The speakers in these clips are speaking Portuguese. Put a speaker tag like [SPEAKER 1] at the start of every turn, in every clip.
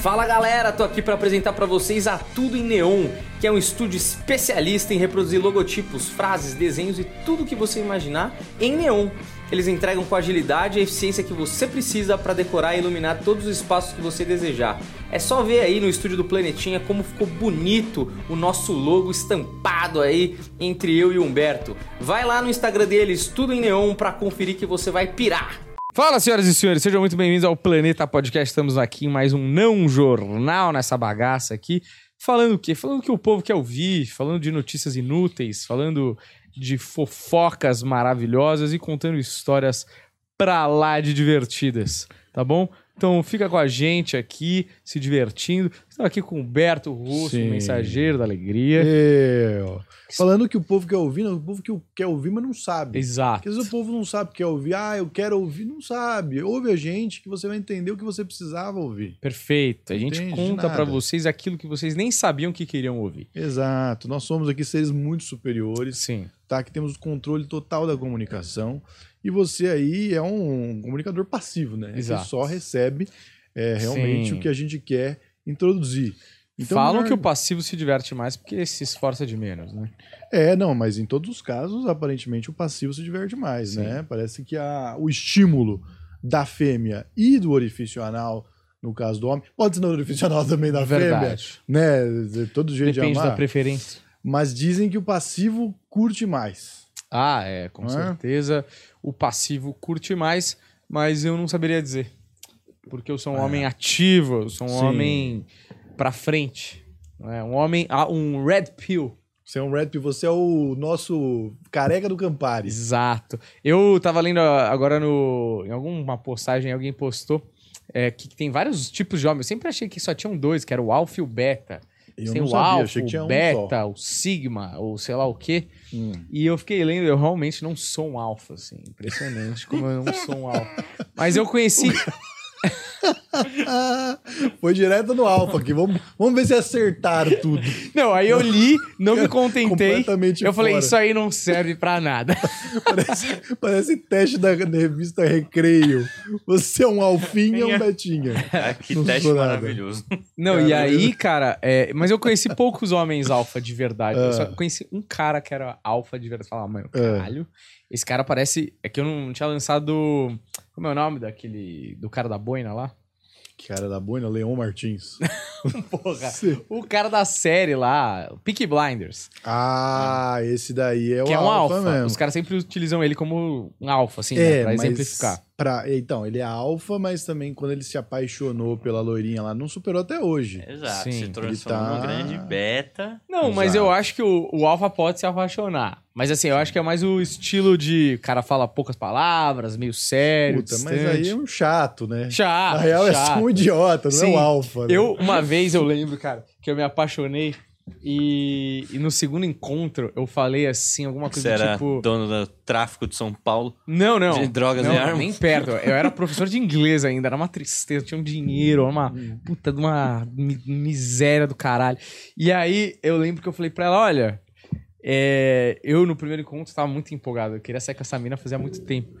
[SPEAKER 1] Fala galera, tô aqui para apresentar para vocês a Tudo em Neon, que é um estúdio especialista em reproduzir logotipos, frases, desenhos e tudo que você imaginar em neon. Eles entregam com a agilidade e a eficiência que você precisa para decorar e iluminar todos os espaços que você desejar. É só ver aí no estúdio do Planetinha como ficou bonito o nosso logo estampado aí entre eu e o Humberto. Vai lá no Instagram deles, Tudo em Neon, para conferir que você vai pirar.
[SPEAKER 2] Fala, senhoras e senhores, sejam muito bem-vindos ao Planeta Podcast. Estamos aqui em mais um não jornal nessa bagaça aqui. Falando o quê? Falando o que o povo quer ouvir, falando de notícias inúteis, falando de fofocas maravilhosas e contando histórias pra lá de divertidas, tá bom? Então fica com a gente aqui, se divertindo. Estamos aqui com o Humberto Russo,
[SPEAKER 3] Sim.
[SPEAKER 2] mensageiro da alegria.
[SPEAKER 3] Eu. É, Falando que o povo quer ouvir, não, o povo que quer ouvir, mas não sabe. Porque
[SPEAKER 2] Exato.
[SPEAKER 3] às vezes o povo não sabe o que quer ouvir. Ah, eu quero ouvir, não sabe. Ouve a gente que você vai entender o que você precisava ouvir.
[SPEAKER 2] Perfeito. A gente
[SPEAKER 3] Entende de
[SPEAKER 2] conta pra
[SPEAKER 3] nada.
[SPEAKER 2] vocês aquilo que vocês nem sabiam que queriam ouvir.
[SPEAKER 3] Exato. Nós somos aqui seres muito superiores,
[SPEAKER 2] Sim.
[SPEAKER 3] tá? Que temos o controle total da comunicação. E você aí é um comunicador passivo, né?
[SPEAKER 2] Exato.
[SPEAKER 3] Que só recebe é, realmente
[SPEAKER 2] Sim.
[SPEAKER 3] o que a gente quer introduzir.
[SPEAKER 2] Falam
[SPEAKER 3] né,
[SPEAKER 2] que o passivo se diverte mais porque se esforça de menos, né?
[SPEAKER 3] É, não, mas em todos os casos, aparentemente, o passivo se diverte mais,
[SPEAKER 2] Sim.
[SPEAKER 3] né? Parece que a- o estímulo da fêmea e do orifício anal, no caso do homem, pode ser no orifício anal também da fêmea, né? Todo jeito
[SPEAKER 2] É Depende
[SPEAKER 3] de amar.
[SPEAKER 2] da preferência.
[SPEAKER 3] Mas dizem que o passivo curte mais.
[SPEAKER 2] Ah, é, com
[SPEAKER 3] Não é?
[SPEAKER 2] certeza. O passivo curte mais, mas eu não saberia dizer. Porque eu sou um
[SPEAKER 3] É.
[SPEAKER 2] homem ativo, eu sou um
[SPEAKER 3] Sim.
[SPEAKER 2] homem pra frente. não é? Um homem. ah, Um red pill.
[SPEAKER 3] Você é um red pill, você é o nosso careca do Campari.
[SPEAKER 2] Exato. Eu tava lendo ah, agora no, em alguma postagem, alguém postou é, que tem vários tipos de homens. Eu sempre achei que só tinham dois, que era o alfa e o beta.
[SPEAKER 3] Eu
[SPEAKER 2] tem
[SPEAKER 3] não
[SPEAKER 2] o
[SPEAKER 3] sabia,
[SPEAKER 2] alfa,
[SPEAKER 3] achei que tinha
[SPEAKER 2] o
[SPEAKER 3] um
[SPEAKER 2] beta, o sigma, ou sei lá o quê.
[SPEAKER 3] só. Hum.
[SPEAKER 2] E eu fiquei lendo, eu realmente não sou um alfa, assim. Impressionante como eu não sou um alfa. Mas eu conheci...
[SPEAKER 3] Ah, foi direto no alfa aqui. Vamos, vamos ver se acertaram tudo.
[SPEAKER 2] Não, aí eu li, não me contentei.
[SPEAKER 3] Completamente
[SPEAKER 2] Eu falei,
[SPEAKER 3] fora.
[SPEAKER 2] isso aí não serve pra nada.
[SPEAKER 3] Parece, parece teste da revista Recreio. Você é um alfinha ou um betinha?
[SPEAKER 4] Ah, que
[SPEAKER 3] Não
[SPEAKER 4] teste
[SPEAKER 3] sou nada.
[SPEAKER 4] maravilhoso.
[SPEAKER 2] Não, e
[SPEAKER 3] Cara,
[SPEAKER 2] aí, cara, é, mas eu conheci poucos homens alfa de verdade. Eu
[SPEAKER 3] Ah.
[SPEAKER 2] só conheci um cara que era alfa de verdade. Falava, "Ah, mano, caralho. Esse cara parece. É que eu não tinha lançado. Como é o nome daquele. Do cara da boina lá?
[SPEAKER 3] Cara da boina, Leon Martins.
[SPEAKER 2] Porra.
[SPEAKER 3] Você-
[SPEAKER 2] O cara da série lá, o Peaky Blinders,
[SPEAKER 3] Ah, esse daí é o
[SPEAKER 2] que é um
[SPEAKER 3] alfa,
[SPEAKER 2] alfa.
[SPEAKER 3] mesmo. É,
[SPEAKER 2] Os caras sempre utilizam ele como um alfa, assim, né, pra
[SPEAKER 3] mas
[SPEAKER 2] exemplificar.
[SPEAKER 3] pra- então, ele é alfa, mas também quando ele se apaixonou pela loirinha lá, não superou até hoje.
[SPEAKER 4] Exato,
[SPEAKER 2] Sim,
[SPEAKER 4] se
[SPEAKER 2] ele
[SPEAKER 4] transformou
[SPEAKER 3] tá-
[SPEAKER 4] num grande beta.
[SPEAKER 2] Não, mas
[SPEAKER 3] Exato.
[SPEAKER 2] eu acho que o, o alfa pode se apaixonar. Mas assim, eu acho que é mais o estilo de o cara fala poucas palavras, meio sério,
[SPEAKER 3] Puta,
[SPEAKER 2] distante.
[SPEAKER 3] mas aí é um chato, né?
[SPEAKER 2] Chato,
[SPEAKER 3] Na real, é
[SPEAKER 2] chato.
[SPEAKER 3] só um idiota, não é
[SPEAKER 2] Sim,
[SPEAKER 3] um alfa. né?
[SPEAKER 2] Eu, uma vez, eu lembro, cara, que eu me apaixonei e, e no segundo encontro eu falei assim, alguma coisa
[SPEAKER 4] Você
[SPEAKER 2] do
[SPEAKER 4] era
[SPEAKER 2] tipo.
[SPEAKER 4] dono do tráfico de São Paulo.
[SPEAKER 2] Não, não.
[SPEAKER 4] de drogas
[SPEAKER 2] não,
[SPEAKER 4] e armas.
[SPEAKER 2] Nem perto. Eu era professor de inglês ainda, era uma tristeza, tinha um dinheiro, era uma puta de uma mi- miséria do caralho. E aí eu lembro que eu falei pra ela: olha. é, eu no primeiro encontro tava muito empolgado, eu queria sair com essa mina fazia muito tempo.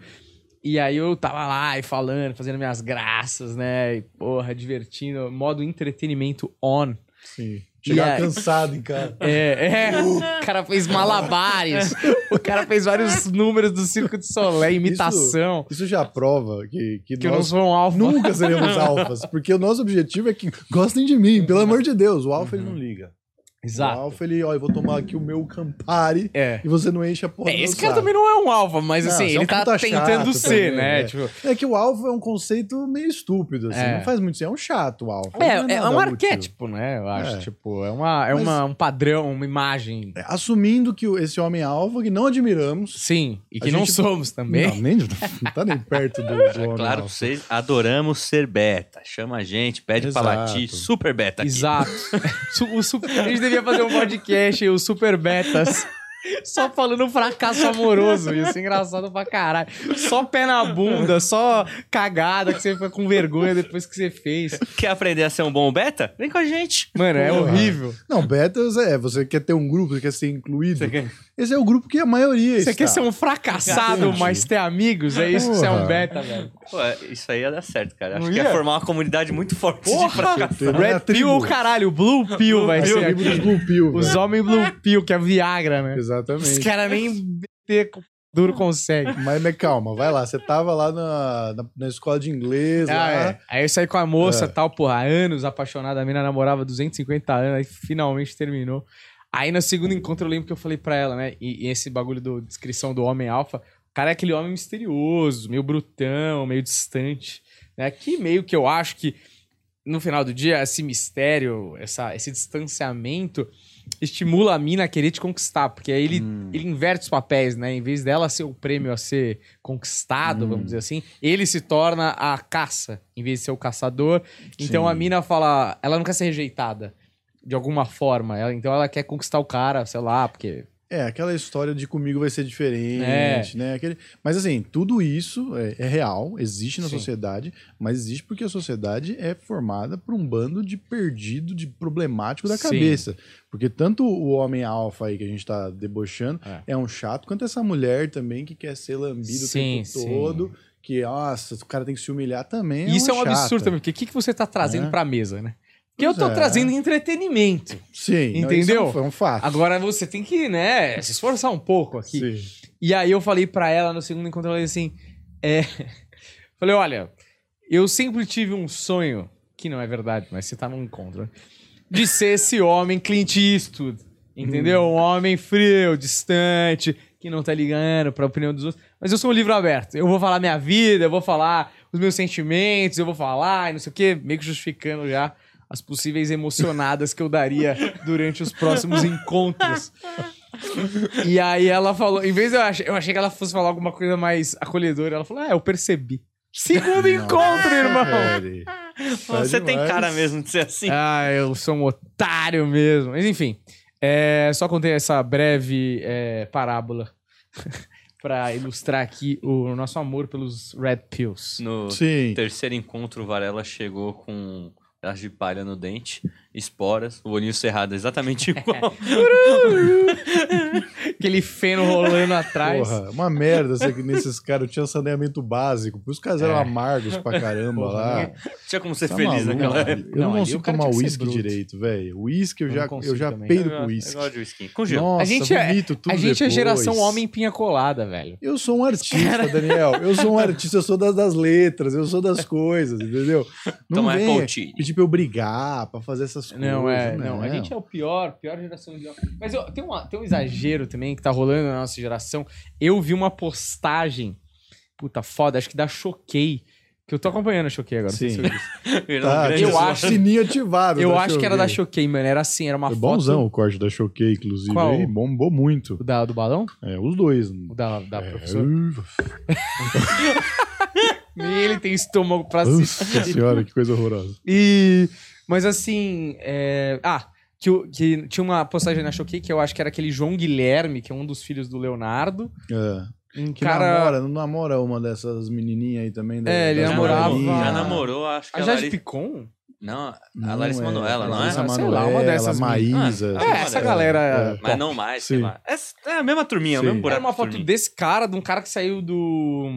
[SPEAKER 2] E aí eu tava lá e falando, fazendo minhas graças, né? E, porra, divertindo, modo entretenimento on.
[SPEAKER 3] Sim. Chegar
[SPEAKER 2] Yeah.
[SPEAKER 3] cansado em casa.
[SPEAKER 2] É, é. O cara fez malabares. o cara fez vários números do Circo de Solé, imitação.
[SPEAKER 3] Isso já prova que, que,
[SPEAKER 2] que eu não
[SPEAKER 3] nós
[SPEAKER 2] sou um alfa.
[SPEAKER 3] nunca seremos alfas, porque o nosso objetivo é que gostem de mim, pelo amor de Deus. O alfa ele não liga. O
[SPEAKER 2] Uhum. Exato.
[SPEAKER 3] alfa ele, ó, eu vou tomar aqui o meu Campari
[SPEAKER 2] É.
[SPEAKER 3] e você não enche a porra.
[SPEAKER 2] É,
[SPEAKER 3] do
[SPEAKER 2] esse
[SPEAKER 3] meu
[SPEAKER 2] cara
[SPEAKER 3] saco.
[SPEAKER 2] também não é um alfa, mas
[SPEAKER 3] Não,
[SPEAKER 2] assim,
[SPEAKER 3] você é
[SPEAKER 2] ele
[SPEAKER 3] um
[SPEAKER 2] tá
[SPEAKER 3] puta
[SPEAKER 2] tentando
[SPEAKER 3] chato
[SPEAKER 2] ser,
[SPEAKER 3] também,
[SPEAKER 2] né?
[SPEAKER 3] é.
[SPEAKER 2] Tipo,
[SPEAKER 3] É que o alfa é um conceito meio estúpido, assim.
[SPEAKER 2] É.
[SPEAKER 3] Não faz muito sentido. É um chato o alfa.
[SPEAKER 2] é,
[SPEAKER 3] não
[SPEAKER 2] é,
[SPEAKER 3] nada
[SPEAKER 2] um
[SPEAKER 3] útil.
[SPEAKER 2] arquétipo, né? Eu acho.
[SPEAKER 3] É.
[SPEAKER 2] Tipo, é, uma, é
[SPEAKER 3] Mas-
[SPEAKER 2] uma, um padrão, uma imagem.
[SPEAKER 3] É, Assumindo que o- esse homem é alfa, que não admiramos.
[SPEAKER 2] Sim. E
[SPEAKER 3] A
[SPEAKER 2] que não
[SPEAKER 3] gente-
[SPEAKER 2] somos também.
[SPEAKER 3] Não, nem, não tá nem perto do, do homem
[SPEAKER 4] Claro que
[SPEAKER 3] alfa.
[SPEAKER 4] vocês adoramos ser beta. Chama a gente, pede
[SPEAKER 3] Exato.
[SPEAKER 4] pra latir. Super
[SPEAKER 2] tá
[SPEAKER 4] beta aqui.
[SPEAKER 2] Exato. Su- o su- a gente devia fazer um podcast, o Super Betas. Só falando fracasso amoroso. Ia ser engraçado pra caralho. Só pé na bunda, só cagada que você fica com vergonha depois que você fez.
[SPEAKER 4] Quer aprender a ser um bom beta? Vem com a gente.
[SPEAKER 2] Mano, é
[SPEAKER 3] Porra.
[SPEAKER 2] horrível.
[SPEAKER 3] Não, betas é, você quer ter um grupo, você quer ser incluído.
[SPEAKER 4] Você quer-
[SPEAKER 3] Esse é o grupo que a maioria
[SPEAKER 2] Você
[SPEAKER 3] está.
[SPEAKER 2] quer ser um fracassado,
[SPEAKER 3] Cacete.
[SPEAKER 2] mas ter amigos? É isso que você é um
[SPEAKER 3] Porra.
[SPEAKER 2] beta, velho.
[SPEAKER 4] Pô, isso aí ia dar certo, cara. Acho
[SPEAKER 2] Não
[SPEAKER 4] que
[SPEAKER 2] ia?
[SPEAKER 4] ia formar uma comunidade muito forte de
[SPEAKER 2] Porra!
[SPEAKER 4] fracasso.
[SPEAKER 3] Termina a
[SPEAKER 2] Red
[SPEAKER 3] tribo.
[SPEAKER 2] Pill ou caralho? Blue Pill vai
[SPEAKER 3] Esse
[SPEAKER 2] ser
[SPEAKER 3] é o grupo dos
[SPEAKER 2] aqui.
[SPEAKER 3] Blue Pill,
[SPEAKER 2] Os
[SPEAKER 3] velho.
[SPEAKER 2] homens Blue Pill, que é Viagra, né? Os
[SPEAKER 3] Exatamente.
[SPEAKER 2] caras nem ter com- duro consegue.
[SPEAKER 3] Mas, mas calma, vai lá. Você tava lá na, na, na escola de inglês, lá,
[SPEAKER 2] Ah, é. Aí eu saí com a moça
[SPEAKER 3] É.
[SPEAKER 2] tal, porra, há anos apaixonada. A mina namorava 250 anos, aí finalmente terminou. Aí no segundo encontro eu lembro que eu falei pra ela, né? E, e esse bagulho do descrição do homem alfa. O cara é aquele homem misterioso, meio brutão, meio distante. Né? Que meio que eu acho que no final do dia, esse mistério, essa, esse distanciamento estimula a mina a querer te conquistar, porque aí ele,
[SPEAKER 3] Hum.
[SPEAKER 2] ele inverte os papéis, né? Em vez dela ser o prêmio a ser conquistado, vamos
[SPEAKER 3] Hum.
[SPEAKER 2] dizer assim, ele se torna a caça, em vez de ser o caçador. Então a mina fala, ela não quer ser rejeitada de alguma forma, ela- então ela quer conquistar o cara, sei lá, porque
[SPEAKER 3] É, aquela história de comigo vai ser diferente,
[SPEAKER 2] É.
[SPEAKER 3] né? Aquele... Mas assim, tudo isso é, é real, existe na
[SPEAKER 2] Sim.
[SPEAKER 3] sociedade, mas existe porque a sociedade é formada por um bando de perdido, de problemático da
[SPEAKER 2] Sim.
[SPEAKER 3] cabeça. Porque tanto o homem alfa aí que a gente tá debochando
[SPEAKER 2] É.
[SPEAKER 3] é, um chato, quanto essa mulher também que quer ser lambida o
[SPEAKER 2] Sim,
[SPEAKER 3] tempo
[SPEAKER 2] sim.
[SPEAKER 3] todo, que, nossa, o cara tem que se humilhar também.
[SPEAKER 2] isso é um
[SPEAKER 3] uma chata.
[SPEAKER 2] absurdo também, porque o que, que você tá trazendo
[SPEAKER 3] É.
[SPEAKER 2] pra mesa, né? Porque eu
[SPEAKER 3] Pois
[SPEAKER 2] tô
[SPEAKER 3] é.
[SPEAKER 2] trazendo entretenimento.
[SPEAKER 3] Sim, não, isso
[SPEAKER 2] Entendeu?
[SPEAKER 3] É um, é um fato.
[SPEAKER 2] Agora você tem que, né, se esforçar um pouco aqui.
[SPEAKER 3] Sim.
[SPEAKER 2] E aí eu falei pra ela no segundo encontro, ela disse assim, é... falei, olha, eu sempre tive um sonho, que não é verdade, mas você tá num encontro, né? de ser esse homem Clint Eastwood, entendeu? Um homem frio, distante, que não tá ligando pra opinião dos outros. Mas eu sou um livro aberto, eu vou falar minha vida, eu vou falar os meus sentimentos, eu vou falar e não sei o quê, meio que justificando já as possíveis emocionadas que eu daria durante os próximos encontros. E aí ela falou, em vez de eu achei, eu achei que ela fosse falar alguma coisa mais acolhedora, ela falou: "É, eu percebi". Segundo encontro, irmão.
[SPEAKER 3] Sério. Tá
[SPEAKER 4] Pô, Você tem
[SPEAKER 3] demais.
[SPEAKER 4] cara mesmo de ser assim.
[SPEAKER 2] Ah, eu sou um otário mesmo. Mas enfim, é, só contei essa breve é, parábola pra ilustrar aqui o nosso amor pelos Red Pills.
[SPEAKER 4] No
[SPEAKER 3] Sim.
[SPEAKER 4] terceiro encontro, o Varela chegou com pedaço de palha no dente, esporas, o olhinho cerrado exatamente igual.
[SPEAKER 2] Aquele feno rolando atrás.
[SPEAKER 3] Porra, uma merda isso aqui nesses caras. Eu tinha saneamento básico. Por isso que eles eram
[SPEAKER 2] É.
[SPEAKER 3] amargos pra caramba
[SPEAKER 2] Porra,
[SPEAKER 3] lá.
[SPEAKER 4] Tinha como ser
[SPEAKER 3] Tá
[SPEAKER 4] feliz
[SPEAKER 3] maluco,
[SPEAKER 4] né, naquela época.
[SPEAKER 3] velho. Eu
[SPEAKER 2] Não,
[SPEAKER 3] não,
[SPEAKER 2] ali o
[SPEAKER 3] consigo
[SPEAKER 2] cara
[SPEAKER 3] tomar
[SPEAKER 2] tinha que ser
[SPEAKER 3] uísque
[SPEAKER 2] bruto.
[SPEAKER 3] direito, velho. Uísque eu
[SPEAKER 2] Eu
[SPEAKER 3] já,
[SPEAKER 2] não consigo
[SPEAKER 3] eu já
[SPEAKER 2] também.
[SPEAKER 3] peido
[SPEAKER 4] Eu
[SPEAKER 3] com
[SPEAKER 4] gosto-
[SPEAKER 3] uísque.
[SPEAKER 4] Eu gosto de whisky. Com gelo.
[SPEAKER 3] Nossa,
[SPEAKER 2] A gente é-
[SPEAKER 3] vomito tudo
[SPEAKER 2] A gente é
[SPEAKER 3] depois.
[SPEAKER 2] geração homem pinha colada, velho.
[SPEAKER 3] Eu sou um artista, Daniel. Eu sou um artista, eu sou das, das letras, eu sou das coisas, entendeu? Não
[SPEAKER 4] Então é
[SPEAKER 3] venha
[SPEAKER 4] Apple
[SPEAKER 3] pedir pra tipo, eu brigar, pra fazer essas coisas. né?
[SPEAKER 2] Não, é, não. A gente é o pior, pior geração de homem. Mas eu- tem, uma- tem um exagero também que tá rolando na nossa geração. Eu vi uma postagem, puta foda, acho que da Choquei, que eu tô acompanhando a Choquei agora. não sei
[SPEAKER 3] Sim.
[SPEAKER 2] se eu disse.
[SPEAKER 4] Virou um
[SPEAKER 3] Tá,
[SPEAKER 4] grande
[SPEAKER 2] é eu
[SPEAKER 4] zoado.
[SPEAKER 2] acho-
[SPEAKER 3] Sininho ativado.
[SPEAKER 2] Eu
[SPEAKER 3] da
[SPEAKER 2] acho que era da
[SPEAKER 3] Choquei.
[SPEAKER 2] Choquei, mano. Era assim, era uma
[SPEAKER 3] Foi
[SPEAKER 2] foto
[SPEAKER 3] É bonzão o corte da Choquei, inclusive.
[SPEAKER 2] Qual?
[SPEAKER 3] Aí, bombou muito.
[SPEAKER 2] O da, do balão?
[SPEAKER 3] É, os dois.
[SPEAKER 2] O da, da
[SPEAKER 3] É,
[SPEAKER 2] professora.
[SPEAKER 3] ufa,
[SPEAKER 2] Nem ele tem estômago pra
[SPEAKER 3] Nossa
[SPEAKER 2] assistir.
[SPEAKER 3] senhora, que coisa horrorosa.
[SPEAKER 2] E. Mas assim. é, Ah, que, o- que tinha uma postagem na Choquei que eu acho que era aquele João Guilherme, que é um dos filhos do Leonardo.
[SPEAKER 3] É.
[SPEAKER 2] Um
[SPEAKER 3] Que
[SPEAKER 2] cara.
[SPEAKER 3] namora, não namora uma dessas menininhas aí também? né? da-
[SPEAKER 2] É, ele
[SPEAKER 3] das
[SPEAKER 4] Já
[SPEAKER 2] namorava-
[SPEAKER 4] namorou,
[SPEAKER 3] velhinhas?
[SPEAKER 4] Já namorou, acho que
[SPEAKER 2] A
[SPEAKER 4] a
[SPEAKER 2] Jade
[SPEAKER 4] Larissa...
[SPEAKER 2] Picon?
[SPEAKER 4] Não, a
[SPEAKER 3] Não
[SPEAKER 4] Larissa
[SPEAKER 3] é,
[SPEAKER 4] Manoela, não é?
[SPEAKER 3] Larissa
[SPEAKER 2] Sei lá, uma
[SPEAKER 3] Manoela,
[SPEAKER 2] dessas Ah,
[SPEAKER 3] Maísa.
[SPEAKER 4] meninas.
[SPEAKER 3] essas
[SPEAKER 4] É, essa
[SPEAKER 3] mulheres.
[SPEAKER 2] galera-
[SPEAKER 4] Mas não mais, sei
[SPEAKER 3] Sim.
[SPEAKER 4] lá. É, é a mesma turminha,
[SPEAKER 3] Sim.
[SPEAKER 4] o mesmo buraco.
[SPEAKER 2] Era uma
[SPEAKER 4] de
[SPEAKER 2] foto
[SPEAKER 4] turminha.
[SPEAKER 2] desse cara, de um cara que saiu do,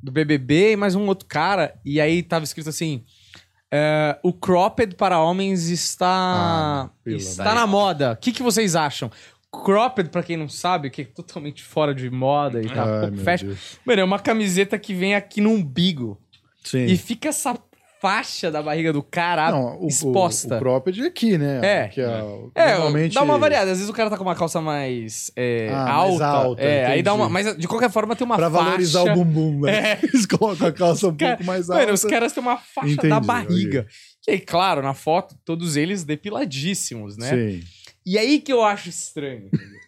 [SPEAKER 2] do BBB e mais um outro cara. E aí tava escrito assim: é, O cropped para homens está,
[SPEAKER 3] Ah, pelo
[SPEAKER 2] está
[SPEAKER 4] amor.
[SPEAKER 2] na moda. O que, que vocês acham? Cropped, pra quem não sabe, que é totalmente fora de moda e tá
[SPEAKER 3] Ai,
[SPEAKER 2] pouco
[SPEAKER 3] meu
[SPEAKER 2] fashion.
[SPEAKER 3] Deus.
[SPEAKER 2] Mano, é uma camiseta que vem aqui no umbigo.
[SPEAKER 3] Sim.
[SPEAKER 2] E fica essa faixa da barriga do cara
[SPEAKER 3] Não, o,
[SPEAKER 2] exposta.
[SPEAKER 3] O, o cropped aqui, né?
[SPEAKER 2] É.
[SPEAKER 3] Que é,
[SPEAKER 2] É,
[SPEAKER 3] normalmente-
[SPEAKER 2] dá uma variada. Às vezes o cara tá com uma calça mais é,
[SPEAKER 3] Ah,
[SPEAKER 2] alta.
[SPEAKER 3] mais alta,
[SPEAKER 2] é, aí
[SPEAKER 3] entendi.
[SPEAKER 2] dá uma. Mas de qualquer forma tem uma
[SPEAKER 3] Pra
[SPEAKER 2] faixa. É.
[SPEAKER 3] valorizar o bumbum, né? Eles colocam a calça um
[SPEAKER 2] Cara,
[SPEAKER 3] pouco mais alta.
[SPEAKER 2] Mano, os caras têm uma faixa da
[SPEAKER 3] Entendi,
[SPEAKER 2] barriga. E aí, claro, na foto, todos eles depiladíssimos, né?
[SPEAKER 3] Sim.
[SPEAKER 2] E aí que eu acho estranho. entendeu?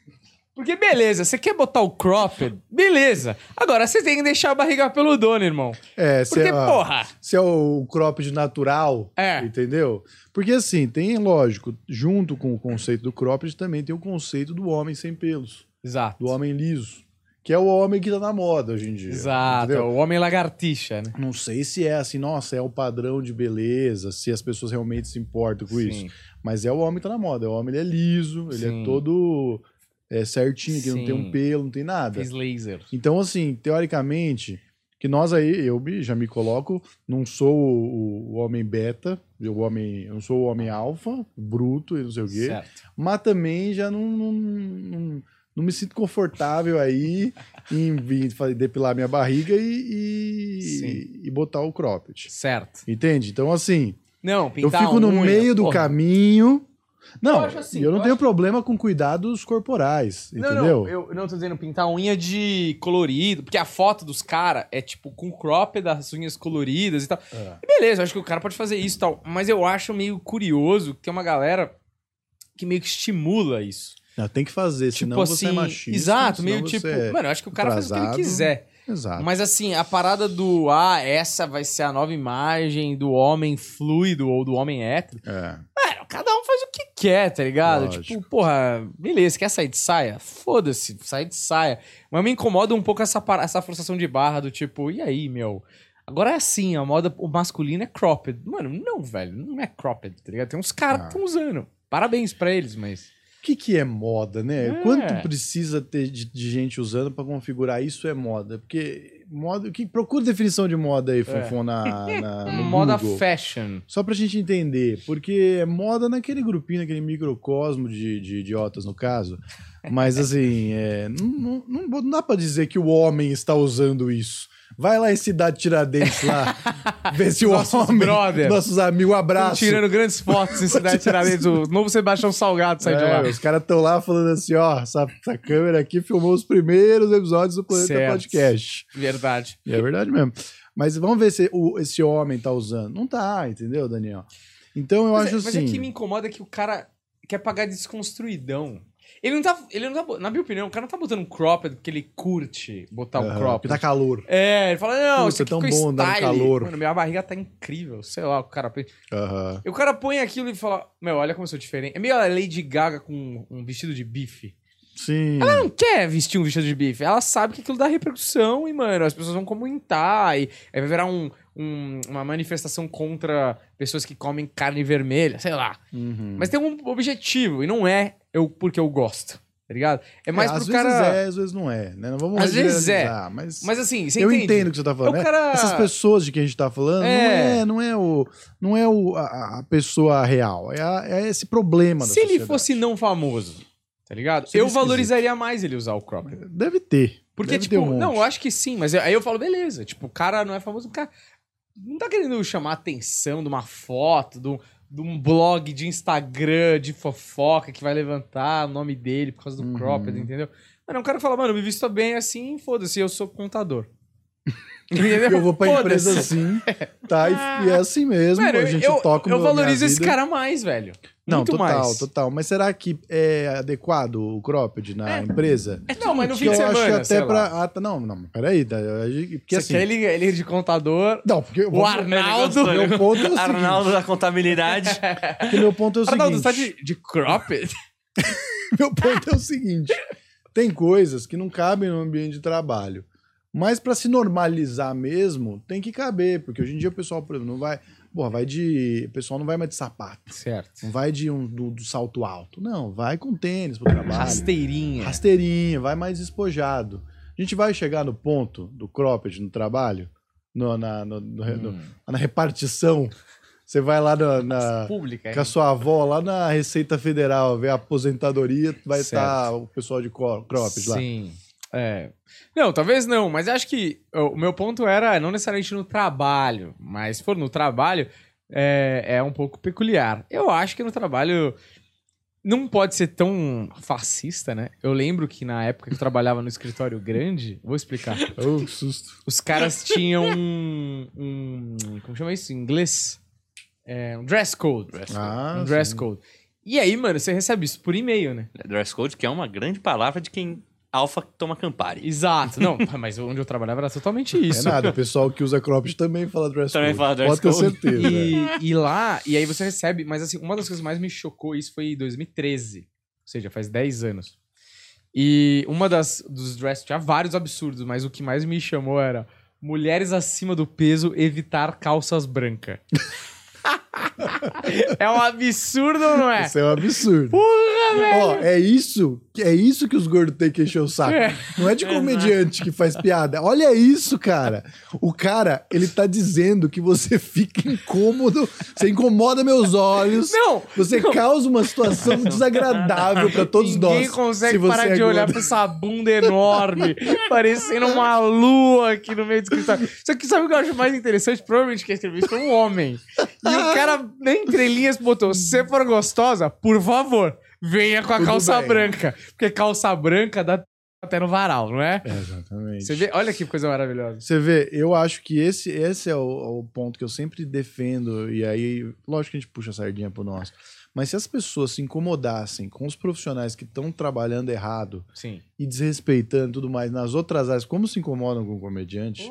[SPEAKER 2] Porque, beleza, você quer botar o cropped, beleza. Agora, você tem que deixar a barriga pelo dono, irmão.
[SPEAKER 3] É, se
[SPEAKER 2] Porque,
[SPEAKER 3] é, a-
[SPEAKER 2] porra,
[SPEAKER 3] se é o cropped natural,
[SPEAKER 2] É.
[SPEAKER 3] entendeu? Porque assim, tem, lógico, junto com o conceito do cropped também tem o conceito do homem sem pelos.
[SPEAKER 2] Exato.
[SPEAKER 3] do homem liso, que é o homem que tá na moda hoje em dia.
[SPEAKER 2] Exato. é
[SPEAKER 3] entendeu?
[SPEAKER 2] O homem lagartixa, né?
[SPEAKER 3] Não sei se é assim, nossa, é o padrão de beleza, se as pessoas realmente se importam com Tipo isso. Mas é o homem que tá na moda. É o homem, ele é liso, ele
[SPEAKER 2] Sim.
[SPEAKER 3] é todo é, certinho, que não tem
[SPEAKER 2] Sim.
[SPEAKER 3] um pelo, não tem nada.
[SPEAKER 2] Fez laser.
[SPEAKER 3] Então, assim, teoricamente, que nós aí, eu me- já me coloco, não sou o, o homem beta, o homem, eu não sou o homem alfa, bruto e não sei o quê,
[SPEAKER 2] Certo.
[SPEAKER 3] mas também já não, não, não- não me sinto confortável aí em vir fa- depilar minha barriga e,
[SPEAKER 2] Sim.
[SPEAKER 3] e, e botar o cropped.
[SPEAKER 2] Certo.
[SPEAKER 3] Entende? Então, assim,
[SPEAKER 2] Não,
[SPEAKER 3] eu
[SPEAKER 2] pintar
[SPEAKER 3] fico
[SPEAKER 2] a
[SPEAKER 3] no
[SPEAKER 2] unha,
[SPEAKER 3] meio do
[SPEAKER 2] porra.
[SPEAKER 3] caminho. Não,
[SPEAKER 2] Eu
[SPEAKER 3] eu,
[SPEAKER 2] acho assim, eu
[SPEAKER 3] não
[SPEAKER 2] acho
[SPEAKER 3] tenho
[SPEAKER 2] que-
[SPEAKER 3] problema com cuidados corporais,
[SPEAKER 2] Não,
[SPEAKER 3] entendeu?
[SPEAKER 2] não, eu não tô dizendo pintar a unha de colorido, porque a foto dos caras é tipo com crop das unhas coloridas e tal.
[SPEAKER 3] É.
[SPEAKER 2] E beleza, eu acho que o cara pode fazer isso e tal, mas eu acho meio curioso que tem uma galera que meio que estimula isso.
[SPEAKER 3] Não, tem que fazer, senão
[SPEAKER 2] tipo
[SPEAKER 3] você
[SPEAKER 2] assim,
[SPEAKER 3] é machista.
[SPEAKER 2] exato,
[SPEAKER 3] senão
[SPEAKER 2] meio
[SPEAKER 3] você
[SPEAKER 2] tipo,
[SPEAKER 3] é-
[SPEAKER 2] mano, eu acho que o cara faz o que
[SPEAKER 3] atrasado.
[SPEAKER 2] ele quiser.
[SPEAKER 3] Exato.
[SPEAKER 2] Mas assim, a parada do ah, essa vai ser a nova imagem do homem fluido ou do homem hétero.
[SPEAKER 3] É.
[SPEAKER 2] Mano, cada um faz o que quer, tá ligado?
[SPEAKER 3] Lógico.
[SPEAKER 2] Tipo, porra, beleza, quer sair de saia? Foda-se, sai de saia. Mas me incomoda um pouco essa, par- essa forçação de barra do tipo, e aí, meu? Agora é assim, a moda o masculino é cropped. Mano, não, velho, não é cropped, tá ligado? Tem uns caras que
[SPEAKER 3] Ah.
[SPEAKER 2] estão usando. Parabéns pra eles, mas.
[SPEAKER 3] O que, que é moda, né?
[SPEAKER 2] É.
[SPEAKER 3] Quanto precisa ter de, de gente usando para configurar isso é moda? Porque moda. Que, procura definição de moda aí, Fonfon, na, na- no
[SPEAKER 2] É. moda
[SPEAKER 3] Google.
[SPEAKER 2] fashion.
[SPEAKER 3] Só pra gente entender, porque é moda naquele grupinho, naquele microcosmo de, de idiotas, no caso. Mas assim, é, não, não, não bo- não dá pra dizer que o homem está usando isso. Vai lá em Cidade Tiradentes lá, ver se o
[SPEAKER 2] Nossos
[SPEAKER 3] homem,
[SPEAKER 2] brother.
[SPEAKER 3] nossos amigos, um abraço.
[SPEAKER 2] Tirando grandes fotos em Cidade Tiradentes. O novo Sebastião Salgado sai de
[SPEAKER 3] É,
[SPEAKER 2] lá.
[SPEAKER 3] Os caras estão lá falando assim, ó, essa, essa câmera aqui filmou os primeiros episódios do Planeta
[SPEAKER 2] Certo.
[SPEAKER 3] Podcast.
[SPEAKER 2] Verdade.
[SPEAKER 3] E é verdade mesmo. Mas vamos ver se o- esse homem tá usando. Não tá, entendeu, Daniel? Então eu
[SPEAKER 2] Mas, é-
[SPEAKER 3] acho
[SPEAKER 2] mas
[SPEAKER 3] assim.
[SPEAKER 2] é que me incomoda que o cara quer pagar de desconstruidão. Ele não tá. Ele não tá. bo- Na minha opinião, o cara não tá botando um cropped porque ele curte botar o
[SPEAKER 3] Aham,
[SPEAKER 2] cropped.
[SPEAKER 3] porque Tá calor.
[SPEAKER 2] É, ele fala, não,
[SPEAKER 3] Puta,
[SPEAKER 2] isso aqui
[SPEAKER 3] tão
[SPEAKER 2] ficou
[SPEAKER 3] bom andar no
[SPEAKER 2] style.
[SPEAKER 3] calor.
[SPEAKER 2] Mano, minha barriga tá incrível. Sei lá, o cara.
[SPEAKER 3] Aham.
[SPEAKER 2] E o cara põe aquilo e fala, meu, olha como eu sou diferente. É meio a Lady Gaga com um vestido de bife.
[SPEAKER 3] Sim.
[SPEAKER 2] Ela não quer vestir um vestido de bife. Ela sabe que aquilo dá repercussão e, mano, as pessoas vão comentar. E aí vai virar um- um- uma manifestação contra pessoas que comem carne vermelha, sei lá.
[SPEAKER 3] Uhum.
[SPEAKER 2] Mas tem um objetivo, e não é eu porque eu gosto, tá ligado? É mais
[SPEAKER 3] às
[SPEAKER 2] pro
[SPEAKER 3] vezes
[SPEAKER 2] cara.
[SPEAKER 3] é, às vezes não é, né? Não vamos
[SPEAKER 2] Às vezes é.
[SPEAKER 3] generalizar, Mas,
[SPEAKER 2] Mas assim, você
[SPEAKER 3] eu
[SPEAKER 2] entende?
[SPEAKER 3] entendo o que você tá falando.
[SPEAKER 2] É o
[SPEAKER 3] né?
[SPEAKER 2] cara-
[SPEAKER 3] Essas pessoas de quem a gente tá falando
[SPEAKER 2] É.
[SPEAKER 3] não é, não é o, não é o, a, a pessoa real. É, a- é esse problema da
[SPEAKER 2] Se ele
[SPEAKER 3] sociedade.
[SPEAKER 2] fosse não famoso, tá ligado?
[SPEAKER 3] Seria
[SPEAKER 2] eu valorizaria mais ele usar o crop.
[SPEAKER 3] Deve ter.
[SPEAKER 2] Porque,
[SPEAKER 3] Deve ter
[SPEAKER 2] tipo,
[SPEAKER 3] um monte.
[SPEAKER 2] não, eu acho que sim, mas eu- aí eu falo, beleza, tipo, o cara não é famoso, o cara não tá querendo chamar a atenção de uma foto, de um, de um blog de Instagram de fofoca que vai levantar o nome dele por causa do
[SPEAKER 3] Uhum.
[SPEAKER 2] cropped, entendeu? Mas não, o cara fala, mano, eu me visto bem assim, foda-se, eu sou contador. Entendeu?
[SPEAKER 3] Eu vou pra
[SPEAKER 2] Foda-se.
[SPEAKER 3] empresa assim, tá? E, e é assim mesmo.
[SPEAKER 2] Mano,
[SPEAKER 3] a
[SPEAKER 2] eu,
[SPEAKER 3] gente
[SPEAKER 2] eu,
[SPEAKER 3] toca o
[SPEAKER 2] eu
[SPEAKER 3] meu- minha
[SPEAKER 2] valorizo esse
[SPEAKER 3] vida.
[SPEAKER 2] cara mais, velho.
[SPEAKER 3] Não,
[SPEAKER 2] Muito
[SPEAKER 3] total,
[SPEAKER 2] mais.
[SPEAKER 3] total. Mas será que é adequado o cropped na
[SPEAKER 2] É.
[SPEAKER 3] empresa?
[SPEAKER 2] É não, mas no fim
[SPEAKER 3] Porque
[SPEAKER 2] de
[SPEAKER 3] eu
[SPEAKER 2] semana,
[SPEAKER 3] acho que
[SPEAKER 2] sei
[SPEAKER 3] até
[SPEAKER 2] lá.
[SPEAKER 3] pra. Ah, tá, não, não, peraí. tá, eu-
[SPEAKER 2] Você
[SPEAKER 3] Porque assim. É
[SPEAKER 2] quer ele, ele é de contador,
[SPEAKER 3] Não, porque eu
[SPEAKER 2] o
[SPEAKER 3] vou-
[SPEAKER 2] Arnaldo...
[SPEAKER 4] Ele
[SPEAKER 3] Meu ponto é o seguinte,
[SPEAKER 4] Arnaldo da contabilidade.
[SPEAKER 3] que meu ponto é o seguinte.
[SPEAKER 2] Arnaldo, você tá de, de cropped?
[SPEAKER 3] Meu ponto é o seguinte: tem coisas que não cabem no ambiente de trabalho. Mas para se normalizar mesmo, tem que caber, porque hoje em dia o pessoal, por exemplo, não vai. Porra, vai de. O pessoal não vai mais de sapato.
[SPEAKER 2] Certo.
[SPEAKER 3] Não vai de um do, do salto alto. Não, vai com tênis pro trabalho.
[SPEAKER 2] Rasteirinha.
[SPEAKER 3] Rasteirinha, vai mais despojado. A gente vai chegar no ponto do cropped no trabalho, no- na, no- no-
[SPEAKER 2] Hum.
[SPEAKER 3] no- na repartição. Você vai lá na- na,
[SPEAKER 2] Pública. é
[SPEAKER 3] com a sua avó lá na Receita Federal, ver a aposentadoria, vai
[SPEAKER 2] Certo.
[SPEAKER 3] estar o pessoal de cro- cropped lá.
[SPEAKER 2] Sim. É. Não, talvez não, mas acho que ó, o meu ponto era não necessariamente no trabalho, mas se for no trabalho, é, é um pouco peculiar. Eu acho que no trabalho não pode ser tão fascista, né? Eu lembro que na época que eu trabalhava no escritório grande, vou explicar.
[SPEAKER 3] Oh, que susto.
[SPEAKER 2] Os caras tinham um, um- Como chama isso? Em inglês? É, um dress code.
[SPEAKER 3] Ah,
[SPEAKER 2] um dress
[SPEAKER 3] sim.
[SPEAKER 2] code. E aí, mano, você recebe isso por e-mail, né?
[SPEAKER 4] Dress code, que é uma grande palavra de quem alfa toma Campari.
[SPEAKER 2] Exato. Não, mas onde eu trabalhava era totalmente
[SPEAKER 3] É
[SPEAKER 2] isso.
[SPEAKER 3] nada, o pessoal que usa cropped também fala dress
[SPEAKER 4] Também
[SPEAKER 3] code.
[SPEAKER 4] fala dress
[SPEAKER 3] Pode ter
[SPEAKER 4] code.
[SPEAKER 3] certeza. é.
[SPEAKER 2] e, e lá, e aí você recebe, mas assim, uma das coisas que mais me chocou isso foi em 2013. Ou seja, faz 10 anos. E uma das dos dress, tinha vários absurdos, mas o que mais me chamou era mulheres acima do peso evitar calças brancas. é um absurdo, não é?
[SPEAKER 3] Isso é um absurdo.
[SPEAKER 2] Porra, velho!
[SPEAKER 3] Ó, é isso, que- é isso que os gordos têm que encher o saco.
[SPEAKER 2] É.
[SPEAKER 3] Não é de comediante que faz piada. Olha isso, cara. O cara, ele tá dizendo que você fica incômodo, você incomoda meus olhos.
[SPEAKER 2] Não,
[SPEAKER 3] Você causa uma situação desagradável pra todos nós.
[SPEAKER 2] Ninguém consegue
[SPEAKER 3] se você
[SPEAKER 2] parar
[SPEAKER 3] é
[SPEAKER 2] de olhar
[SPEAKER 3] gordo.
[SPEAKER 2] pra essa bunda enorme, parecendo uma lua aqui no meio do escritório. Só que sabe o que eu acho mais interessante? Provavelmente quem escreveu isso foi um homem. E o cara, nem entre linhas, botou: se for gostosa, por favor, venha com a
[SPEAKER 3] Tudo
[SPEAKER 2] calça
[SPEAKER 3] bem."
[SPEAKER 2] branca. Porque calça branca dá até no varal, não é?
[SPEAKER 3] Exatamente.
[SPEAKER 2] Você vê, olha que coisa maravilhosa.
[SPEAKER 3] Você vê, eu acho que esse, esse é o, o ponto que eu sempre defendo, e aí, lógico que a gente puxa a sardinha pro nosso. Mas se as pessoas se incomodassem com os profissionais que estão trabalhando errado
[SPEAKER 2] Sim.
[SPEAKER 3] e desrespeitando e tudo mais nas outras áreas, como se incomodam com o comediante,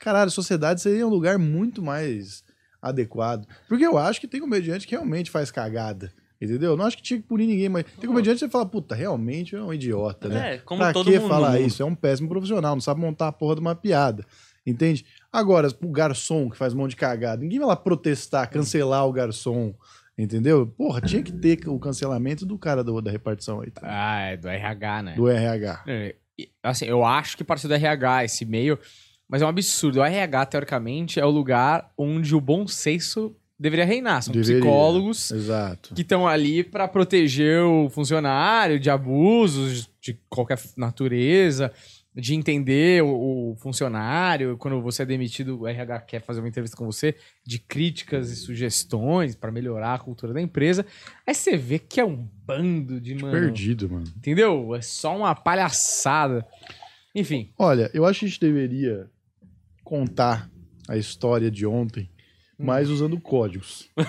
[SPEAKER 3] caralho, a sociedade seria um lugar muito mais adequado. Porque eu acho que tem comediante que realmente faz cagada. Entendeu? Eu Não acho que tinha que punir ninguém, mas tem comediante que você fala, puta, realmente é um idiota, né?
[SPEAKER 4] É, como
[SPEAKER 3] pra
[SPEAKER 4] todo
[SPEAKER 3] que
[SPEAKER 4] mundo. no
[SPEAKER 3] falar
[SPEAKER 4] mundo.
[SPEAKER 3] isso? É um péssimo profissional, não sabe montar a porra de uma piada. Entende? Agora, o garçom que faz um monte de cagada, ninguém vai lá protestar, cancelar o garçom. Entendeu? Porra, tinha que ter o cancelamento do cara do- da repartição aí, tá?
[SPEAKER 2] Ah, é do RH, né?
[SPEAKER 3] Do RH.
[SPEAKER 2] É, e, assim, eu acho que partiu do RH esse meio, mas é um absurdo. O RH, teoricamente, é o lugar onde o bom senso deveria reinar. São
[SPEAKER 3] Deveria.
[SPEAKER 2] psicólogos
[SPEAKER 3] Exato.
[SPEAKER 2] que estão ali para proteger o funcionário de abusos de qualquer natureza, de entender o, o funcionário. Quando você é demitido, o RH quer fazer uma entrevista com você de críticas e sugestões para melhorar a cultura da empresa. Aí você vê que é um bando de mano.
[SPEAKER 3] Perdido, mano.
[SPEAKER 2] Entendeu? É só uma palhaçada. Enfim.
[SPEAKER 3] Olha, eu acho que a gente deveria contar a história de ontem,
[SPEAKER 4] Hum.
[SPEAKER 3] mas usando códigos.
[SPEAKER 4] assim?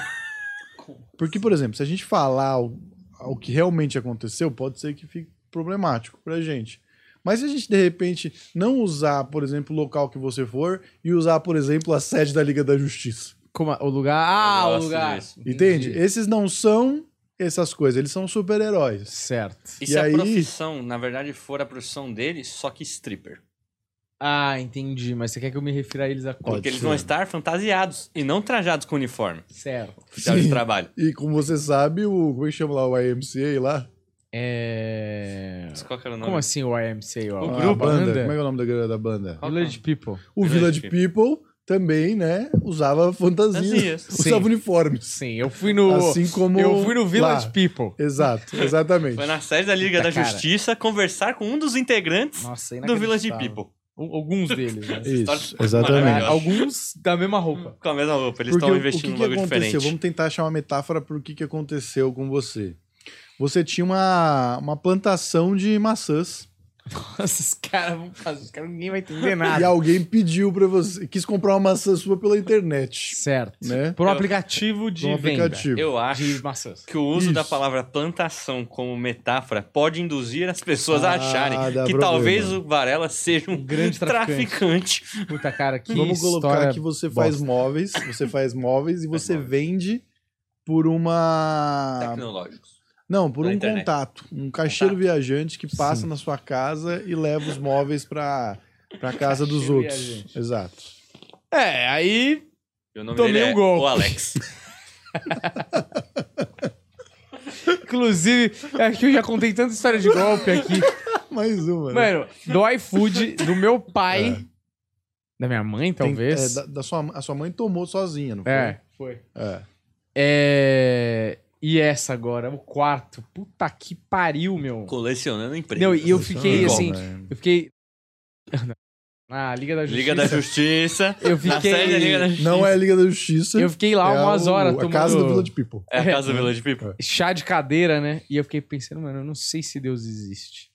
[SPEAKER 3] Porque, por exemplo, se a gente falar o, o que realmente aconteceu, pode ser que fique problemático pra gente. Mas se a gente, de repente, não usar, por exemplo, o local que você for e usar, por exemplo, a sede da Liga da Justiça.
[SPEAKER 2] Como a- o lugar. Ah,
[SPEAKER 4] Eu
[SPEAKER 2] o
[SPEAKER 4] gosto
[SPEAKER 2] lugar.
[SPEAKER 4] disso.
[SPEAKER 3] Entende?
[SPEAKER 2] Entendi.
[SPEAKER 3] Esses não são essas coisas, eles são super-heróis.
[SPEAKER 2] Certo.
[SPEAKER 4] E,
[SPEAKER 3] E
[SPEAKER 4] se
[SPEAKER 3] aí-
[SPEAKER 4] a profissão, na verdade, for a profissão dele, só que stripper.
[SPEAKER 2] Ah, entendi. Mas você quer que eu me refira a eles a
[SPEAKER 3] Pode
[SPEAKER 2] cor?
[SPEAKER 4] Porque eles
[SPEAKER 3] ser.
[SPEAKER 4] vão estar fantasiados e não trajados com uniforme.
[SPEAKER 2] Certo.
[SPEAKER 4] Oficial de
[SPEAKER 3] Sim.
[SPEAKER 4] trabalho.
[SPEAKER 3] E como você sabe, o. Como é que chama lá o YMCA lá?
[SPEAKER 2] É.
[SPEAKER 4] Mas Qual que era o nome?
[SPEAKER 2] Como assim o YMCA?
[SPEAKER 4] O
[SPEAKER 2] ó?
[SPEAKER 3] A
[SPEAKER 4] grupo, né?
[SPEAKER 3] banda. Como é que é o nome da, da banda?
[SPEAKER 4] Qual que é?
[SPEAKER 2] Village People.
[SPEAKER 3] O
[SPEAKER 4] Village
[SPEAKER 3] Village People também, né, usava fantasias,
[SPEAKER 4] Fantasias.
[SPEAKER 3] usava
[SPEAKER 2] Sim.
[SPEAKER 3] uniformes.
[SPEAKER 2] Sim, eu fui no.
[SPEAKER 3] Assim como
[SPEAKER 2] eu fui no Village
[SPEAKER 3] lá.
[SPEAKER 2] People.
[SPEAKER 3] Exato, exatamente.
[SPEAKER 4] Foi na sede da Liga
[SPEAKER 2] Puta,
[SPEAKER 4] da
[SPEAKER 2] cara.
[SPEAKER 4] Justiça conversar com um dos integrantes
[SPEAKER 2] Nossa, é
[SPEAKER 4] do Village
[SPEAKER 2] inacreditável.
[SPEAKER 4] People.
[SPEAKER 2] Al- Alguns deles. Né?
[SPEAKER 3] Isso,
[SPEAKER 4] Maravilhoso.
[SPEAKER 3] exatamente.
[SPEAKER 2] Alguns da mesma roupa.
[SPEAKER 4] Com a mesma roupa, eles
[SPEAKER 3] Porque
[SPEAKER 4] estão
[SPEAKER 3] o- o
[SPEAKER 4] investindo em
[SPEAKER 3] que que
[SPEAKER 4] logo
[SPEAKER 3] aconteceu?
[SPEAKER 4] diferente.
[SPEAKER 3] Vamos tentar achar uma metáfora pro que, que aconteceu com você. Você tinha uma, uma plantação de maçãs
[SPEAKER 2] Nossa, esses caras vão fazer. Os caras ninguém vai entender
[SPEAKER 3] e
[SPEAKER 2] nada.
[SPEAKER 3] alguém pediu para você, quis comprar uma maçã sua pela internet,
[SPEAKER 2] Certo.
[SPEAKER 3] né?
[SPEAKER 2] Por um
[SPEAKER 4] Eu-
[SPEAKER 2] aplicativo de
[SPEAKER 3] Um
[SPEAKER 2] venda.
[SPEAKER 3] aplicativo.
[SPEAKER 4] Eu
[SPEAKER 2] De
[SPEAKER 4] acho
[SPEAKER 2] maçãs.
[SPEAKER 4] que o uso
[SPEAKER 3] Isso.
[SPEAKER 4] da palavra plantação como metáfora pode induzir as pessoas a
[SPEAKER 3] Ah,
[SPEAKER 4] acharem
[SPEAKER 3] dá
[SPEAKER 4] que
[SPEAKER 3] problema.
[SPEAKER 4] talvez o Varela seja um
[SPEAKER 2] grande
[SPEAKER 4] traficante.
[SPEAKER 2] Puta, cara, que
[SPEAKER 3] Vamos colocar
[SPEAKER 2] história
[SPEAKER 3] que você faz
[SPEAKER 2] bosta.
[SPEAKER 3] móveis, você faz móveis e você
[SPEAKER 4] É móveis.
[SPEAKER 3] vende por
[SPEAKER 2] Ah.
[SPEAKER 3] uma
[SPEAKER 4] Tecnológicos.
[SPEAKER 3] Não, por
[SPEAKER 4] Pela
[SPEAKER 3] um
[SPEAKER 4] internet.
[SPEAKER 3] contato. Um caixeiro
[SPEAKER 4] Contato.
[SPEAKER 3] viajante que passa na sua casa e leva os móveis pra, pra casa dos
[SPEAKER 2] Caixeiro
[SPEAKER 3] outros.
[SPEAKER 2] viajante.
[SPEAKER 3] Exato.
[SPEAKER 2] É, aí...
[SPEAKER 4] E o nome
[SPEAKER 2] Tomei
[SPEAKER 4] dele
[SPEAKER 2] um
[SPEAKER 4] é
[SPEAKER 2] golpe.
[SPEAKER 4] o Alex.
[SPEAKER 2] Inclusive, acho que eu já contei tanta história de golpe aqui.
[SPEAKER 3] Mais uma. né?
[SPEAKER 2] Mano, do iFood, do meu pai... Da minha mãe,
[SPEAKER 3] Tem-
[SPEAKER 2] talvez.
[SPEAKER 3] é, da, da sua, a sua mãe tomou sozinha, não foi?
[SPEAKER 2] É. Foi.
[SPEAKER 3] É.
[SPEAKER 2] É... E essa agora, o quarto. Puta que pariu, meu.
[SPEAKER 4] Colecionando emprego.
[SPEAKER 2] Não, e eu fiquei
[SPEAKER 4] Não,
[SPEAKER 2] assim...
[SPEAKER 3] velho.
[SPEAKER 2] Eu fiquei... Na Liga da Justiça.
[SPEAKER 4] Liga da Justiça.
[SPEAKER 2] Eu
[SPEAKER 4] Na série da Liga
[SPEAKER 2] fiquei...
[SPEAKER 4] da Justiça.
[SPEAKER 3] Não é a Liga da Justiça.
[SPEAKER 2] Eu fiquei lá
[SPEAKER 3] é
[SPEAKER 2] umas
[SPEAKER 3] o-
[SPEAKER 2] horas
[SPEAKER 3] A casa do Village People.
[SPEAKER 4] É a casa do Village People.
[SPEAKER 2] chá de cadeira, né? E eu fiquei pensando, mano, eu não sei se Deus existe.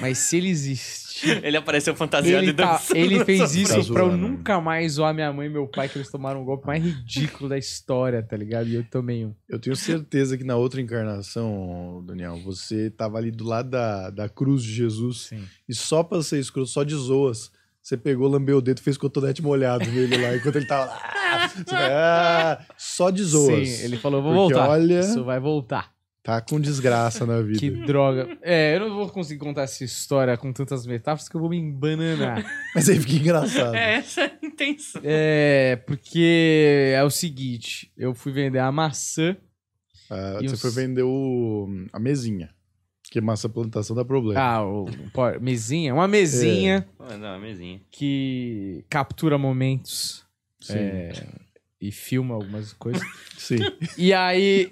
[SPEAKER 2] Mas se ele existe,
[SPEAKER 4] Ele apareceu fantasiado
[SPEAKER 2] ele,
[SPEAKER 4] e
[SPEAKER 2] tá-
[SPEAKER 4] dançando. É
[SPEAKER 2] ele fez isso
[SPEAKER 3] Tá
[SPEAKER 2] pra eu
[SPEAKER 3] zoando.
[SPEAKER 2] nunca mais zoar minha mãe e meu pai, que eles tomaram o golpe mais ridículo da história, tá ligado? E eu tomei um.
[SPEAKER 3] Eu tenho certeza que na outra encarnação, Daniel, você tava ali do lado da, da cruz de Jesus
[SPEAKER 2] Sim.
[SPEAKER 3] e só pra ser escroto, só de zoas, você pegou, lambeu o dedo e fez cotonete molhado nele lá, enquanto ele tava lá. Você vai, "Ah", só de zoas.
[SPEAKER 2] Sim, ele falou, vou
[SPEAKER 3] Porque
[SPEAKER 2] voltar.
[SPEAKER 3] olha-
[SPEAKER 2] Isso vai voltar.
[SPEAKER 3] Tá com desgraça na vida.
[SPEAKER 2] Que droga. É, eu não vou conseguir contar essa história com tantas metáforas que eu vou me embananar.
[SPEAKER 3] Mas aí fica engraçado.
[SPEAKER 5] É essa a intenção.
[SPEAKER 2] é, porque é o seguinte: eu fui vender a maçã.
[SPEAKER 3] Ah,
[SPEAKER 2] E
[SPEAKER 3] você
[SPEAKER 2] os-
[SPEAKER 3] foi vender o, a mesinha. Que massa plantação dá problema.
[SPEAKER 2] Ah, o, pô, mesinha? Uma mesinha
[SPEAKER 4] Ah, Não, é mesinha.
[SPEAKER 2] que captura momentos
[SPEAKER 3] sim.
[SPEAKER 2] é, e filma algumas coisas.
[SPEAKER 3] sim.
[SPEAKER 2] e aí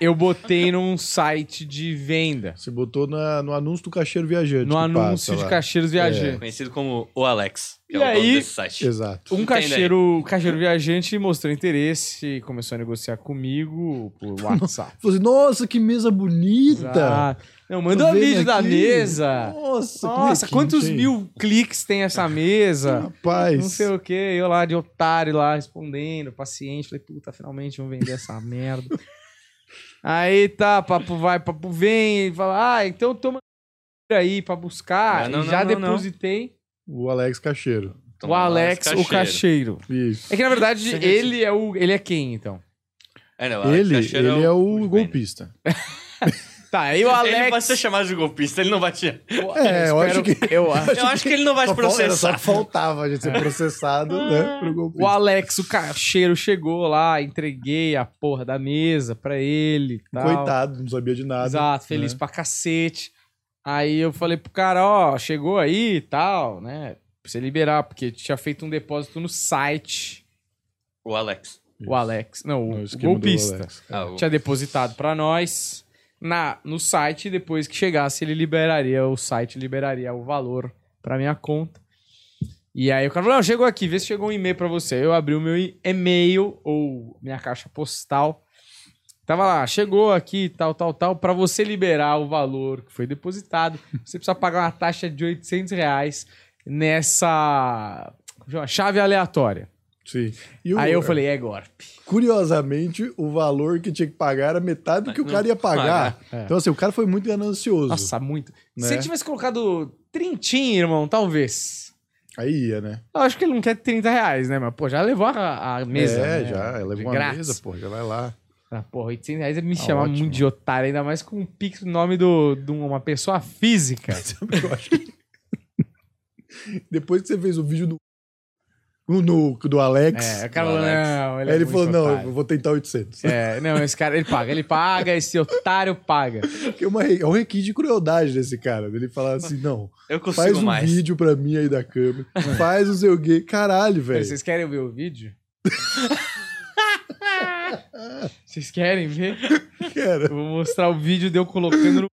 [SPEAKER 2] eu botei num site de venda.
[SPEAKER 3] Você botou na- no anúncio do caixeiro viajante.
[SPEAKER 2] No
[SPEAKER 3] que
[SPEAKER 2] anúncio
[SPEAKER 3] passa
[SPEAKER 2] de
[SPEAKER 3] lá.
[SPEAKER 2] Caixeiros
[SPEAKER 4] É
[SPEAKER 2] Viajantes.
[SPEAKER 4] Conhecido como o Alex. Que
[SPEAKER 2] E
[SPEAKER 4] é o
[SPEAKER 2] aí-
[SPEAKER 4] nome desse site.
[SPEAKER 3] Exato.
[SPEAKER 2] Um
[SPEAKER 4] Entenda
[SPEAKER 2] caixeiro, caixeiro viajante mostrou interesse, começou a negociar comigo por WhatsApp.
[SPEAKER 3] Falei, assim, nossa, que mesa bonita!
[SPEAKER 2] Ah, não, mandou
[SPEAKER 3] Tô vendo
[SPEAKER 2] vídeo da
[SPEAKER 3] aqui.
[SPEAKER 2] mesa.
[SPEAKER 3] Nossa, que
[SPEAKER 2] Nossa,
[SPEAKER 3] requinte,
[SPEAKER 2] quantos
[SPEAKER 3] hein?
[SPEAKER 2] mil cliques tem essa mesa?
[SPEAKER 3] Rapaz.
[SPEAKER 2] Não sei o que, eu lá de otário lá respondendo, paciente, falei, puta, finalmente vão vender essa merda. Aí tá, papo vai, papo vem, e fala, ah, então toma aí pra buscar,
[SPEAKER 4] Ah, não,
[SPEAKER 2] e
[SPEAKER 4] não,
[SPEAKER 2] já
[SPEAKER 4] não, não.
[SPEAKER 2] depositei
[SPEAKER 3] O Alex Cacheiro.
[SPEAKER 4] Então,
[SPEAKER 2] o Alex, o
[SPEAKER 4] Cacheiro.
[SPEAKER 2] caixeiro.
[SPEAKER 3] Isso.
[SPEAKER 2] É que na verdade
[SPEAKER 4] Você vê
[SPEAKER 2] ele é o, ele é quem então?
[SPEAKER 4] É, não, o Alex
[SPEAKER 3] Ele,
[SPEAKER 4] Cacheiro
[SPEAKER 3] ele é o
[SPEAKER 4] Muito bem, né?
[SPEAKER 3] golpista.
[SPEAKER 2] Tá, aí o
[SPEAKER 4] Ele pode
[SPEAKER 2] Alex.
[SPEAKER 4] ser chamado de golpista, ele não vai te...
[SPEAKER 3] É, eu acho
[SPEAKER 2] espero- eu acho.
[SPEAKER 4] Eu acho que ele não vai te
[SPEAKER 3] Só fal- era
[SPEAKER 4] processar.
[SPEAKER 3] Só faltava a gente ser processado, né? Pro golpista.
[SPEAKER 2] O Alex, o caixeiro, chegou lá, entreguei a porra da mesa pra ele. e Tal.
[SPEAKER 3] Coitado, não sabia de nada.
[SPEAKER 2] Exato, feliz
[SPEAKER 3] né?
[SPEAKER 2] pra cacete. Aí eu falei pro cara, ó, chegou aí e tal, né? Pra você liberar, porque tinha feito um depósito no site,
[SPEAKER 4] O Alex.
[SPEAKER 2] o Alex, não, o,
[SPEAKER 3] No
[SPEAKER 2] o
[SPEAKER 3] É esquema do
[SPEAKER 2] golpista.
[SPEAKER 3] Alex.
[SPEAKER 4] Ah, o-
[SPEAKER 2] Tinha depositado pra nós na, no site, e depois que chegasse ele liberaria, o site liberaria o valor pra minha conta. E aí o cara falou, não, chegou aqui, vê se chegou um e-mail pra você. Eu abri o meu e- e-mail ou minha caixa postal. Tava lá, chegou aqui, tal, tal, tal. Pra você liberar o valor que foi depositado, você precisa pagar uma taxa de 800 reais nessa chave aleatória.
[SPEAKER 3] Sim. E o-
[SPEAKER 2] Aí eu falei, é golpe.
[SPEAKER 3] Curiosamente, o valor que tinha que pagar era metade do que o
[SPEAKER 4] Não,
[SPEAKER 3] cara ia pagar.
[SPEAKER 2] É.
[SPEAKER 3] Então, assim, o cara foi muito ganancioso.
[SPEAKER 2] Nossa, muito.
[SPEAKER 3] Tipo Né?
[SPEAKER 2] Se ele tivesse colocado trintinho, irmão, talvez.
[SPEAKER 3] Aí ia, né?
[SPEAKER 2] Eu acho que ele não quer 30 reais, né? Mas, pô, já levou a, a mesa.
[SPEAKER 3] é,
[SPEAKER 2] né?
[SPEAKER 3] já. Ela
[SPEAKER 2] De
[SPEAKER 3] levou uma
[SPEAKER 2] grátis.
[SPEAKER 3] mesa, porra, já vai lá.
[SPEAKER 2] Ah, porra, 800 reais é me
[SPEAKER 3] Tá
[SPEAKER 2] chamar
[SPEAKER 3] ótimo.
[SPEAKER 2] muito de otário, ainda mais com um pix no nome do- de uma pessoa física.
[SPEAKER 3] Sabe o que eu acho que- Depois que você fez o vídeo do. o no- do Alex.
[SPEAKER 2] É, o cara
[SPEAKER 4] Do
[SPEAKER 2] falou,
[SPEAKER 4] Alex.
[SPEAKER 2] não, ele
[SPEAKER 3] aí
[SPEAKER 2] é
[SPEAKER 3] ele
[SPEAKER 2] muito
[SPEAKER 3] falou: não,
[SPEAKER 2] otário."
[SPEAKER 3] eu vou tentar 800.
[SPEAKER 2] É, não, esse cara, ele paga, ele paga, esse otário paga.
[SPEAKER 3] Porque é, uma, re- é um requinte de crueldade desse cara. Ele falar assim: não,
[SPEAKER 4] Eu consigo
[SPEAKER 3] faz um
[SPEAKER 4] mais.
[SPEAKER 3] vídeo pra mim aí da câmera.
[SPEAKER 2] É.
[SPEAKER 3] faz o seu gay. Caralho, velho.
[SPEAKER 2] Vocês querem ver o vídeo? Vocês querem ver?
[SPEAKER 3] Cara,
[SPEAKER 2] Eu vou mostrar o vídeo de eu colocando no.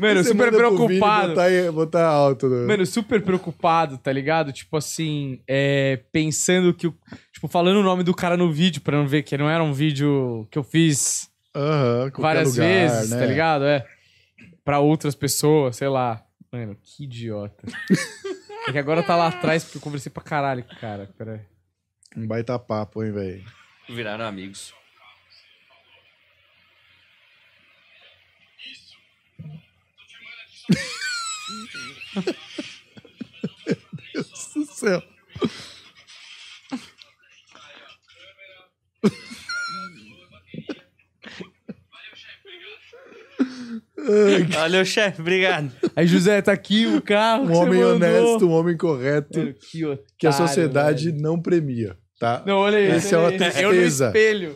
[SPEAKER 2] Mano,
[SPEAKER 3] você
[SPEAKER 2] super
[SPEAKER 3] manda é pro vídeo e
[SPEAKER 2] preocupado.
[SPEAKER 3] Botar, aí- botar alto. Né?
[SPEAKER 2] Mano, super preocupado, tá ligado? Tipo assim, é, pensando que. o- Tipo, falando o nome do cara no vídeo pra não ver que não era um vídeo que eu fiz
[SPEAKER 3] Aham, qualquer
[SPEAKER 2] várias
[SPEAKER 3] lugar,
[SPEAKER 2] vezes,
[SPEAKER 3] né?
[SPEAKER 2] tá ligado? É. Pra outras pessoas, sei lá. Mano, que idiota. é que agora tá lá atrás porque eu conversei pra caralho com o cara. Peraí.
[SPEAKER 3] Um baita papo, hein, velho.
[SPEAKER 4] Viraram amigos.
[SPEAKER 3] Deus do céu.
[SPEAKER 4] Valeu, chefe. Obrigado.
[SPEAKER 2] Aí, José, tá aqui o carro.
[SPEAKER 3] Um
[SPEAKER 2] que você
[SPEAKER 3] homem
[SPEAKER 2] mandou.
[SPEAKER 3] honesto, um homem correto
[SPEAKER 2] Mano, que otário.
[SPEAKER 3] que a sociedade
[SPEAKER 2] velho.
[SPEAKER 3] não premia, tá?
[SPEAKER 2] Não, olha isso.
[SPEAKER 3] Essa é uma
[SPEAKER 2] olha isso.
[SPEAKER 3] tristeza.
[SPEAKER 2] Eu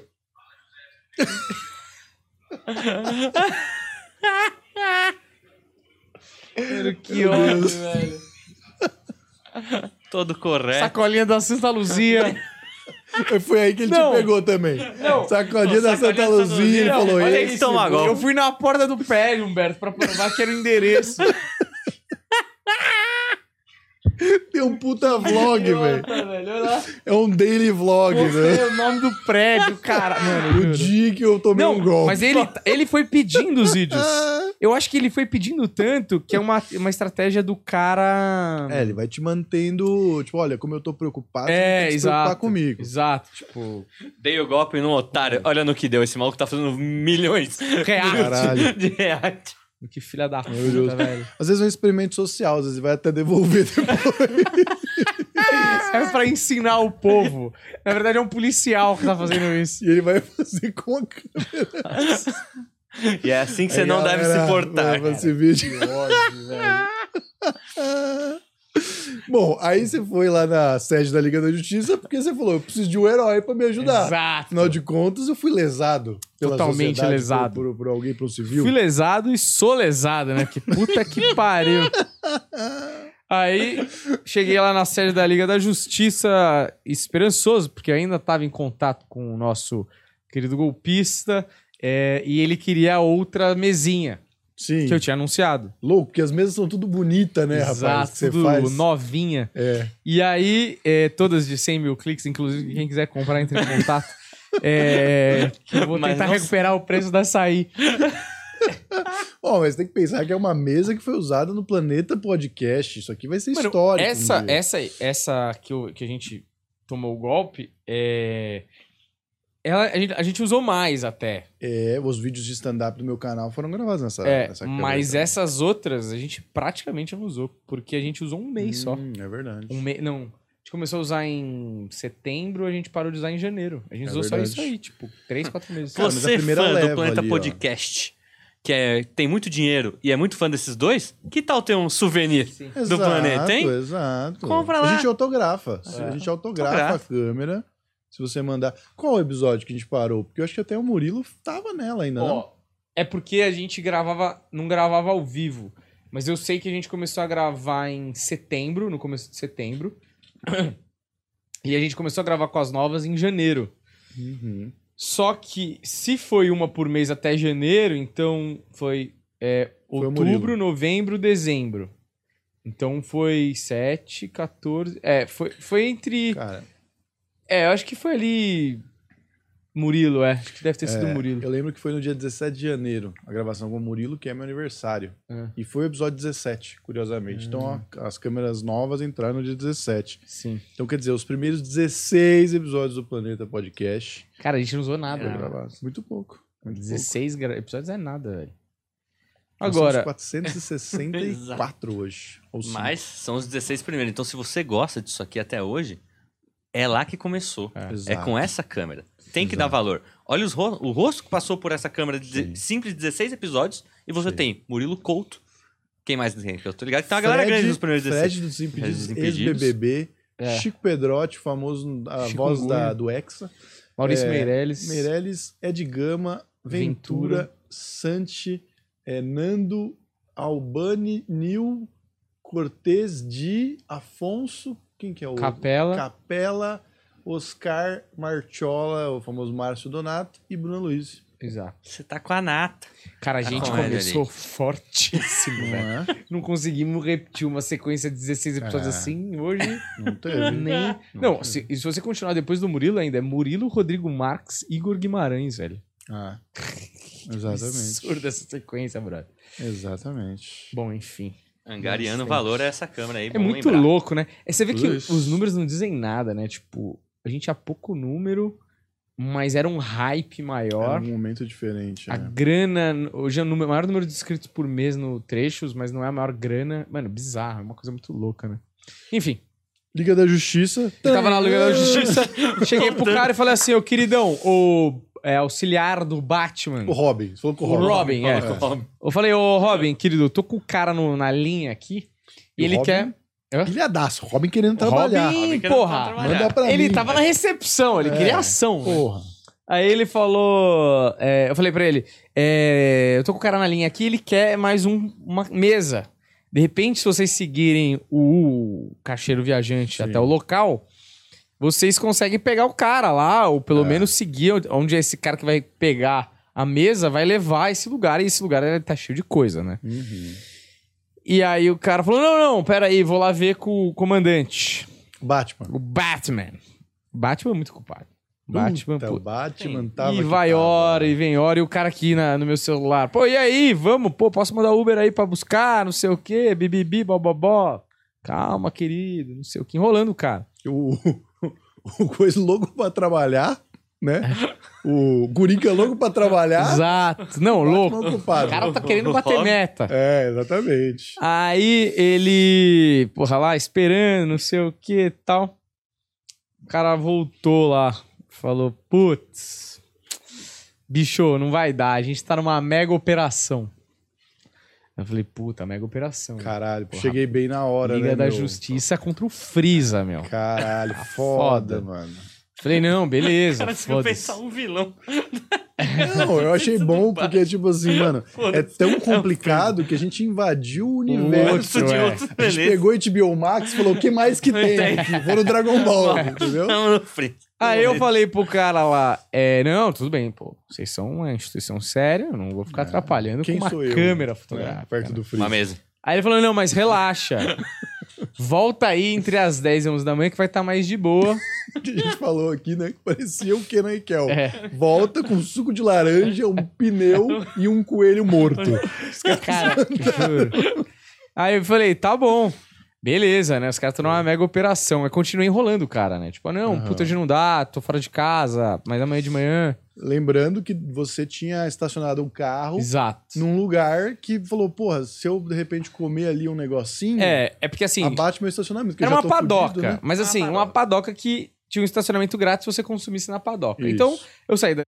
[SPEAKER 2] no espelho. Mano, que
[SPEAKER 3] Meu
[SPEAKER 2] ódio,
[SPEAKER 3] Deus.
[SPEAKER 2] velho.
[SPEAKER 4] Todo correto.
[SPEAKER 2] Sacolinha da Santa Luzia.
[SPEAKER 3] Foi aí que ele
[SPEAKER 2] Não.
[SPEAKER 3] te pegou também.
[SPEAKER 2] Não.
[SPEAKER 3] Sacodinha da Santa
[SPEAKER 4] Não, sacodinha da Santa
[SPEAKER 3] Luzia, ele
[SPEAKER 4] Luzia,
[SPEAKER 3] falou
[SPEAKER 4] olha
[SPEAKER 3] esse.
[SPEAKER 4] isso.
[SPEAKER 2] eu
[SPEAKER 4] toma agora.
[SPEAKER 2] fui na porta do prédio, Humberto, pra provar que era o endereço.
[SPEAKER 3] Tem um puta vlog, velho.
[SPEAKER 2] Idiota, velho. Olha lá.
[SPEAKER 3] É um daily vlog, né?
[SPEAKER 2] Mostrei o nome do prédio, cara. Mano,
[SPEAKER 3] O
[SPEAKER 2] eu juro.
[SPEAKER 3] dia que eu tomei um
[SPEAKER 2] Não,
[SPEAKER 3] golpe.
[SPEAKER 2] mas ele, ele foi pedindo os vídeos.
[SPEAKER 3] Ah.
[SPEAKER 2] Eu acho que ele foi pedindo tanto que é uma, uma estratégia do cara.
[SPEAKER 3] É, ele vai te mantendo, tipo, olha, como eu tô preocupado, você não
[SPEAKER 2] É,
[SPEAKER 3] tem que se preocupar
[SPEAKER 2] exato.
[SPEAKER 3] comigo.
[SPEAKER 2] Exato, tipo.
[SPEAKER 4] Dei o golpe num otário. Olha no que deu. Esse maluco tá fazendo milhões
[SPEAKER 2] React.
[SPEAKER 3] Caralho.
[SPEAKER 4] de reais.
[SPEAKER 2] Que filha da
[SPEAKER 3] Meu Deus.
[SPEAKER 2] puta, velho.
[SPEAKER 3] Às vezes é um experimento social, às vezes vai até devolver depois.
[SPEAKER 2] É pra ensinar o povo. Na verdade, é um policial que tá fazendo isso.
[SPEAKER 3] E ele vai fazer com a câmera.
[SPEAKER 4] E é assim que você não deve se portar.
[SPEAKER 3] Vai
[SPEAKER 2] É.
[SPEAKER 3] fazer vídeo. Bom, aí você foi lá na sede da Liga da Justiça porque você falou: eu preciso de um herói pra me ajudar.
[SPEAKER 2] Exato.
[SPEAKER 3] Afinal de contas, eu fui lesado. Pela
[SPEAKER 2] Totalmente
[SPEAKER 3] sociedade,
[SPEAKER 2] lesado.
[SPEAKER 3] Por, por- por alguém, por um civil.
[SPEAKER 2] Fui lesado e sou lesado, né? Que puta que pariu. Aí cheguei lá na sede da Liga da Justiça esperançoso, porque eu ainda estava em contato com o nosso querido golpista é, e ele queria outra mesinha
[SPEAKER 3] Sim.
[SPEAKER 2] que eu tinha anunciado.
[SPEAKER 3] Louco, porque as mesas são tudo bonita, né, rapaz? que Você
[SPEAKER 2] tudo
[SPEAKER 3] faz.
[SPEAKER 2] novinha.
[SPEAKER 3] É.
[SPEAKER 2] E aí, é, todas de 100 mil cliques, inclusive quem quiser comprar, entre em contato. É, que eu vou
[SPEAKER 4] Mas
[SPEAKER 2] tentar
[SPEAKER 4] não-
[SPEAKER 2] recuperar o preço da açaí.
[SPEAKER 3] Ó, mas tem que pensar que é uma mesa que foi usada no Planeta Podcast. Isso aqui vai ser
[SPEAKER 2] Mano,
[SPEAKER 3] histórico. um
[SPEAKER 2] Essa, é-
[SPEAKER 3] dia.
[SPEAKER 2] essa, essa que, eu- que a gente tomou o golpe, é... ela, a, gente, a gente usou mais até.
[SPEAKER 3] É, os vídeos de stand-up do meu canal foram gravados nessa.
[SPEAKER 2] é,
[SPEAKER 3] nessa Tá, câmera.
[SPEAKER 2] mas essas outras a gente praticamente não usou, porque a gente usou um mês só.
[SPEAKER 3] Hum, É verdade.
[SPEAKER 2] Um mês, não. A gente começou a usar em setembro, a gente parou de usar em janeiro. A gente
[SPEAKER 3] É
[SPEAKER 2] usou
[SPEAKER 3] verdade.
[SPEAKER 2] só isso aí, tipo, três, quatro meses.
[SPEAKER 3] Cara, mas a
[SPEAKER 4] Você é
[SPEAKER 3] primeira
[SPEAKER 4] fã
[SPEAKER 3] leva
[SPEAKER 4] do Planeta
[SPEAKER 3] ali, ó.
[SPEAKER 4] Podcast, que é, tem muito dinheiro e é muito fã desses dois, que tal ter um souvenir? do
[SPEAKER 3] Exato,
[SPEAKER 4] planeta, hein?
[SPEAKER 3] Exato.
[SPEAKER 4] Compra lá.
[SPEAKER 3] A gente autografa.
[SPEAKER 2] É.
[SPEAKER 3] A
[SPEAKER 2] Então
[SPEAKER 3] gente autografa a
[SPEAKER 4] Autografa.
[SPEAKER 3] câmera. Se você mandar. Qual o episódio que a gente parou? Porque eu acho que até o Murilo tava nela ainda. não?
[SPEAKER 2] Ó, é porque a gente gravava, não gravava ao vivo. Mas eu sei que a gente começou a gravar em setembro, no começo de setembro. E a gente começou a gravar com as novas em janeiro.
[SPEAKER 3] Uhum.
[SPEAKER 2] Só que se foi uma por mês até janeiro, então foi é,
[SPEAKER 3] Foi o
[SPEAKER 2] outubro,
[SPEAKER 3] Murilo.
[SPEAKER 2] novembro, dezembro. Então foi 7, 14. É, foi, foi entre.
[SPEAKER 3] Cara,
[SPEAKER 2] É, eu acho que foi ali. Murilo, é. Acho que deve ter sido
[SPEAKER 3] é,
[SPEAKER 2] o Murilo.
[SPEAKER 3] eu lembro que foi no dia 17 de janeiro a gravação com o Murilo, que é meu aniversário.
[SPEAKER 2] É.
[SPEAKER 3] E foi o episódio 17, curiosamente. Então ó, as câmeras novas entraram no dia 17.
[SPEAKER 2] Sim.
[SPEAKER 3] Então quer dizer, os primeiros 16 episódios do Planeta Podcast
[SPEAKER 2] Cara, a gente não usou nada.
[SPEAKER 3] foram
[SPEAKER 2] né?
[SPEAKER 3] gravados. Muito pouco. Muito pouco.
[SPEAKER 2] 16 gra- episódios é nada, velho.
[SPEAKER 3] Nós
[SPEAKER 2] Agora,
[SPEAKER 3] somos 464 hoje. Ou cinco.
[SPEAKER 4] Mas são os 16 primeiros. Então, se você gosta disso aqui até hoje, é lá que começou. É
[SPEAKER 3] Exato.
[SPEAKER 4] com essa câmera. Tem que
[SPEAKER 3] Exato.
[SPEAKER 4] dar valor. Olha os ro- o rosto que passou por essa câmera de
[SPEAKER 3] Sim.
[SPEAKER 4] de- simples 16 episódios. E você
[SPEAKER 3] Sim.
[SPEAKER 4] tem Murilo Couto. Quem mais tem? Que Eu tô ligado que tem uma tá galera
[SPEAKER 3] Fred-
[SPEAKER 4] grande nos primeiros 16.
[SPEAKER 3] Fred dos
[SPEAKER 4] Fred
[SPEAKER 3] Impedidos,
[SPEAKER 4] dos Impedidos.
[SPEAKER 3] ex-BBB,
[SPEAKER 2] É.
[SPEAKER 3] Chico Pedrotti, famoso a
[SPEAKER 2] Chikungunya.
[SPEAKER 3] voz da, do Hexa,
[SPEAKER 2] Maurício
[SPEAKER 3] é,
[SPEAKER 2] Meirelles.
[SPEAKER 3] Meirelles, Ed Gama, Ventura, Santi, eh, Nando, Albani, Nil, Cortez, Di, Afonso, quem que é o
[SPEAKER 2] Capela.
[SPEAKER 3] Capela, Oscar Marchola, o famoso Márcio Donato e Bruno Luiz.
[SPEAKER 2] Exato.
[SPEAKER 4] Você tá com a nata.
[SPEAKER 2] Cara, a gente
[SPEAKER 4] Tá com ele
[SPEAKER 2] começou fortíssimo,
[SPEAKER 3] Não
[SPEAKER 2] velho.
[SPEAKER 3] é?
[SPEAKER 2] Não conseguimos repetir uma sequência de 16 episódios
[SPEAKER 3] É.
[SPEAKER 2] assim hoje.
[SPEAKER 3] Não teve.
[SPEAKER 2] nem. Não, se, e se você continuar depois do Murilo ainda, é Murilo, Rodrigo Marques, Igor Guimarães, velho.
[SPEAKER 3] Ah, exatamente.
[SPEAKER 2] Absurda essa sequência, brother.
[SPEAKER 3] Exatamente.
[SPEAKER 2] Bom, enfim.
[SPEAKER 4] Angariando
[SPEAKER 2] Nossa,
[SPEAKER 4] valor a essa câmera aí.
[SPEAKER 2] É
[SPEAKER 4] bom
[SPEAKER 2] muito
[SPEAKER 4] lembrar.
[SPEAKER 2] louco, né? É, você vê que
[SPEAKER 3] Putz.
[SPEAKER 2] os números não dizem nada, né? Tipo, a gente há pouco número, mas era um hype maior.
[SPEAKER 3] Era um momento diferente,
[SPEAKER 2] A
[SPEAKER 3] né?
[SPEAKER 2] grana, hoje é o número- maior número de inscritos por mês no Trechos, mas não é a maior grana. Mano, bizarro, é uma coisa muito louca, né? Enfim,
[SPEAKER 3] Liga da Justiça.
[SPEAKER 2] eu tava na Liga da Justiça, cheguei pro cara e falei assim, ô queridão, o é, auxiliar do Batman.
[SPEAKER 3] O Robin. Você falou com o
[SPEAKER 2] O
[SPEAKER 3] Robin.
[SPEAKER 2] Robin, é.
[SPEAKER 3] Fala com o Robin.
[SPEAKER 2] Eu falei, ô Robin, querido, eu tô com o cara no- na linha aqui e
[SPEAKER 3] E o
[SPEAKER 2] ele
[SPEAKER 3] Robin
[SPEAKER 2] quer... Hã?
[SPEAKER 3] Pilhadaço. Robin querendo
[SPEAKER 2] O
[SPEAKER 3] trabalhar.
[SPEAKER 2] Robin,
[SPEAKER 4] Robin quer
[SPEAKER 2] porra,
[SPEAKER 4] trabalhar.
[SPEAKER 3] Manda pra
[SPEAKER 2] ele
[SPEAKER 3] mim.
[SPEAKER 2] tava na recepção, ele
[SPEAKER 3] É.
[SPEAKER 2] queria ação. né?
[SPEAKER 3] Porra.
[SPEAKER 2] Aí ele falou. é, eu falei pra ele: é, eu tô com o cara na linha aqui, ele quer mais um- uma mesa. De repente, se vocês seguirem o cacheiro viajante
[SPEAKER 3] Sim.
[SPEAKER 2] até o local, vocês conseguem pegar o cara lá, ou pelo
[SPEAKER 3] É.
[SPEAKER 2] menos seguir onde- onde esse cara que vai pegar a mesa vai levar esse lugar. E esse lugar ele tá cheio de coisa, né?
[SPEAKER 3] Uhum.
[SPEAKER 2] E aí o cara falou: não, não, peraí, vou lá ver com o comandante.
[SPEAKER 3] Batman.
[SPEAKER 2] O Batman. Batman é muito culpado. Batman, é
[SPEAKER 3] Puta,
[SPEAKER 2] pô,
[SPEAKER 3] o Batman tava.
[SPEAKER 2] e
[SPEAKER 3] que
[SPEAKER 2] vai
[SPEAKER 3] tava.
[SPEAKER 2] hora, e vem hora, e o cara aqui na- no meu celular. Pô, e aí, vamos, pô, posso mandar Uber aí pra buscar, não sei o quê, bibibi, bobobó. Calma, querido, não sei o que, enrolando o cara.
[SPEAKER 3] O, o Coisa louco pra trabalhar, né? O Gurica louco pra trabalhar.
[SPEAKER 2] Exato. Não,
[SPEAKER 3] Batman
[SPEAKER 2] louco. O
[SPEAKER 3] Ocupado.
[SPEAKER 2] cara tá querendo bater meta.
[SPEAKER 3] É, exatamente.
[SPEAKER 2] Aí ele, porra lá, esperando, não sei o que e tal. O cara voltou lá, falou: putz, bicho, não vai dar, a gente tá numa mega operação. Eu falei, puta, mega operação.
[SPEAKER 3] Caralho, cheguei bem na hora,
[SPEAKER 2] Liga
[SPEAKER 3] né,
[SPEAKER 2] da
[SPEAKER 3] meu?
[SPEAKER 2] Justiça contra o Freeza, meu.
[SPEAKER 3] Caralho,
[SPEAKER 2] Foda.
[SPEAKER 3] foda, mano.
[SPEAKER 2] Falei, não, beleza.
[SPEAKER 4] Cara, se eu
[SPEAKER 2] foda-se.
[SPEAKER 4] pensar um vilão.
[SPEAKER 3] Não, eu
[SPEAKER 2] é
[SPEAKER 3] achei bom porque, tipo assim, mano, é
[SPEAKER 4] Foda-se.
[SPEAKER 3] tão complicado que a gente invadiu o
[SPEAKER 2] um
[SPEAKER 3] universo.
[SPEAKER 2] outro,
[SPEAKER 4] de
[SPEAKER 2] é.
[SPEAKER 4] outro,
[SPEAKER 3] A gente
[SPEAKER 4] beleza.
[SPEAKER 3] pegou HBO Max e falou, o que mais que tem
[SPEAKER 4] tem.
[SPEAKER 3] aqui? Vou no Dragon Ball, entendeu?
[SPEAKER 4] Não, não, Fritz.
[SPEAKER 3] Ah,
[SPEAKER 2] Aí eu
[SPEAKER 4] Beleza.
[SPEAKER 2] falei pro cara lá, é, não, tudo bem, pô, vocês são uma instituição séria, eu não vou ficar atrapalhando
[SPEAKER 3] É. Quem
[SPEAKER 2] com uma
[SPEAKER 3] sou eu?
[SPEAKER 2] câmera
[SPEAKER 3] É,
[SPEAKER 2] fotográfica. né?
[SPEAKER 3] perto do frio.
[SPEAKER 4] Uma mesa.
[SPEAKER 2] Aí ele falou, não, mas relaxa, volta aí entre as 10 e 11 da manhã que vai estar mais de boa.
[SPEAKER 3] que a gente falou aqui, né? Que parecia o Kenan e Kel.
[SPEAKER 2] É.
[SPEAKER 3] Volta com suco de laranja, um pneu e um coelho morto.
[SPEAKER 2] Cara, juro. Aí eu falei, tá bom. Beleza, né? Os caras estão numa mega operação. Aí continuei enrolando o cara, né? Tipo, ah, não,
[SPEAKER 3] É. Aham.
[SPEAKER 2] puta de não dá, tô fora de casa, mas amanhã de manhã.
[SPEAKER 3] Lembrando que você tinha estacionado um carro
[SPEAKER 2] Exato.
[SPEAKER 3] num lugar que falou, porra, se eu de repente comer ali um negocinho,
[SPEAKER 2] É, é porque assim.
[SPEAKER 3] abate meu estacionamento. que eu
[SPEAKER 2] Era
[SPEAKER 3] já
[SPEAKER 2] uma
[SPEAKER 3] tô
[SPEAKER 2] padoca,
[SPEAKER 3] fudido, né?
[SPEAKER 2] mas assim,
[SPEAKER 4] Ah,
[SPEAKER 2] uma padoca que tinha um estacionamento grátis se você consumisse na padoca.
[SPEAKER 3] Isso.
[SPEAKER 2] Então, eu saí da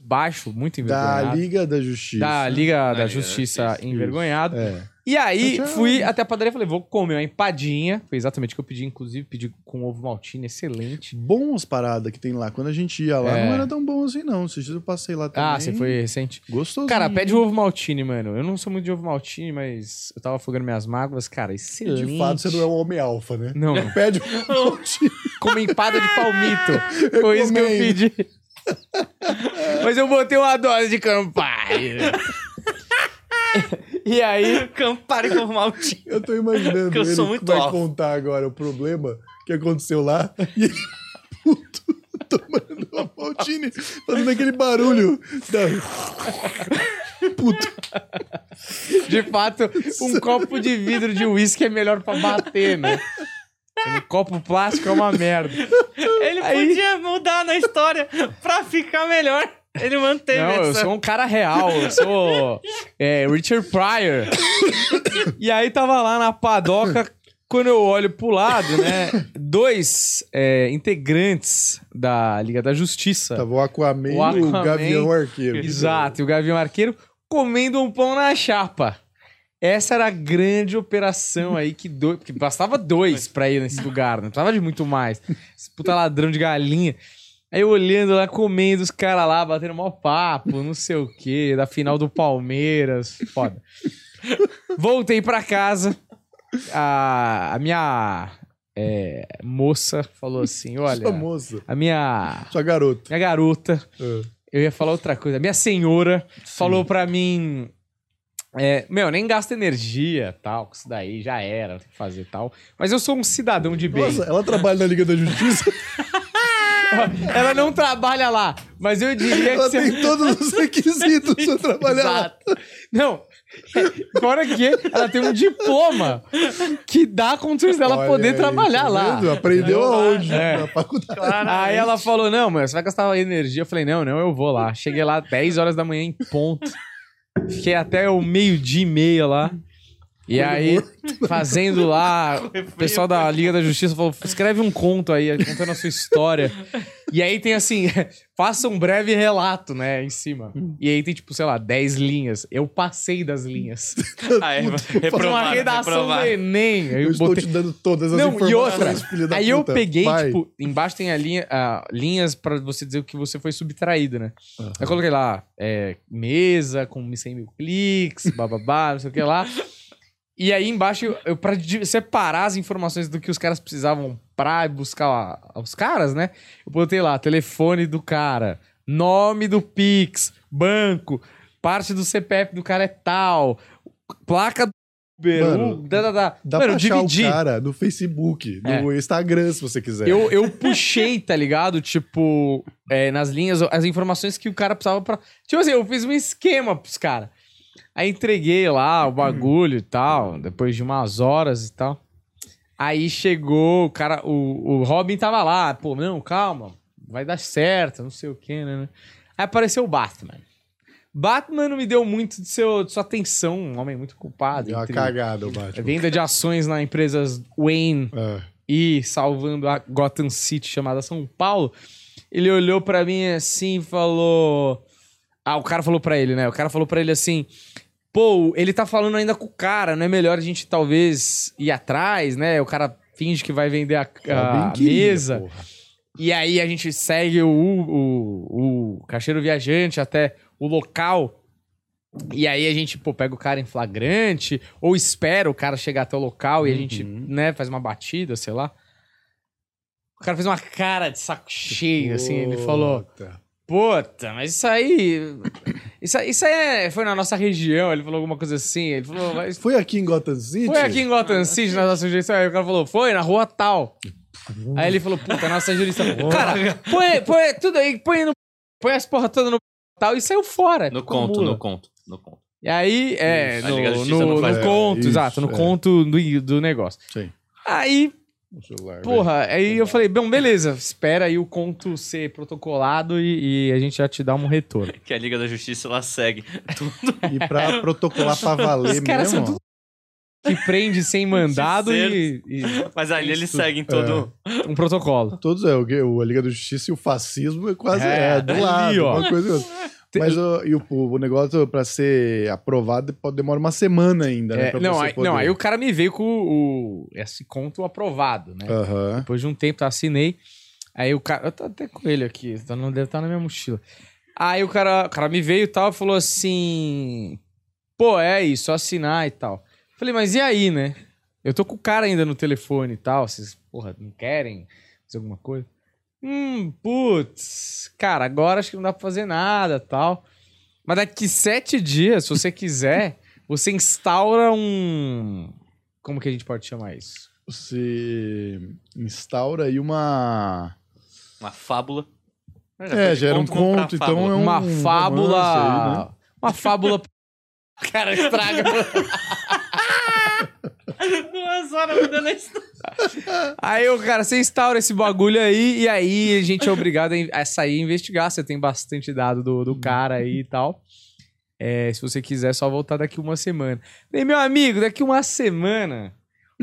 [SPEAKER 2] baixo, muito
[SPEAKER 3] Da
[SPEAKER 2] envergonhado.
[SPEAKER 3] Liga da Justiça.
[SPEAKER 2] Da Liga
[SPEAKER 4] Liga
[SPEAKER 2] da
[SPEAKER 4] da
[SPEAKER 2] Justiça
[SPEAKER 4] Justiça,
[SPEAKER 2] envergonhado.
[SPEAKER 3] É.
[SPEAKER 2] E aí
[SPEAKER 3] Tchau, tchau.
[SPEAKER 2] fui até a padaria e falei, vou comer uma empadinha. Foi exatamente o que eu pedi, inclusive, pedi com ovo maltine, excelente.
[SPEAKER 3] Bom as paradas que tem lá. Quando a gente ia lá,
[SPEAKER 2] É.
[SPEAKER 3] não era tão bom assim, não. Esses dias eu passei lá também.
[SPEAKER 2] Ah, você foi recente.
[SPEAKER 3] Gostoso.
[SPEAKER 2] Cara, pede o ovo maltine, mano. Eu não sou muito de ovo maltine, mas eu tava afogando minhas mágoas, cara, excelente.
[SPEAKER 3] De fato, você não é um homem alfa, né?
[SPEAKER 2] Não, não.
[SPEAKER 3] Pede um
[SPEAKER 2] Como empada de palmito. Foi isso que eu
[SPEAKER 3] comei.
[SPEAKER 2] pedi. Mas eu botei uma dose de Campari. e aí...
[SPEAKER 4] Campari com Maltinho.
[SPEAKER 3] Eu tô imaginando
[SPEAKER 4] Que eu
[SPEAKER 3] ele
[SPEAKER 4] sou muito
[SPEAKER 3] vai
[SPEAKER 4] off.
[SPEAKER 3] contar agora o problema que aconteceu lá e ele é puto tomando uma maltine, fazendo aquele barulho da... Puto.
[SPEAKER 2] De fato, um copo de vidro de uísque é melhor pra bater, né? Um copo plástico é uma merda.
[SPEAKER 4] Ele
[SPEAKER 2] Aí-
[SPEAKER 4] podia mudar na história pra ficar melhor. Ele manteve
[SPEAKER 2] Não, eu
[SPEAKER 4] essa.
[SPEAKER 2] sou um cara real, eu sou é, Richard Pryor. e aí tava lá na padoca, quando eu olho pro lado, né? Dois é, integrantes da Liga da Justiça.
[SPEAKER 3] Tava o Tá, Aquaman,
[SPEAKER 2] O
[SPEAKER 3] e o
[SPEAKER 2] Aquaman.
[SPEAKER 3] Gavião Arqueiro.
[SPEAKER 2] Exato, e o Gavião Arqueiro comendo um pão na chapa. Essa era a grande operação aí que dois, porque bastava dois pra ir nesse lugar, não precisava de muito mais. Esse puta ladrão de galinha. Aí eu olhando lá, comendo os caras lá, batendo mó papo, não sei o quê, da final do Palmeiras, foda. Voltei pra casa, a, a minha é, moça falou assim,
[SPEAKER 3] Sua
[SPEAKER 2] olha,
[SPEAKER 3] moça,
[SPEAKER 2] a minha,
[SPEAKER 3] é sua garota.
[SPEAKER 2] minha garota
[SPEAKER 3] É.
[SPEAKER 2] eu ia falar outra coisa. Minha senhora falou pra mim. é, meu, nem gasta energia, tal, com isso daí já era, não tem que fazer tal. Mas eu sou um cidadão de bem.
[SPEAKER 3] Nossa, ela trabalha na Liga da Justiça,
[SPEAKER 2] Ela não trabalha lá, mas eu diria que
[SPEAKER 3] ela
[SPEAKER 2] você.
[SPEAKER 3] tem todos os requisitos pra trabalhar lá.
[SPEAKER 2] Exato. Não. É, Fora que ela tem um diploma que dá condições dela
[SPEAKER 3] Olha
[SPEAKER 2] poder
[SPEAKER 3] aí,
[SPEAKER 2] trabalhar
[SPEAKER 3] tá
[SPEAKER 2] lá.
[SPEAKER 3] vendo? Aprendeu
[SPEAKER 4] Lá.
[SPEAKER 3] aonde?
[SPEAKER 2] É.
[SPEAKER 3] Na faculdade.
[SPEAKER 2] Aí ela falou: Não, mas você vai gastar energia. Eu falei: Não, não, eu vou lá. Cheguei lá 10 horas da manhã em ponto. Fiquei até o meio-dia e meia lá. E aí, fazendo lá, o pessoal da Liga da Justiça falou: escreve um conto aí, contando a sua história. E aí tem assim: faça um breve relato, né, em cima. E aí tem tipo, sei lá, 10 linhas. Eu passei das linhas.
[SPEAKER 4] Ah, é,
[SPEAKER 2] Foi uma
[SPEAKER 4] reprovado,
[SPEAKER 2] redação
[SPEAKER 4] reprovado.
[SPEAKER 2] do Enem. Aí
[SPEAKER 3] Eu
[SPEAKER 2] eu
[SPEAKER 3] estou
[SPEAKER 2] botei
[SPEAKER 3] te dando todas as
[SPEAKER 2] não,
[SPEAKER 3] informações,
[SPEAKER 2] e outra.
[SPEAKER 3] filho da
[SPEAKER 2] Aí eu
[SPEAKER 3] puta.
[SPEAKER 2] peguei,
[SPEAKER 3] Vai.
[SPEAKER 2] tipo, embaixo tem a linha, ah, linhas pra você dizer que você foi subtraído, né?
[SPEAKER 3] Aham.
[SPEAKER 2] Aí eu coloquei lá, é, mesa com 100 mil cliques, bababá, não sei o que lá. E aí embaixo, eu, eu pra di- separar as informações do que os caras precisavam pra buscar a- os caras, né? Eu botei lá, telefone do cara, nome do Pix, banco, parte do CPF do cara é tal, placa do Uber,
[SPEAKER 3] Mano,
[SPEAKER 2] Uber, dá, dá, dá.
[SPEAKER 3] Dá
[SPEAKER 2] Mano,
[SPEAKER 3] pra
[SPEAKER 2] eu
[SPEAKER 3] achar
[SPEAKER 2] dividi. É.
[SPEAKER 3] o cara no Facebook, no Instagram, se você quiser.
[SPEAKER 2] Eu, eu puxei, tá ligado? Tipo, é, nas linhas, as informações que o cara precisava pra. Tipo assim, eu fiz um esquema pros caras. Aí entreguei lá o bagulho e tal, depois de umas horas e tal. Aí chegou o cara, o, o Robin tava lá, pô, não, calma, vai dar certo, não sei o que, né? né. Aí apareceu o Batman. Batman não me deu muito de, seu, de sua atenção, um homem muito culpado.
[SPEAKER 3] Deu uma tipo.
[SPEAKER 2] entre
[SPEAKER 3] cagada, o Batman.
[SPEAKER 2] Venda de ações na empresas Wayne
[SPEAKER 3] É.
[SPEAKER 2] e salvando a Gotham City chamada São Paulo, ele olhou pra mim assim e falou. Ah, o cara falou pra ele, né? O cara falou pra ele assim: pô, ele tá falando ainda com o cara, não é melhor a gente talvez ir atrás, né? O cara finge que vai vender a,
[SPEAKER 3] É,
[SPEAKER 2] a mesa. E aí a gente segue o, o, o caixeiro viajante até o local. E aí a gente, pô, pega o cara em flagrante, ou espera o cara chegar até o local e a gente,
[SPEAKER 3] Uhum.
[SPEAKER 2] né, faz uma batida, sei lá. O cara fez uma cara de saco cheio, assim, ele falou, puta, mas isso aí... Isso, aí- isso aí é- foi na nossa região, ele falou alguma coisa assim, ele falou, mas
[SPEAKER 3] Foi aqui em Gotham City?
[SPEAKER 2] foi aqui em
[SPEAKER 4] Ah,
[SPEAKER 2] Gotham City, na nossa jurisdição. Aí o cara falou, foi na rua tal. Aí ele falou, puta, nossa jurisdição. cara, põe, põe tudo aí, põe no. Põe as porra toda no tal e saiu fora.
[SPEAKER 4] No conto, no conto, no conto.
[SPEAKER 2] E aí, é, no,
[SPEAKER 4] Isso. A Liga da Justiça
[SPEAKER 2] no,
[SPEAKER 4] não faz
[SPEAKER 2] no
[SPEAKER 3] isso.
[SPEAKER 2] conto,
[SPEAKER 3] É, isso,
[SPEAKER 2] exato, no
[SPEAKER 3] é.
[SPEAKER 2] conto do, do negócio.
[SPEAKER 3] Sim.
[SPEAKER 2] Aí,
[SPEAKER 3] O celular,
[SPEAKER 2] porra, aí eu falei, bom, beleza, espera aí o conto ser protocolado e, e a gente já te dá um retorno.
[SPEAKER 4] Que a Liga da Justiça ela segue.
[SPEAKER 3] velho. E pra protocolar pra valer
[SPEAKER 2] Os caras são
[SPEAKER 3] mesmo.
[SPEAKER 2] tudo- Que prende sem mandado e, e
[SPEAKER 4] Mas ali eles
[SPEAKER 2] Isso.
[SPEAKER 4] seguem todo.
[SPEAKER 3] é.
[SPEAKER 2] um protocolo.
[SPEAKER 3] Todos é, o, que- o- a Liga da Justiça e o fascismo é quase
[SPEAKER 2] É,
[SPEAKER 3] é, do
[SPEAKER 2] ali,
[SPEAKER 3] lado,
[SPEAKER 2] ó.
[SPEAKER 3] uma coisa e outra. Mas o, e o, o negócio pra ser aprovado pode- demora uma semana ainda, né?
[SPEAKER 2] É,
[SPEAKER 3] pra
[SPEAKER 2] não,
[SPEAKER 3] você
[SPEAKER 2] aí,
[SPEAKER 3] poder.
[SPEAKER 2] não, aí o cara me veio com o, o- esse conto aprovado,
[SPEAKER 3] Ah.
[SPEAKER 2] né?
[SPEAKER 3] Aham.
[SPEAKER 2] Depois de um tempo eu assinei. Aí o cara. Eu tô até com ele aqui, tá no- deve estar na minha mochila. Aí o cara, o cara me veio e tal, falou assim: pô, é isso, assinar e tal. Falei, mas e aí, né? Eu tô com o cara ainda no telefone e tal, vocês, porra, não querem fazer alguma coisa? Hum, putz, cara, agora acho que não dá pra fazer nada tal. Mas daqui sete dias, se você quiser, você instaura um. Como que a gente pode chamar isso?
[SPEAKER 3] Você instaura aí uma.
[SPEAKER 4] Uma fábula.
[SPEAKER 3] É, já era um conto,
[SPEAKER 4] pra fábula.
[SPEAKER 3] então é um.
[SPEAKER 2] uma
[SPEAKER 3] romance
[SPEAKER 2] fábula.
[SPEAKER 3] aí, né?
[SPEAKER 2] Uma fábula. Cara, estraga.
[SPEAKER 4] Duas horas mudando a história.
[SPEAKER 2] aí o cara, você instaura esse bagulho aí, e aí a gente é obrigado a in- a sair e investigar. Você tem bastante dado do, do cara aí e tal. É, se você quiser, é só voltar daqui uma semana. Falei, meu amigo, daqui uma semana,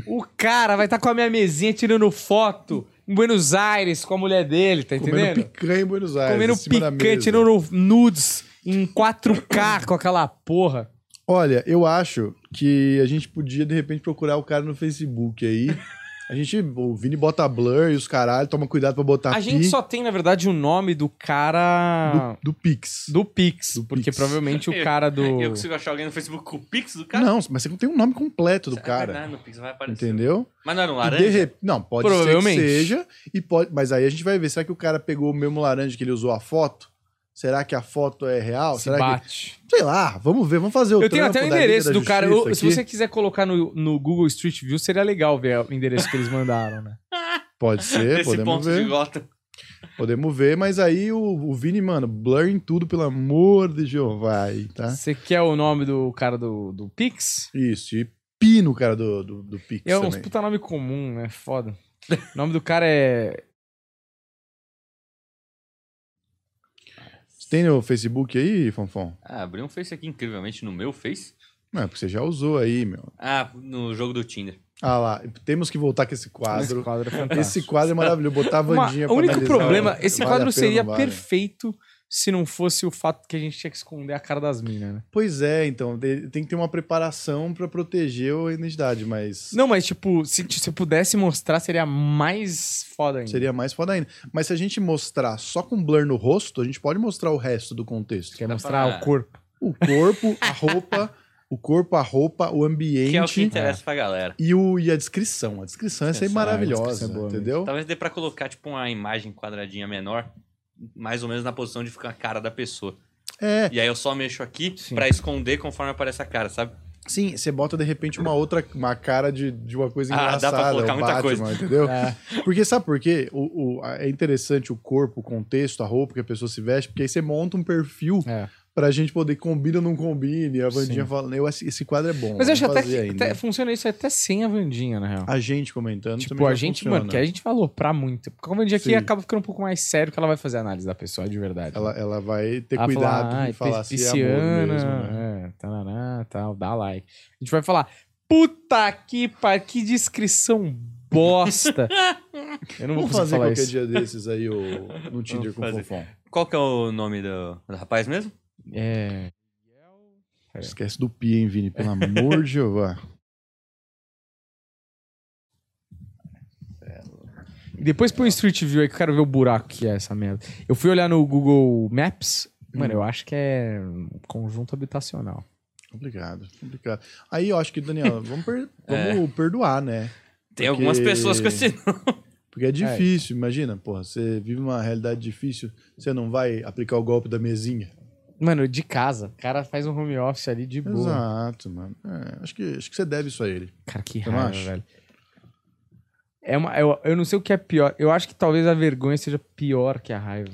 [SPEAKER 2] o cara vai estar com a minha mesinha tirando foto em Buenos Aires com a mulher dele, tá
[SPEAKER 3] Comendo
[SPEAKER 2] entendendo?
[SPEAKER 3] picanha em Buenos Aires.
[SPEAKER 2] Comendo
[SPEAKER 3] em cima da
[SPEAKER 2] picante,
[SPEAKER 3] mesa.
[SPEAKER 2] tirando nudes em 4K com aquela porra.
[SPEAKER 3] Olha, eu acho que a gente podia, de repente, procurar o cara no Facebook aí. A gente, o Vini bota blur e os caralho, toma cuidado pra botar
[SPEAKER 2] A
[SPEAKER 3] Tá pi
[SPEAKER 2] gente só tem, na verdade, o nome do cara
[SPEAKER 3] do, do Pix.
[SPEAKER 2] do, Pix,
[SPEAKER 3] Do
[SPEAKER 2] porque
[SPEAKER 3] Pix.
[SPEAKER 2] provavelmente o
[SPEAKER 4] Eu-
[SPEAKER 2] cara do.
[SPEAKER 4] Eu consigo achar alguém no Facebook com o Pix do cara?
[SPEAKER 3] Não, mas você não tem o nome completo do
[SPEAKER 4] É
[SPEAKER 3] cara.
[SPEAKER 4] verdade, no Pix vai aparecer.
[SPEAKER 3] Entendeu?
[SPEAKER 4] Mas não era um
[SPEAKER 3] E de
[SPEAKER 4] laranja?
[SPEAKER 3] rep- Não, pode ser que
[SPEAKER 2] Provavelmente.
[SPEAKER 3] seja. E pode... Mas aí a gente vai ver. Será que o cara pegou o mesmo laranja que ele usou a foto? Será que a foto é real?
[SPEAKER 2] se
[SPEAKER 3] Será que.
[SPEAKER 2] bate.
[SPEAKER 3] Sei lá, vamos ver, vamos fazer o
[SPEAKER 2] Eu tenho
[SPEAKER 3] trampo
[SPEAKER 2] até o
[SPEAKER 3] da Liga
[SPEAKER 2] endereço
[SPEAKER 3] da
[SPEAKER 2] do cara.
[SPEAKER 3] Justiça
[SPEAKER 2] Eu- se
[SPEAKER 3] aqui.
[SPEAKER 2] você quiser colocar no, no Google Street View, seria legal ver o endereço que eles mandaram, né?
[SPEAKER 3] Pode ser,
[SPEAKER 4] Desse
[SPEAKER 3] podemos
[SPEAKER 4] ponto de
[SPEAKER 3] ver.
[SPEAKER 4] gota.
[SPEAKER 3] Podemos ver, mas aí o, o Vini, mano, blur em tudo, pelo amor de Jeová aí, tá?
[SPEAKER 2] Você quer o nome do cara do, do Pix?
[SPEAKER 3] Isso, e pi no cara do, do, do Pix
[SPEAKER 2] É uns
[SPEAKER 3] também.
[SPEAKER 2] puta nome comum, né? Foda. O nome do cara é.
[SPEAKER 3] Você tem no Facebook aí, Fonfon?
[SPEAKER 4] Ah, abri um Face aqui incrivelmente no meu Face.
[SPEAKER 3] Não, é porque você já usou aí, meu.
[SPEAKER 4] Ah, no jogo do Tinder.
[SPEAKER 3] Ah lá, temos que voltar com esse
[SPEAKER 2] Esse
[SPEAKER 3] quadro.
[SPEAKER 2] quadro é fantástico.
[SPEAKER 3] Esse quadro é maravilhoso, botar a
[SPEAKER 2] Uma-
[SPEAKER 3] Vandinha
[SPEAKER 2] o
[SPEAKER 3] pra
[SPEAKER 2] único
[SPEAKER 3] analisar
[SPEAKER 2] problema,
[SPEAKER 3] o-
[SPEAKER 2] esse
[SPEAKER 3] vale
[SPEAKER 2] quadro
[SPEAKER 3] a pena ou
[SPEAKER 2] seria
[SPEAKER 3] não vale.
[SPEAKER 2] perfeito se não fosse o fato que a gente tinha que esconder a cara das minas, né?
[SPEAKER 3] Pois é, então, de- tem que ter uma preparação pra proteger a identidade, mas...
[SPEAKER 2] Não, mas tipo, se você pudesse mostrar, seria mais foda ainda.
[SPEAKER 3] Seria mais foda ainda. Mas se a gente mostrar só com blur no rosto, a gente pode mostrar o resto do contexto.
[SPEAKER 2] Quer
[SPEAKER 4] Dá
[SPEAKER 2] mostrar
[SPEAKER 4] pra-
[SPEAKER 2] o corpo.
[SPEAKER 3] O corpo, a roupa, o corpo, a roupa, o ambiente
[SPEAKER 4] Que é o que interessa pra galera.
[SPEAKER 3] e, o, e a descrição. A descrição é sempre
[SPEAKER 4] Descrição,
[SPEAKER 2] a
[SPEAKER 3] maravilhosa,
[SPEAKER 2] descrição é boa mesmo.
[SPEAKER 3] entendeu?
[SPEAKER 4] Talvez dê pra colocar, tipo, uma imagem quadradinha menor, mais ou menos na posição de ficar a cara da pessoa.
[SPEAKER 3] É,
[SPEAKER 4] E aí eu só mexo aqui
[SPEAKER 2] Sim.
[SPEAKER 4] pra esconder conforme aparece a cara, sabe?
[SPEAKER 3] sim, você bota de repente uma outra, uma cara de, de uma coisa
[SPEAKER 4] Ah, dá
[SPEAKER 3] engraçada,
[SPEAKER 4] pra colocar
[SPEAKER 3] o
[SPEAKER 4] muita
[SPEAKER 3] Batman,
[SPEAKER 4] coisa.
[SPEAKER 3] entendeu?
[SPEAKER 2] É.
[SPEAKER 3] Porque sabe por quê? O, o- a- é interessante o corpo, o contexto, a roupa que a pessoa se veste, porque aí você monta um perfil
[SPEAKER 2] É.
[SPEAKER 3] pra gente poder combina ou não combina. E a Vandinha
[SPEAKER 2] Sim.
[SPEAKER 3] fala, eu, esse esse quadro é bom.
[SPEAKER 2] Mas eu acho
[SPEAKER 3] vamos
[SPEAKER 2] até
[SPEAKER 3] fazer
[SPEAKER 2] que
[SPEAKER 3] ainda.
[SPEAKER 2] até funciona isso até sem a Vandinha, na real.
[SPEAKER 3] A gente comentando.
[SPEAKER 2] tipo,
[SPEAKER 3] também
[SPEAKER 2] a
[SPEAKER 3] já
[SPEAKER 2] gente,
[SPEAKER 3] funciona.
[SPEAKER 2] mano, que a gente vai aloprar muito. Porque a Vandinha aqui
[SPEAKER 3] Sim.
[SPEAKER 2] acaba ficando um pouco mais sério que ela vai fazer a análise da pessoa, de verdade.
[SPEAKER 3] Ela, ela vai ter
[SPEAKER 2] Ela vai
[SPEAKER 3] cuidado
[SPEAKER 2] falar,
[SPEAKER 3] de
[SPEAKER 2] "Ah,
[SPEAKER 3] falar
[SPEAKER 2] pi-
[SPEAKER 3] se é amor mesmo. né?"
[SPEAKER 2] é, taraná, tal, dá like. A gente vai falar, puta que par, que descrição bosta. Eu não vou conseguir
[SPEAKER 3] Vamos fazer
[SPEAKER 2] falar
[SPEAKER 3] qualquer
[SPEAKER 2] isso.
[SPEAKER 3] dia desses aí o, no Tinder com o
[SPEAKER 4] fazer.
[SPEAKER 3] Fofão.
[SPEAKER 4] Qual que é o nome do, do rapaz mesmo?
[SPEAKER 2] É...
[SPEAKER 3] Esquece do Pi, hein, Vini? Pelo amor de Jeová.
[SPEAKER 2] E Depois põe o Street View aí que eu quero ver o buraco que é essa merda. Eu fui olhar no Google Maps. Mano,
[SPEAKER 3] Hum.
[SPEAKER 2] eu acho que é um conjunto habitacional.
[SPEAKER 3] Complicado, complicado. Aí eu acho que, Daniel, vamos, per- vamos perdoar, né? Porque-
[SPEAKER 4] Tem algumas pessoas com esse nome.
[SPEAKER 3] Porque é difícil, imagina, porra, você vive uma realidade difícil, você não vai aplicar o golpe da mesinha.
[SPEAKER 2] Mano, de casa. O cara faz um home office ali de boa.
[SPEAKER 3] Exato, mano. É, acho, que, acho que você deve isso a ele.
[SPEAKER 2] Cara, que
[SPEAKER 3] Eu não
[SPEAKER 2] raiva,
[SPEAKER 3] acho.
[SPEAKER 2] velho. É uma, eu, eu não sei o que é pior. Eu acho que talvez a vergonha seja pior que a raiva.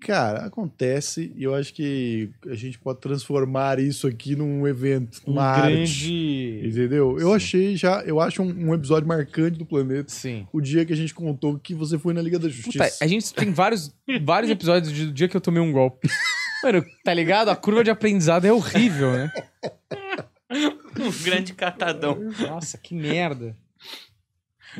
[SPEAKER 3] Cara, acontece e eu acho que a gente pode transformar isso aqui num evento, uma arte.
[SPEAKER 2] Um grande.
[SPEAKER 3] Entendeu? Eu
[SPEAKER 2] Sim.
[SPEAKER 3] achei já, eu acho um, um episódio marcante do planeta.
[SPEAKER 2] Sim.
[SPEAKER 3] O dia que a gente contou que você foi na Liga da Justiça.
[SPEAKER 2] Puta, a gente tem vários, vários episódios de- do dia que eu tomei um golpe. Mano, tá ligado? A curva de aprendizado é horrível, né?
[SPEAKER 4] Um grande catadão.
[SPEAKER 2] Nossa, que merda.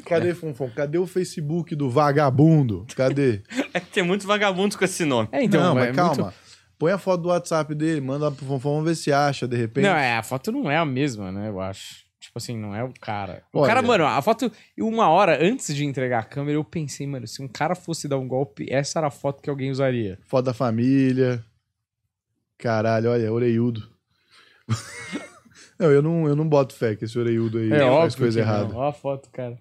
[SPEAKER 3] Cadê,
[SPEAKER 2] É.
[SPEAKER 3] Fonfon? Cadê o Facebook do vagabundo? Cadê?
[SPEAKER 4] É que tem muitos vagabundos com esse nome.
[SPEAKER 2] É, então,
[SPEAKER 3] não,
[SPEAKER 2] é
[SPEAKER 3] mas calma.
[SPEAKER 2] muito-
[SPEAKER 3] Põe a foto do WhatsApp dele, manda lá pro Fonfon, vamos ver se acha, de repente.
[SPEAKER 2] Não, é, a foto não é a mesma, né? Eu acho. Tipo assim, não é o cara. O
[SPEAKER 3] Olha.
[SPEAKER 2] cara, mano, a foto. Uma hora antes de entregar a câmera, eu pensei, mano, se um cara fosse dar um golpe, essa era a foto que alguém usaria.
[SPEAKER 3] Foto da família. Caralho, olha, oreiudo. não, eu não, eu não boto fé que esse oreiudo aí faz coisa
[SPEAKER 2] É que não.
[SPEAKER 3] errada.
[SPEAKER 2] Ó a foto, cara.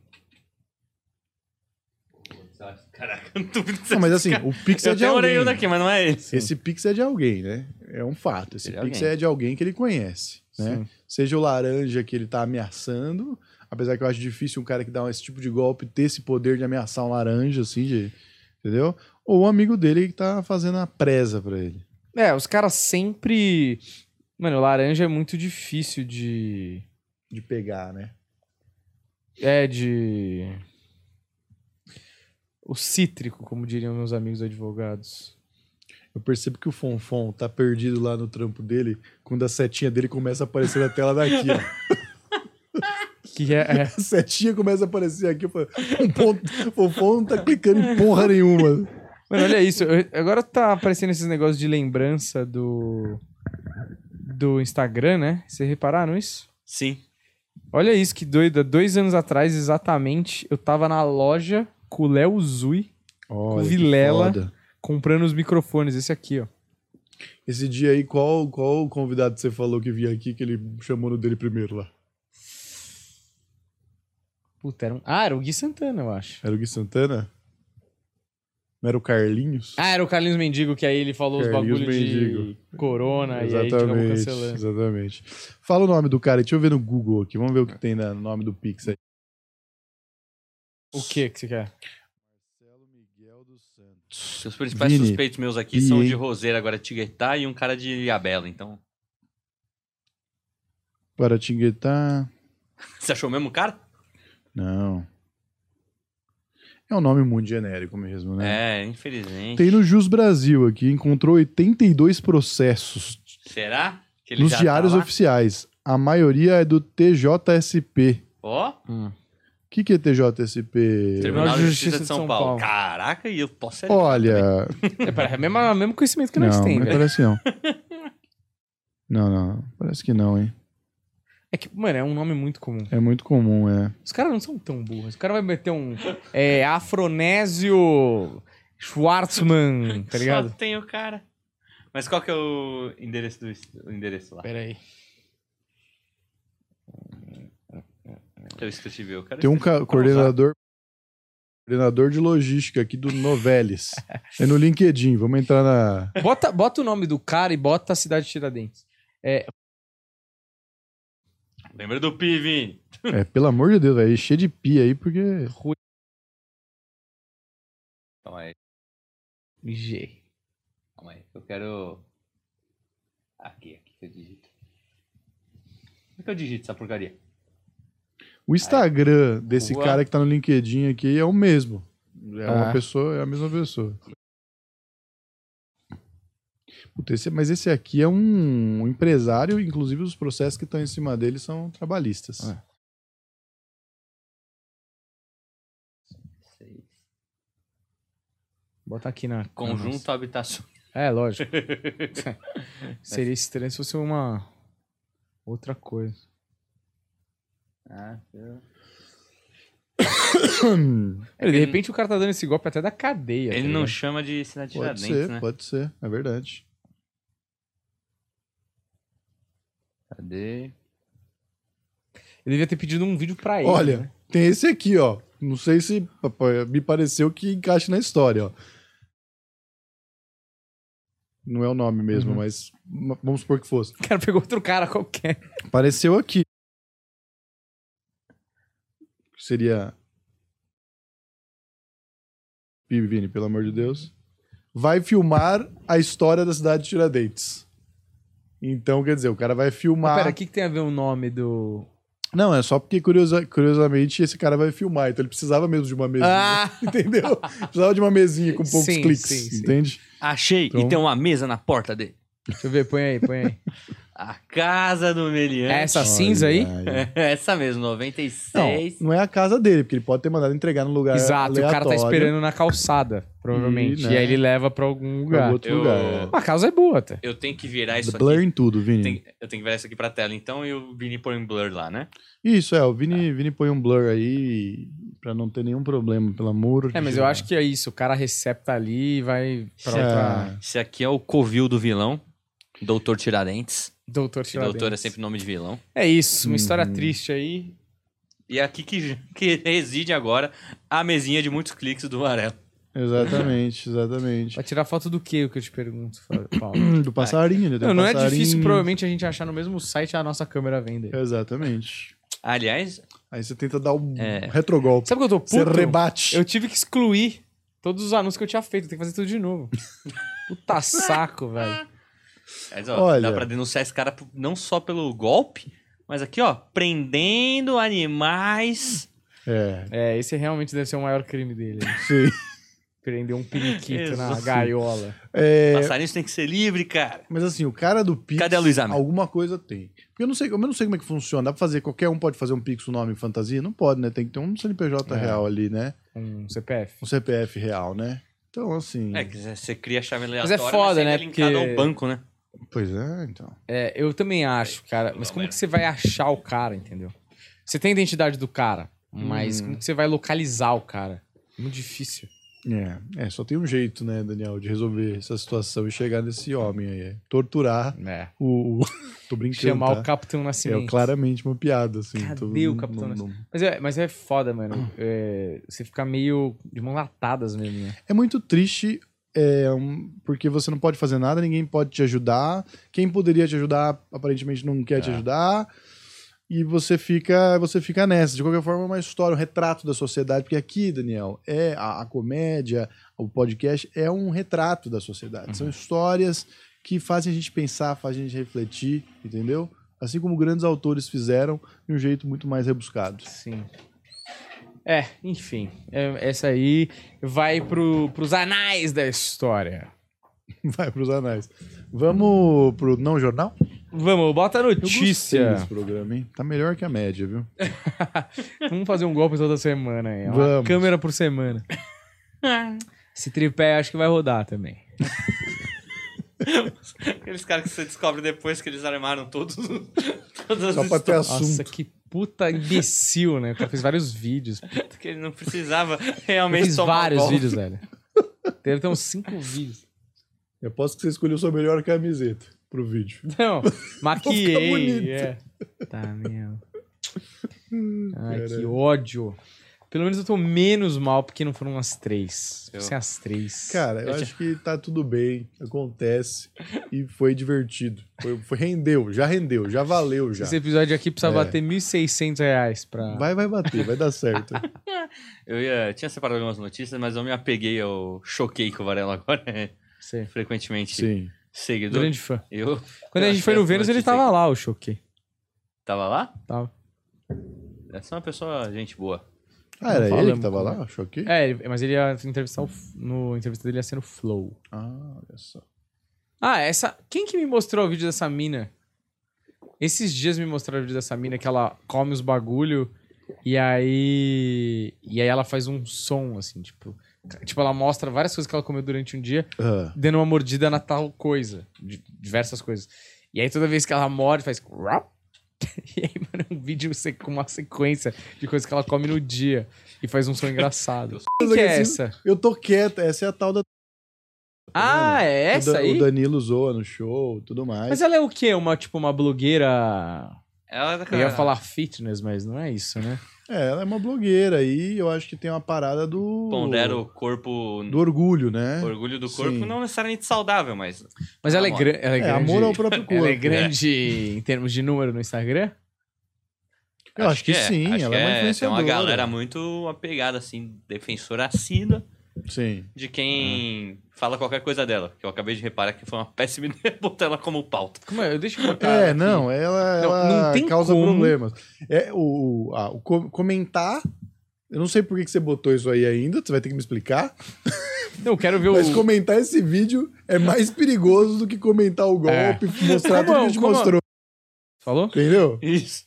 [SPEAKER 4] Caraca, eu não duvido que
[SPEAKER 3] Não, mas assim, o Pix é
[SPEAKER 4] Eu
[SPEAKER 3] de
[SPEAKER 4] tenho um
[SPEAKER 3] alguém.
[SPEAKER 4] orelhudo aqui, mas não é ele.
[SPEAKER 3] Esse Pix é de alguém, né? É um fato. Esse
[SPEAKER 4] É de
[SPEAKER 3] Pix
[SPEAKER 4] alguém.
[SPEAKER 3] é de alguém que ele conhece, né?
[SPEAKER 2] Sim.
[SPEAKER 3] Seja o laranja que ele tá ameaçando, apesar que eu acho difícil um cara que dá esse tipo de golpe ter esse poder de ameaçar um laranja, assim, de- entendeu? Ou o amigo dele que tá fazendo a presa pra ele.
[SPEAKER 2] É, os caras sempre. Mano, laranja é muito difícil de.
[SPEAKER 3] De pegar, né?
[SPEAKER 2] É, de. O cítrico, como diriam meus amigos advogados.
[SPEAKER 3] Eu percebo que o Fonfon tá perdido lá no trampo dele quando a setinha dele começa a aparecer na tela daqui, ó.
[SPEAKER 2] Que é. é.
[SPEAKER 3] A setinha começa a aparecer aqui. Eu falo, Fonfon, Fonfon não tá clicando em porra nenhuma.
[SPEAKER 2] Mano, olha isso. eu- agora tá aparecendo esses negócios de lembrança do. Do Instagram, né? Vocês repararam isso?
[SPEAKER 4] Sim.
[SPEAKER 2] Olha isso, que doida. Dois anos atrás, exatamente, eu tava na loja com o Léo Zui
[SPEAKER 3] Olha, que
[SPEAKER 2] Vilela.
[SPEAKER 3] foda.
[SPEAKER 2] comprando os microfones. Esse aqui, ó.
[SPEAKER 3] Esse dia aí, qual, qual o convidado que você falou que vinha aqui, que ele chamou no dele primeiro lá?
[SPEAKER 2] Puta, era um... Ah, era o Gui Santana, eu acho.
[SPEAKER 3] Era o Gui Santana? Não era o Carlinhos?
[SPEAKER 2] Ah, era o Carlinhos Mendigo, que aí ele falou
[SPEAKER 3] Carlinhos
[SPEAKER 2] os bagulhos de
[SPEAKER 3] Mendigo.
[SPEAKER 2] corona e aí tivemos cancelando.
[SPEAKER 3] exatamente. Fala o nome do cara, aí, deixa eu ver no Google aqui, vamos ver o que tem na- no nome do Pix aí.
[SPEAKER 2] O que que você quer?
[SPEAKER 3] Marcelo Miguel dos Santos.
[SPEAKER 4] Os principais
[SPEAKER 3] Vini,
[SPEAKER 4] suspeitos meus aqui
[SPEAKER 3] Pi,
[SPEAKER 4] são o
[SPEAKER 3] hein?
[SPEAKER 4] de Roseira, agora Tiguetá, e um cara de Ilhabela, então...
[SPEAKER 3] Paratinguetá,
[SPEAKER 4] Você achou o mesmo cara?
[SPEAKER 3] não. É um nome muito genérico mesmo, né?
[SPEAKER 4] É, infelizmente.
[SPEAKER 3] Tem no Jus Brasil aqui, encontrou 82 processos
[SPEAKER 4] Será? Que
[SPEAKER 3] nos
[SPEAKER 4] já
[SPEAKER 3] diários
[SPEAKER 4] tá lá?
[SPEAKER 3] oficiais. A maioria é do TJSP.
[SPEAKER 4] Ó,
[SPEAKER 2] Hum.
[SPEAKER 3] O que, que é TJSP?
[SPEAKER 4] Tribunal de Justiça de São, Paulo. Caraca, e eu posso ser...
[SPEAKER 3] Olha.
[SPEAKER 2] É, pera, é o mesmo, é o mesmo conhecimento que
[SPEAKER 3] não, né?
[SPEAKER 2] nós temos,
[SPEAKER 3] não
[SPEAKER 2] velho.
[SPEAKER 3] parece não. Não, não. Parece que não, hein?
[SPEAKER 2] É que, mano, é um nome muito comum.
[SPEAKER 3] É muito comum, é.
[SPEAKER 2] Os caras não são tão burros. O cara vai meter um é, Afronésio Schwartzman, tá ligado?
[SPEAKER 4] Só tem o cara. Mas qual que é o endereço do est- o endereço lá?
[SPEAKER 2] Pera aí.
[SPEAKER 4] Que eu esqueci de ver. Eu quero
[SPEAKER 3] Tem um
[SPEAKER 4] esquecer.
[SPEAKER 3] ca-
[SPEAKER 4] Vamos lá.
[SPEAKER 3] coordenador. Coordenador de logística aqui do Novelis. é no LinkedIn, vamos entrar na.
[SPEAKER 2] Bota, bota o nome do cara e bota a cidade de Tiradentes.
[SPEAKER 4] Lembra do Pi, Vini?
[SPEAKER 3] É, pelo amor de Deus, velho. Cheio de pia aí, porque.
[SPEAKER 2] Rui
[SPEAKER 4] Calma aí,
[SPEAKER 2] G.
[SPEAKER 4] calma aí. Eu quero... Aqui, aqui que eu digito. Como é que eu digito essa porcaria?
[SPEAKER 3] O Instagram desse
[SPEAKER 4] Rua.
[SPEAKER 3] cara que tá no LinkedIn aqui é o mesmo. É
[SPEAKER 2] Ah.
[SPEAKER 3] uma pessoa, é a mesma pessoa. Puta, esse- mas esse aqui é um, um empresário, inclusive os processos que estão em cima dele são trabalhistas.
[SPEAKER 2] Ah. Bota aqui na. na
[SPEAKER 4] Conjunto habitacional.
[SPEAKER 2] nossa. É, lógico. Seria estranho se fosse uma. Outra coisa.
[SPEAKER 4] Ah, eu-
[SPEAKER 2] Olha, de repente o cara tá dando esse golpe até da cadeia. tá
[SPEAKER 4] Ele não
[SPEAKER 2] ligado?
[SPEAKER 4] chama de cidade
[SPEAKER 3] É, né? Pode
[SPEAKER 4] Tiradentes,
[SPEAKER 3] ser,
[SPEAKER 4] né?
[SPEAKER 3] pode ser, é verdade.
[SPEAKER 4] Cadê?
[SPEAKER 2] Ele devia ter pedido um vídeo pra ele.
[SPEAKER 3] Olha,
[SPEAKER 2] né?
[SPEAKER 3] tem esse aqui, ó. Não sei se papai, me pareceu que encaixa na história, ó. Não é o nome mesmo,
[SPEAKER 2] Uhum.
[SPEAKER 3] mas ma- vamos supor que fosse.
[SPEAKER 2] O cara pegou outro cara qualquer.
[SPEAKER 3] Apareceu aqui. Seria. Pi, Vini, pelo amor de Deus. Vai filmar a história da cidade de Tiradentes. Então, quer dizer, o cara vai
[SPEAKER 2] Mas
[SPEAKER 3] filmar.
[SPEAKER 2] pera, o que, que tem a ver o nome do.
[SPEAKER 3] Não, é só porque, curiosa- curiosamente, esse cara vai filmar. Então ele precisava mesmo de uma mesinha.
[SPEAKER 2] Ah!
[SPEAKER 3] Entendeu? Precisava de uma mesinha com poucos
[SPEAKER 2] Sim,
[SPEAKER 3] cliques.
[SPEAKER 2] sim, sim.
[SPEAKER 3] Entende?
[SPEAKER 4] Achei!
[SPEAKER 3] Então-
[SPEAKER 4] E tem uma mesa na porta dele.
[SPEAKER 2] Deixa eu ver, põe aí, põe aí.
[SPEAKER 4] A casa do Melian.
[SPEAKER 2] É essa cinza aí?
[SPEAKER 3] Olha
[SPEAKER 4] Essa mesmo,
[SPEAKER 3] Não,
[SPEAKER 4] 96.
[SPEAKER 3] não é a casa dele, porque ele pode ter mandado entregar num lugar.
[SPEAKER 2] Exato, o cara tá
[SPEAKER 3] é aleatório,
[SPEAKER 2] esperando na calçada, provavelmente. E,
[SPEAKER 3] E, né?
[SPEAKER 2] aí ele leva pra algum
[SPEAKER 3] pra
[SPEAKER 2] lugar.
[SPEAKER 3] outro
[SPEAKER 4] Eu-
[SPEAKER 3] lugar. é.
[SPEAKER 2] Uma casa é boa, até.
[SPEAKER 4] Eu tenho que virar isso
[SPEAKER 3] Blur
[SPEAKER 4] aqui.
[SPEAKER 3] em tudo, Vini.
[SPEAKER 4] Tem- eu tenho que virar isso aqui pra tela, então, e o Vini põe um blur lá, né?
[SPEAKER 3] Isso, é. O Vini, Vini põe um blur aí pra não ter nenhum problema, pelo amor
[SPEAKER 2] É, mas eu acho que é isso. O cara recepta ali e vai pra
[SPEAKER 3] É.
[SPEAKER 2] outra.
[SPEAKER 4] Esse aqui é o covil do vilão, Doutor Tiradentes.
[SPEAKER 2] Doutor
[SPEAKER 4] Que
[SPEAKER 2] Tiradentes.
[SPEAKER 4] doutor é sempre nome de vilão.
[SPEAKER 2] É isso, uma história
[SPEAKER 3] Uhum.
[SPEAKER 2] triste aí.
[SPEAKER 4] E é aqui que, que reside agora a mesinha de muitos cliques do Varela.
[SPEAKER 3] Exatamente, exatamente.
[SPEAKER 2] Vai tirar foto do que, o que eu te pergunto, Fa- Paulo?
[SPEAKER 3] Hum, Do passarinho, ele tem
[SPEAKER 2] não,
[SPEAKER 3] um
[SPEAKER 2] não é
[SPEAKER 3] passarinho.
[SPEAKER 2] difícil, provavelmente, a gente achar no mesmo site a nossa câmera à venda. aí.
[SPEAKER 3] Exatamente.
[SPEAKER 4] Aliás,
[SPEAKER 3] Aí você tenta dar um
[SPEAKER 4] É.
[SPEAKER 3] retrogolpe.
[SPEAKER 2] Sabe o que eu tô
[SPEAKER 3] Você
[SPEAKER 2] puto?
[SPEAKER 3] rebate.
[SPEAKER 2] Eu tive que excluir todos os anúncios que eu tinha feito. Tem que fazer tudo de novo. Puta saco, velho.
[SPEAKER 4] aliás, ó,
[SPEAKER 3] Olha.
[SPEAKER 4] dá pra denunciar esse cara por- não só pelo golpe, mas aqui, ó, prendendo animais.
[SPEAKER 3] É,
[SPEAKER 2] É, esse realmente deve ser o maior crime dele. né?
[SPEAKER 3] sim.
[SPEAKER 2] Prender um periquito na
[SPEAKER 4] Exato.
[SPEAKER 2] gaiola.
[SPEAKER 3] É,
[SPEAKER 4] Passarinhos tem que ser livre, cara.
[SPEAKER 3] mas assim, o cara do Pix,
[SPEAKER 4] Cadê a Luísa Mel?
[SPEAKER 3] alguma coisa tem. Porque eu não sei, eu não sei como é que funciona. Dá pra fazer, qualquer um pode fazer um Pix, um nome fantasia? Não pode, né? Tem que ter um CNPJ
[SPEAKER 2] É.
[SPEAKER 3] real ali, né?
[SPEAKER 2] Um CPF.
[SPEAKER 3] Um CPF real, né? Então, assim.
[SPEAKER 4] É, que você cria a chave
[SPEAKER 2] é
[SPEAKER 4] aleatória,
[SPEAKER 2] foda,
[SPEAKER 4] ainda
[SPEAKER 2] né?
[SPEAKER 4] é linkado
[SPEAKER 2] Porque-
[SPEAKER 4] ao banco, né?
[SPEAKER 3] Pois é, então.
[SPEAKER 2] É, eu também acho, cara. Mas como que você vai achar o cara, entendeu? Você tem a identidade do cara, mas
[SPEAKER 3] Hum.
[SPEAKER 2] como que você vai localizar o cara? Muito difícil.
[SPEAKER 3] É, é, só tem um jeito, né, Daniel, de resolver essa situação e chegar nesse homem aí. é Torturar
[SPEAKER 2] É.
[SPEAKER 3] o. o- Tô brincando.
[SPEAKER 2] Chamar
[SPEAKER 3] tá?
[SPEAKER 2] o Capitão Nascimento.
[SPEAKER 3] É claramente uma piada, assim. tô-
[SPEAKER 2] Cadê o
[SPEAKER 3] não-
[SPEAKER 2] Capitão
[SPEAKER 3] não- não-
[SPEAKER 2] mas, é, mas é foda, mano. É, você fica meio de mão latadas mesmo, né?
[SPEAKER 3] É muito triste, é, um, porque você não pode fazer nada, ninguém pode te ajudar. Quem poderia te ajudar, aparentemente não quer te ajudar. E você fica, você fica nessa. De qualquer forma, é uma história, um retrato da sociedade. Porque aqui, Daniel, é a, a comédia, o podcast é um retrato da sociedade. São histórias que fazem a gente pensar, fazem a gente refletir, entendeu? Assim como grandes autores fizeram, de um jeito muito mais rebuscado.
[SPEAKER 2] Sim. É, enfim. É, essa aí vai pro, pros anais da história.
[SPEAKER 3] Vai pros anais. Vamos pro não jornal?
[SPEAKER 2] Vamos, bota a
[SPEAKER 3] Eu
[SPEAKER 2] notícia.
[SPEAKER 3] gostei desse programa, hein? Tá melhor que a média, viu?
[SPEAKER 2] Vamos fazer um golpe toda semana aí. Uma
[SPEAKER 3] Vamos.
[SPEAKER 2] câmera por semana. Esse tripé acho que vai rodar também.
[SPEAKER 4] Aqueles caras que você descobre depois que eles armaram todos, os- todas
[SPEAKER 3] Só
[SPEAKER 4] as
[SPEAKER 3] pra ter
[SPEAKER 4] histórias
[SPEAKER 3] assunto.
[SPEAKER 2] Nossa, que puta imbecil, né? O cara fez vários vídeos.
[SPEAKER 4] que ele não precisava
[SPEAKER 2] Eu
[SPEAKER 4] realmente
[SPEAKER 2] fiz
[SPEAKER 4] tomar um
[SPEAKER 2] vários
[SPEAKER 4] golpe.
[SPEAKER 2] vídeos, velho. Deve ter uns cinco vídeos.
[SPEAKER 3] Eu posso que você escolheu sua melhor camiseta pro vídeo.
[SPEAKER 2] Não, maquiei.
[SPEAKER 3] bonito.
[SPEAKER 2] é. Tá, meu. Ai, que
[SPEAKER 3] caralho.
[SPEAKER 2] ódio. Pelo menos eu tô menos mal porque não foram umas três.
[SPEAKER 4] Eu-
[SPEAKER 2] Sem as três.
[SPEAKER 3] Cara, eu acho que tá tudo bem, acontece e foi divertido. Foi, foi- rendeu, já rendeu, já valeu já.
[SPEAKER 2] Esse episódio aqui precisa
[SPEAKER 3] É.
[SPEAKER 2] bater 1.600 reais pra...
[SPEAKER 3] Vai, vai bater, vai dar certo.
[SPEAKER 4] Eu ia, tinha separado algumas notícias, mas eu me apeguei ao choquei que o Varela agora é
[SPEAKER 2] Você,
[SPEAKER 4] frequentemente
[SPEAKER 3] Sim.
[SPEAKER 4] seguidor.
[SPEAKER 2] grande fã.
[SPEAKER 4] Eu
[SPEAKER 2] Quando a
[SPEAKER 4] Eu é
[SPEAKER 2] gente
[SPEAKER 4] achei
[SPEAKER 2] foi no
[SPEAKER 4] essa
[SPEAKER 2] Vênus, ele
[SPEAKER 4] notícia
[SPEAKER 2] tava
[SPEAKER 4] aqui.
[SPEAKER 2] lá, o choque.
[SPEAKER 4] tava lá?
[SPEAKER 2] Tava.
[SPEAKER 4] Essa é uma pessoa, gente boa.
[SPEAKER 3] Ah, era
[SPEAKER 2] Não
[SPEAKER 3] ele
[SPEAKER 2] falamos,
[SPEAKER 3] que tava
[SPEAKER 2] né?
[SPEAKER 3] lá? Choquei?
[SPEAKER 2] É, ele- mas ele ia entrevistar o, F- no a entrevista dele ia ser no Flow.
[SPEAKER 3] Ah, olha só.
[SPEAKER 2] Ah, essa. Quem que me mostrou o vídeo dessa mina? Esses dias me mostraram o vídeo dessa mina que ela come os bagulho e aí. E aí ela faz um som, assim, tipo. Tipo, ela mostra várias coisas que ela comeu durante um dia,
[SPEAKER 3] Ah.
[SPEAKER 2] dando uma mordida na tal coisa. di- Diversas coisas. E aí toda vez que ela morde, faz. "Ruau". E aí, mano, é um vídeo se- com uma sequência de coisas que ela come no dia. E faz um som engraçado. Quem que é essa?
[SPEAKER 3] Eu assim. tô quieto, essa é a tal da.
[SPEAKER 2] Ah, é
[SPEAKER 3] Tá o
[SPEAKER 2] essa
[SPEAKER 3] Da-
[SPEAKER 2] aí?
[SPEAKER 3] O Danilo zoa no show tudo mais.
[SPEAKER 2] Mas ela é o quê? Uma, tipo, uma blogueira.
[SPEAKER 4] Ela é
[SPEAKER 2] Eu ia falar fitness, mas não é isso, né?
[SPEAKER 3] É, ela é uma blogueira aí eu acho que tem uma parada do.
[SPEAKER 4] Pondera o corpo.
[SPEAKER 3] Do orgulho, né?
[SPEAKER 4] Orgulho do
[SPEAKER 3] Sim.
[SPEAKER 4] corpo, não necessariamente saudável, mas.
[SPEAKER 2] Mas ela é,
[SPEAKER 4] Amor.
[SPEAKER 2] gran- ela é
[SPEAKER 3] É,
[SPEAKER 2] grande.
[SPEAKER 3] amor ao próprio corpo.
[SPEAKER 2] Ela é grande em termos de número no Instagram?
[SPEAKER 3] Eu acho que sim,
[SPEAKER 4] acho
[SPEAKER 3] ela
[SPEAKER 4] que
[SPEAKER 3] é uma
[SPEAKER 4] Tem
[SPEAKER 3] influenciadora.
[SPEAKER 4] uma galera muito apegada, assim, defensora assídua
[SPEAKER 3] Sim.
[SPEAKER 4] de quem fala qualquer coisa dela. Que eu acabei de reparar que foi uma péssima ideia botar ela como pauta.
[SPEAKER 2] Como é? Deixa eu botar.
[SPEAKER 3] É,
[SPEAKER 2] aqui.
[SPEAKER 3] não, ela,
[SPEAKER 2] Não,
[SPEAKER 3] ela
[SPEAKER 2] não tem
[SPEAKER 3] causa
[SPEAKER 2] como.
[SPEAKER 3] problemas. É, o, o- ah, o co- comentar. Eu não sei por que que você botou isso aí ainda, você vai ter que me explicar.
[SPEAKER 2] Não, eu quero ver
[SPEAKER 3] Mas
[SPEAKER 2] o.
[SPEAKER 3] comentar esse vídeo é mais perigoso do que comentar o
[SPEAKER 2] É.
[SPEAKER 3] golpe, mostrar tudo
[SPEAKER 2] Como-
[SPEAKER 3] que a gente
[SPEAKER 2] como-
[SPEAKER 3] mostrou,
[SPEAKER 2] Falou?
[SPEAKER 3] entendeu?
[SPEAKER 4] Isso.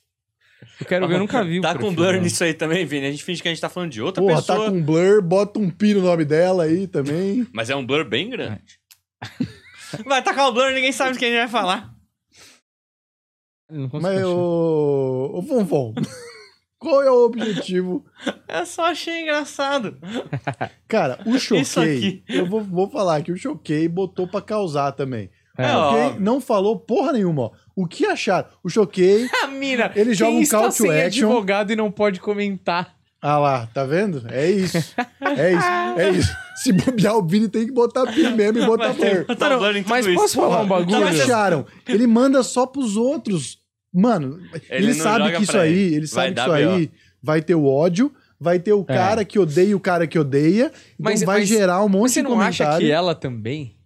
[SPEAKER 2] Eu quero ver, eu nunca vi o
[SPEAKER 4] Tá com
[SPEAKER 2] perfil
[SPEAKER 4] blur
[SPEAKER 2] dela.
[SPEAKER 4] nisso aí também, Vini. A gente finge que a gente tá falando de outra
[SPEAKER 3] Porra,
[SPEAKER 4] pessoa,
[SPEAKER 3] tá com blur, bota um pi no nome dela aí também.
[SPEAKER 4] mas é um blur bem grande. Vai tacar o blur, ninguém sabe de quem a gente vai falar.
[SPEAKER 2] Não consigo
[SPEAKER 3] Mas,
[SPEAKER 2] achar.
[SPEAKER 3] ô, ô Fonfon, qual é o objetivo
[SPEAKER 4] Eu só achei engraçado.
[SPEAKER 3] Cara, o
[SPEAKER 4] Isso
[SPEAKER 3] Choquei,
[SPEAKER 4] aqui.
[SPEAKER 3] eu vou, vou falar que o Choquei botou pra causar também.
[SPEAKER 2] É.
[SPEAKER 4] É, ó.
[SPEAKER 3] Choquei não falou porra nenhuma, ó. O que acharam? O Choquei,
[SPEAKER 2] A mina!
[SPEAKER 3] Ele joga
[SPEAKER 2] quem
[SPEAKER 3] um
[SPEAKER 2] está
[SPEAKER 3] call to
[SPEAKER 2] sem
[SPEAKER 3] action.
[SPEAKER 2] advogado e não pode comentar.
[SPEAKER 3] ah lá, tá vendo? É isso. É isso, é isso. Se bobear o Vini tem que botar pi mesmo e botar
[SPEAKER 4] Vai
[SPEAKER 3] Tá blur.
[SPEAKER 4] ter que botar o blur em tudo
[SPEAKER 2] Mas
[SPEAKER 4] isso.
[SPEAKER 2] posso falar um
[SPEAKER 3] O que
[SPEAKER 2] bagulho?
[SPEAKER 3] acharam? Ele manda só pros outros. Mano, ele,
[SPEAKER 4] não
[SPEAKER 3] sabe
[SPEAKER 4] joga
[SPEAKER 3] que isso
[SPEAKER 4] pra
[SPEAKER 3] aí,
[SPEAKER 4] ele.
[SPEAKER 3] ele sabe
[SPEAKER 4] Vai
[SPEAKER 3] que
[SPEAKER 4] dar
[SPEAKER 3] isso aí vai ter o ódio, vai ter o
[SPEAKER 2] É.
[SPEAKER 3] cara que odeia o cara que odeia, então
[SPEAKER 2] Mas-
[SPEAKER 3] vai
[SPEAKER 2] mas-
[SPEAKER 3] gerar um monte
[SPEAKER 2] Você
[SPEAKER 3] de
[SPEAKER 2] não acha
[SPEAKER 3] comentário.
[SPEAKER 2] que é ela também?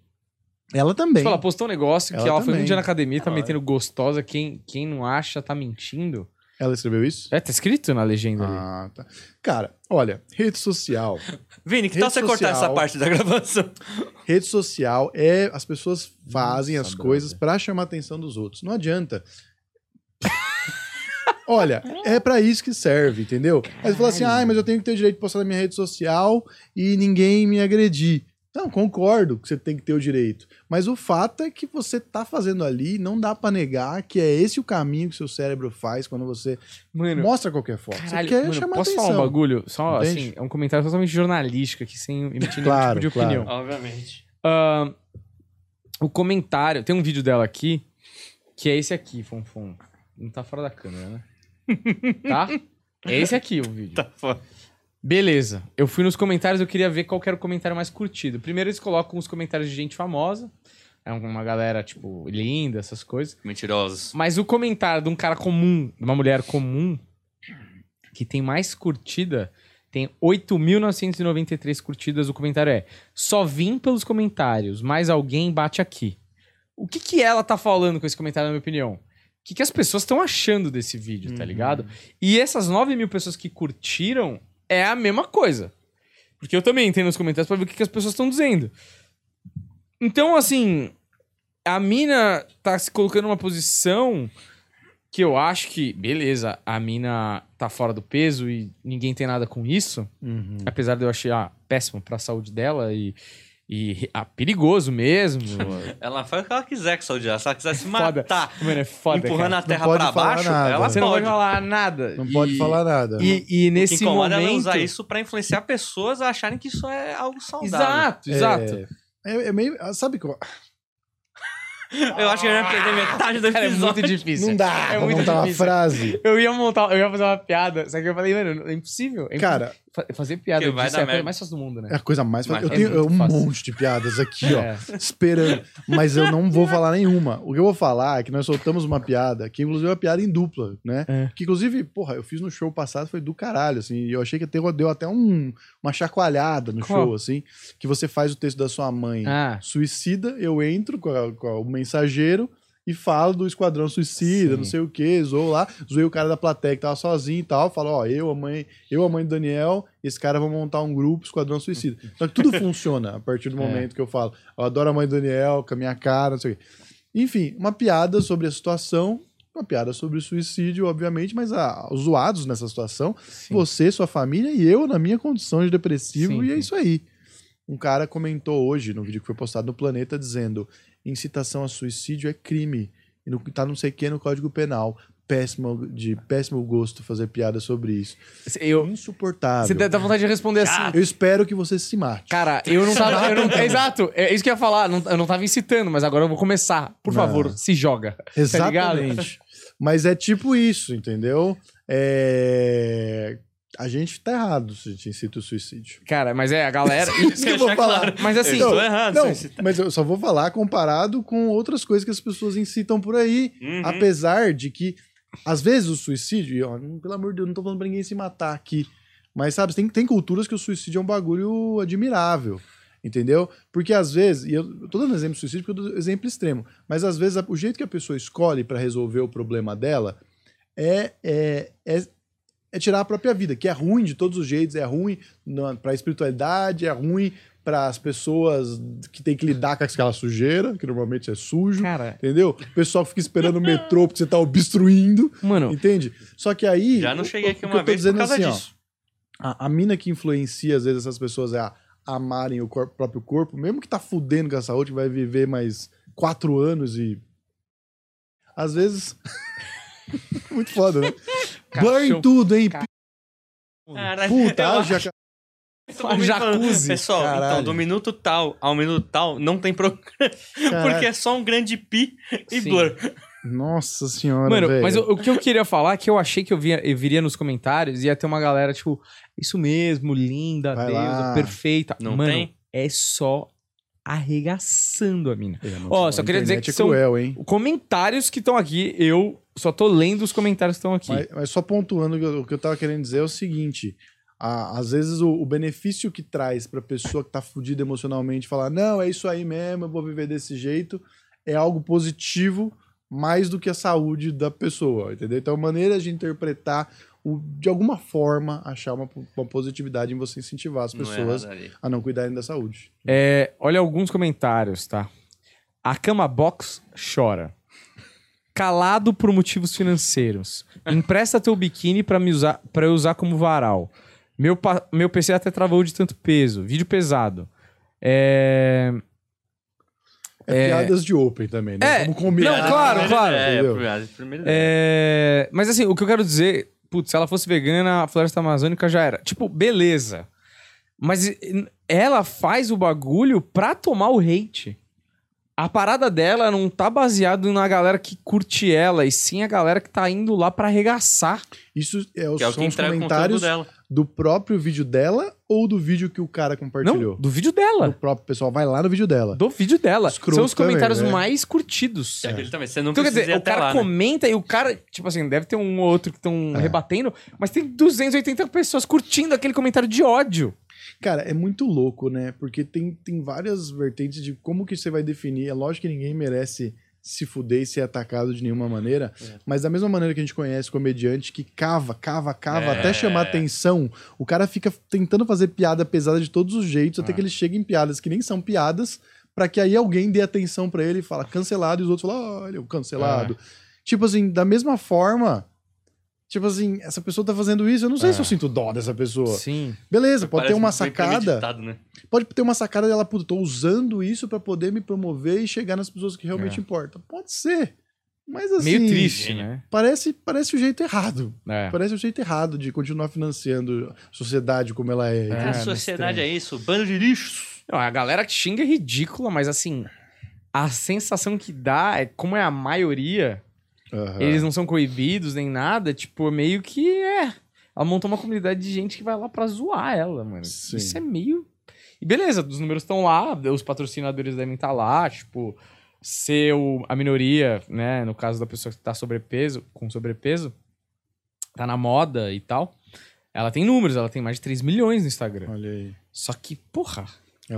[SPEAKER 3] Ela também.
[SPEAKER 2] Tipo, ela postou um negócio que
[SPEAKER 3] Ela
[SPEAKER 2] ela foi um
[SPEAKER 3] também.
[SPEAKER 2] dia na academia, tá
[SPEAKER 4] Ah,
[SPEAKER 2] metendo gostosa. Quem, quem não acha tá mentindo.
[SPEAKER 3] Ela escreveu isso?
[SPEAKER 2] É, tá escrito na legenda ali.
[SPEAKER 3] Ah, tá. Cara, olha, rede social.
[SPEAKER 4] Vini, que tal
[SPEAKER 3] Rede
[SPEAKER 4] você cortar
[SPEAKER 3] social.
[SPEAKER 4] essa parte da gravação?
[SPEAKER 3] Rede social é. As pessoas fazem
[SPEAKER 2] Nossa,
[SPEAKER 3] as coisas pra chamar a atenção dos outros. Não adianta. Olha, é pra isso que serve, entendeu? Aí você fala assim,
[SPEAKER 2] Caralho.
[SPEAKER 3] ah, mas eu tenho que ter o direito de postar na minha rede social e ninguém me agredir. Não, concordo que você tem que ter o direito. Mas o fato é que você tá fazendo ali, não dá pra negar que é esse o caminho que seu cérebro faz quando você
[SPEAKER 2] Mano,
[SPEAKER 3] mostra qualquer foto.
[SPEAKER 2] Caralho,
[SPEAKER 3] você quer
[SPEAKER 2] mano,
[SPEAKER 3] chamar
[SPEAKER 2] posso
[SPEAKER 3] atenção.
[SPEAKER 2] falar um bagulho? Só
[SPEAKER 3] Entende?
[SPEAKER 2] assim, é um comentário totalmente jornalístico aqui, sem emitir
[SPEAKER 3] Claro,
[SPEAKER 2] nenhum tipo de
[SPEAKER 3] claro.
[SPEAKER 2] opinião.
[SPEAKER 4] Obviamente.
[SPEAKER 2] Ah, o comentário, tem um vídeo dela aqui, que é esse aqui, Fonfon. Não tá fora da câmera, né? tá? É esse aqui o vídeo.
[SPEAKER 4] Tá foda.
[SPEAKER 2] Beleza. Eu fui nos comentários, eu queria ver qual que era o comentário mais curtido. Primeiro eles colocam os comentários de gente famosa. É uma galera, tipo, linda, essas coisas.
[SPEAKER 4] Mentirosos.
[SPEAKER 2] Mas o comentário de um cara comum, de uma mulher comum, que tem mais curtida, tem 8.993 curtidas. O comentário é: só vim pelos comentários, mas alguém bate aqui. O que, que ela tá falando com esse comentário, na minha opinião? O que, que as pessoas estão achando desse vídeo, tá ligado? E essas 9 mil pessoas que curtiram é a mesma coisa. Porque eu também entrei nos comentários pra ver o que, que as pessoas estão dizendo. Então, assim, a mina tá se colocando numa posição que eu acho que, beleza, a mina tá fora do peso e ninguém tem nada com isso.
[SPEAKER 3] Uhum.
[SPEAKER 2] Apesar de eu achar péssimo pra saúde dela e, e ah, perigoso mesmo. É
[SPEAKER 4] Ela faz o que ela quiser com saúde dela. Se ela quiser se
[SPEAKER 2] Foda.
[SPEAKER 4] matar,
[SPEAKER 2] Mano, é foda.
[SPEAKER 4] tá empurrando
[SPEAKER 2] cara.
[SPEAKER 4] a terra
[SPEAKER 3] pode
[SPEAKER 4] pra
[SPEAKER 3] falar
[SPEAKER 4] baixo,
[SPEAKER 3] nada.
[SPEAKER 4] ela
[SPEAKER 2] Você não
[SPEAKER 4] pode.
[SPEAKER 2] vai falar nada.
[SPEAKER 3] Não
[SPEAKER 2] E-
[SPEAKER 3] pode falar nada.
[SPEAKER 2] E, e
[SPEAKER 4] O que
[SPEAKER 2] nesse
[SPEAKER 4] incomoda ela é
[SPEAKER 2] momento.
[SPEAKER 4] usar isso pra influenciar pessoas a acharem que isso é algo saudável.
[SPEAKER 2] Exato, exato.
[SPEAKER 3] É, é meio. ah, Sabe que. eu-
[SPEAKER 4] Eu acho que eu já perder metade do
[SPEAKER 2] Cara, é muito
[SPEAKER 4] episódio.
[SPEAKER 2] difícil.
[SPEAKER 3] Não dá
[SPEAKER 2] é
[SPEAKER 3] pra
[SPEAKER 2] muito difícil.
[SPEAKER 3] montar
[SPEAKER 2] É
[SPEAKER 3] uma frase.
[SPEAKER 2] Eu ia montar, eu ia fazer uma piada, só que eu falei, mano, é impossível. é
[SPEAKER 3] Cara,
[SPEAKER 2] impossível. Fa- fazer piada
[SPEAKER 4] Porque vai
[SPEAKER 2] disso
[SPEAKER 4] dar
[SPEAKER 2] é a coisa
[SPEAKER 4] merda.
[SPEAKER 2] mais fácil do mundo,
[SPEAKER 3] é
[SPEAKER 2] né?
[SPEAKER 3] a coisa mais. fa-
[SPEAKER 4] Mas
[SPEAKER 3] eu
[SPEAKER 2] é
[SPEAKER 3] tenho
[SPEAKER 2] muito
[SPEAKER 3] um
[SPEAKER 2] fácil.
[SPEAKER 3] monte de piadas aqui, ó.
[SPEAKER 2] É.
[SPEAKER 3] Esperando. Mas eu não vou falar nenhuma. O que eu vou falar é que nós soltamos uma piada, que inclusive é uma piada em dupla, né?
[SPEAKER 2] É.
[SPEAKER 3] Que inclusive, porra, eu fiz no show passado, foi do caralho, assim. E eu achei que até deu até um- uma chacoalhada no
[SPEAKER 2] Qual?
[SPEAKER 3] show, assim. Que você faz o texto da sua mãe
[SPEAKER 2] Ah,
[SPEAKER 3] suicida, eu entro com, a- com a- o mensageiro e falo do Esquadrão Suicida,
[SPEAKER 2] Sim.
[SPEAKER 3] não sei o que, zoou lá, zoei o cara da plateia que tava sozinho e tal, falo, ó, eu, a mãe, eu, a mãe do Daniel, esse cara vão montar um grupo, Esquadrão Suicida. Então tudo funciona a partir do
[SPEAKER 2] É.
[SPEAKER 3] momento que eu falo, eu adoro a mãe do Daniel, com a minha cara, não sei o quê. Enfim, uma piada sobre a situação, uma piada sobre o suicídio, obviamente, mas a- os zoados nessa situação,
[SPEAKER 2] sim.
[SPEAKER 3] você, sua família e eu na minha condição de depressivo,
[SPEAKER 2] Sim.
[SPEAKER 3] e é isso aí. Um cara comentou hoje, no vídeo que foi postado no Planeta, dizendo: incitação a suicídio é crime. E no, tá não sei o que no Código Penal. Péssimo, de péssimo gosto fazer piada sobre isso.
[SPEAKER 2] Eu,
[SPEAKER 3] Insuportável.
[SPEAKER 2] você dá vontade de responder assim.
[SPEAKER 3] Eu espero que você se mate.
[SPEAKER 2] Cara, eu não tava. eu não- exato, é isso que eu ia falar. não- eu não tava incitando, mas agora eu vou começar. Por
[SPEAKER 3] Não.
[SPEAKER 2] favor, se joga.
[SPEAKER 3] Exatamente. Mas é tipo isso, entendeu? É... A gente tá errado se a gente incita o suicídio.
[SPEAKER 2] Cara, mas é, a galera.
[SPEAKER 3] Isso que eu vou
[SPEAKER 4] Deixar
[SPEAKER 3] falar.
[SPEAKER 2] Mas assim,
[SPEAKER 3] Não,
[SPEAKER 4] Estou errado,
[SPEAKER 3] não,
[SPEAKER 4] só incitar.
[SPEAKER 3] mas eu só vou falar comparado com outras coisas que as pessoas incitam por aí.
[SPEAKER 4] Uhum.
[SPEAKER 3] Apesar de que, às vezes, o suicídio, e, ó, pelo amor de Deus, não tô falando pra ninguém se matar aqui. Mas, sabe, tem, tem culturas que o suicídio é um bagulho admirável. Entendeu? Porque às vezes, e eu eu tô dando exemplo de suicídio porque eu dou exemplo extremo, mas às vezes a- o jeito que a pessoa escolhe pra resolver o problema dela é, é, é, é tirar a própria vida, que é ruim de todos os jeitos, é ruim na- pra espiritualidade, é ruim para as pessoas que tem que lidar com aquela sujeira, que normalmente é sujo.
[SPEAKER 2] Cara,
[SPEAKER 3] Entendeu? O pessoal fica esperando o metrô porque você tá obstruindo,
[SPEAKER 2] mano,
[SPEAKER 3] entende? Só que aí.
[SPEAKER 4] Já não
[SPEAKER 3] o-
[SPEAKER 4] cheguei
[SPEAKER 3] o
[SPEAKER 4] aqui
[SPEAKER 3] que
[SPEAKER 4] uma
[SPEAKER 3] eu tô
[SPEAKER 4] vez por
[SPEAKER 3] dizendo é
[SPEAKER 4] causa
[SPEAKER 3] assim, ó,
[SPEAKER 4] disso.
[SPEAKER 3] a, a mina que influencia, às vezes, essas pessoas é a amarem o cor- próprio corpo, mesmo que tá fudendo com a saúde, que vai viver mais quatro anos e. Às vezes. Muito foda, né? Burn
[SPEAKER 2] Cachorro.
[SPEAKER 3] tudo, hein?
[SPEAKER 4] Caralho,
[SPEAKER 3] Puta,
[SPEAKER 4] eu
[SPEAKER 3] haja
[SPEAKER 4] acho que eu tô
[SPEAKER 2] jacuzzi,
[SPEAKER 4] falando, Pessoal, então,
[SPEAKER 3] caralho.
[SPEAKER 4] do minuto tal ao minuto tal, não tem programa.
[SPEAKER 3] Caralho.
[SPEAKER 4] Porque é só um grande pi e
[SPEAKER 2] Sim.
[SPEAKER 4] blur.
[SPEAKER 3] Nossa senhora,
[SPEAKER 2] Mano,
[SPEAKER 3] velho.
[SPEAKER 2] mas o, o que eu queria falar, que eu achei que eu, via, eu viria nos comentários, ia ter uma galera, tipo, isso mesmo, linda,
[SPEAKER 3] Vai
[SPEAKER 2] deusa,
[SPEAKER 3] lá."
[SPEAKER 2] perfeita.
[SPEAKER 4] Não
[SPEAKER 2] Mano,
[SPEAKER 4] tem?
[SPEAKER 2] é só arregaçando a mina.
[SPEAKER 3] É, mano,
[SPEAKER 2] Ó,
[SPEAKER 3] a
[SPEAKER 2] só queria dizer
[SPEAKER 3] internet
[SPEAKER 2] que
[SPEAKER 3] é
[SPEAKER 2] são-
[SPEAKER 3] cruel, hein?
[SPEAKER 2] Comentários que estão aqui, eu só tô lendo os comentários que estão aqui.
[SPEAKER 3] Mas, mas só pontuando, o que eu- o que eu tava querendo dizer é o seguinte: a- às vezes o, o benefício que traz pra pessoa que tá fudida emocionalmente falar, não, é isso aí mesmo, eu vou viver desse jeito, é algo positivo mais do que a saúde da pessoa, entendeu? Então, maneiras de interpretar, o- de alguma forma, achar uma, po- uma positividade em você incentivar as
[SPEAKER 4] Não é
[SPEAKER 3] pessoas
[SPEAKER 4] nada ali.
[SPEAKER 3] a não cuidarem da saúde.
[SPEAKER 2] É, olha alguns comentários, tá? A cama box chora. Calado por motivos financeiros. Empresta teu biquíni pra, me usar, pra eu usar como varal. Meu, pa- meu PC até travou de tanto peso. Vídeo pesado. É...
[SPEAKER 3] É, piadas de open também, né?
[SPEAKER 2] É,
[SPEAKER 3] Como combinado.
[SPEAKER 2] não, claro, claro.
[SPEAKER 4] É,
[SPEAKER 3] Entendeu?
[SPEAKER 4] primeiro- primeiro-
[SPEAKER 2] É, Mas assim, o que eu quero dizer, putz, se ela fosse vegana, a floresta amazônica já era. Tipo, beleza. Mas e, n- ela faz o bagulho pra tomar o hate. A parada dela não tá baseado na galera que curte ela, e sim a galera que tá indo lá pra arregaçar.
[SPEAKER 3] Isso é,
[SPEAKER 4] Que é o que
[SPEAKER 3] são os
[SPEAKER 4] entrega o conteúdo
[SPEAKER 3] comentários
[SPEAKER 4] dela.
[SPEAKER 3] do próprio vídeo dela ou do vídeo que o cara compartilhou?
[SPEAKER 2] Não, do vídeo dela.
[SPEAKER 3] do próprio pessoal. Vai lá no vídeo dela.
[SPEAKER 2] Do vídeo dela.
[SPEAKER 3] Escroto
[SPEAKER 2] São os
[SPEAKER 3] também,
[SPEAKER 2] comentários
[SPEAKER 3] né?
[SPEAKER 2] mais curtidos.
[SPEAKER 4] É aquele também. Você não
[SPEAKER 2] Então, quer
[SPEAKER 4] precisa
[SPEAKER 2] dizer, o
[SPEAKER 4] ir até
[SPEAKER 2] cara
[SPEAKER 4] lá, né?
[SPEAKER 2] comenta e o cara, tipo assim, deve ter um ou outro que estão
[SPEAKER 3] É.
[SPEAKER 2] rebatendo, mas tem 280 pessoas curtindo aquele comentário de ódio.
[SPEAKER 3] Cara, é muito louco, né? Porque tem, tem várias vertentes de como que você vai definir. É lógico que ninguém merece se fuder e ser atacado de nenhuma maneira,
[SPEAKER 4] É.
[SPEAKER 3] mas da mesma maneira que a gente conhece comediante que cava, cava, cava,
[SPEAKER 4] É.
[SPEAKER 3] até chamar atenção, o cara fica tentando fazer piada pesada de todos os jeitos, até
[SPEAKER 2] É.
[SPEAKER 3] que ele chega em piadas que nem são piadas, pra que aí alguém dê atenção pra ele e fala cancelado, e os outros falam, olha, o cancelado. Tipo assim, da mesma forma, tipo assim, essa pessoa tá fazendo isso, eu não sei
[SPEAKER 2] É.
[SPEAKER 3] se eu sinto dó dessa pessoa.
[SPEAKER 2] Sim.
[SPEAKER 3] Beleza, pode ter
[SPEAKER 4] Parece
[SPEAKER 3] uma
[SPEAKER 4] que foi
[SPEAKER 3] sacada
[SPEAKER 4] premeditado, né?
[SPEAKER 3] pode ter uma sacada dela, puta, tô usando isso pra poder me promover e chegar nas pessoas que realmente
[SPEAKER 2] É.
[SPEAKER 3] importam. Pode ser. Mas assim.
[SPEAKER 2] Meio triste,
[SPEAKER 4] gênio.
[SPEAKER 2] né?
[SPEAKER 3] Parece, parece o jeito errado.
[SPEAKER 2] É.
[SPEAKER 3] Parece o jeito errado de continuar financiando a sociedade como ela é.
[SPEAKER 2] É.
[SPEAKER 4] a
[SPEAKER 2] mas
[SPEAKER 4] sociedade é isso, bando de lixos.
[SPEAKER 2] Não, a galera que xinga é ridícula, mas assim, a sensação que dá é como é a maioria,
[SPEAKER 3] Aham.
[SPEAKER 2] eles não são coibidos nem nada, tipo, meio que é. Ela montou uma comunidade de gente que vai lá pra zoar ela, mano.
[SPEAKER 3] Sim.
[SPEAKER 2] Isso é meio. E beleza, os números estão lá, os patrocinadores devem estar lá, tipo, ser o- a minoria, né? No caso da pessoa que tá sobrepeso, com sobrepeso, tá na moda e tal. Ela tem números, ela tem mais de 3 milhões no Instagram.
[SPEAKER 3] Olha aí.
[SPEAKER 2] Só que, porra.
[SPEAKER 3] É,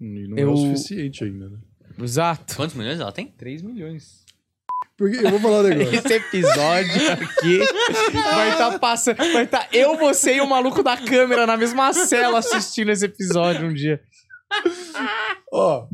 [SPEAKER 3] e não é
[SPEAKER 2] Eu-
[SPEAKER 3] o suficiente ainda, né?
[SPEAKER 2] Exato.
[SPEAKER 4] Quantos milhões ela tem?
[SPEAKER 2] 3 milhões.
[SPEAKER 3] Porque eu vou falar um negócio.
[SPEAKER 2] Esse episódio aqui vai estar passando. Vai estar eu, você e o maluco da câmera na mesma cela assistindo esse episódio um dia.
[SPEAKER 3] Ó,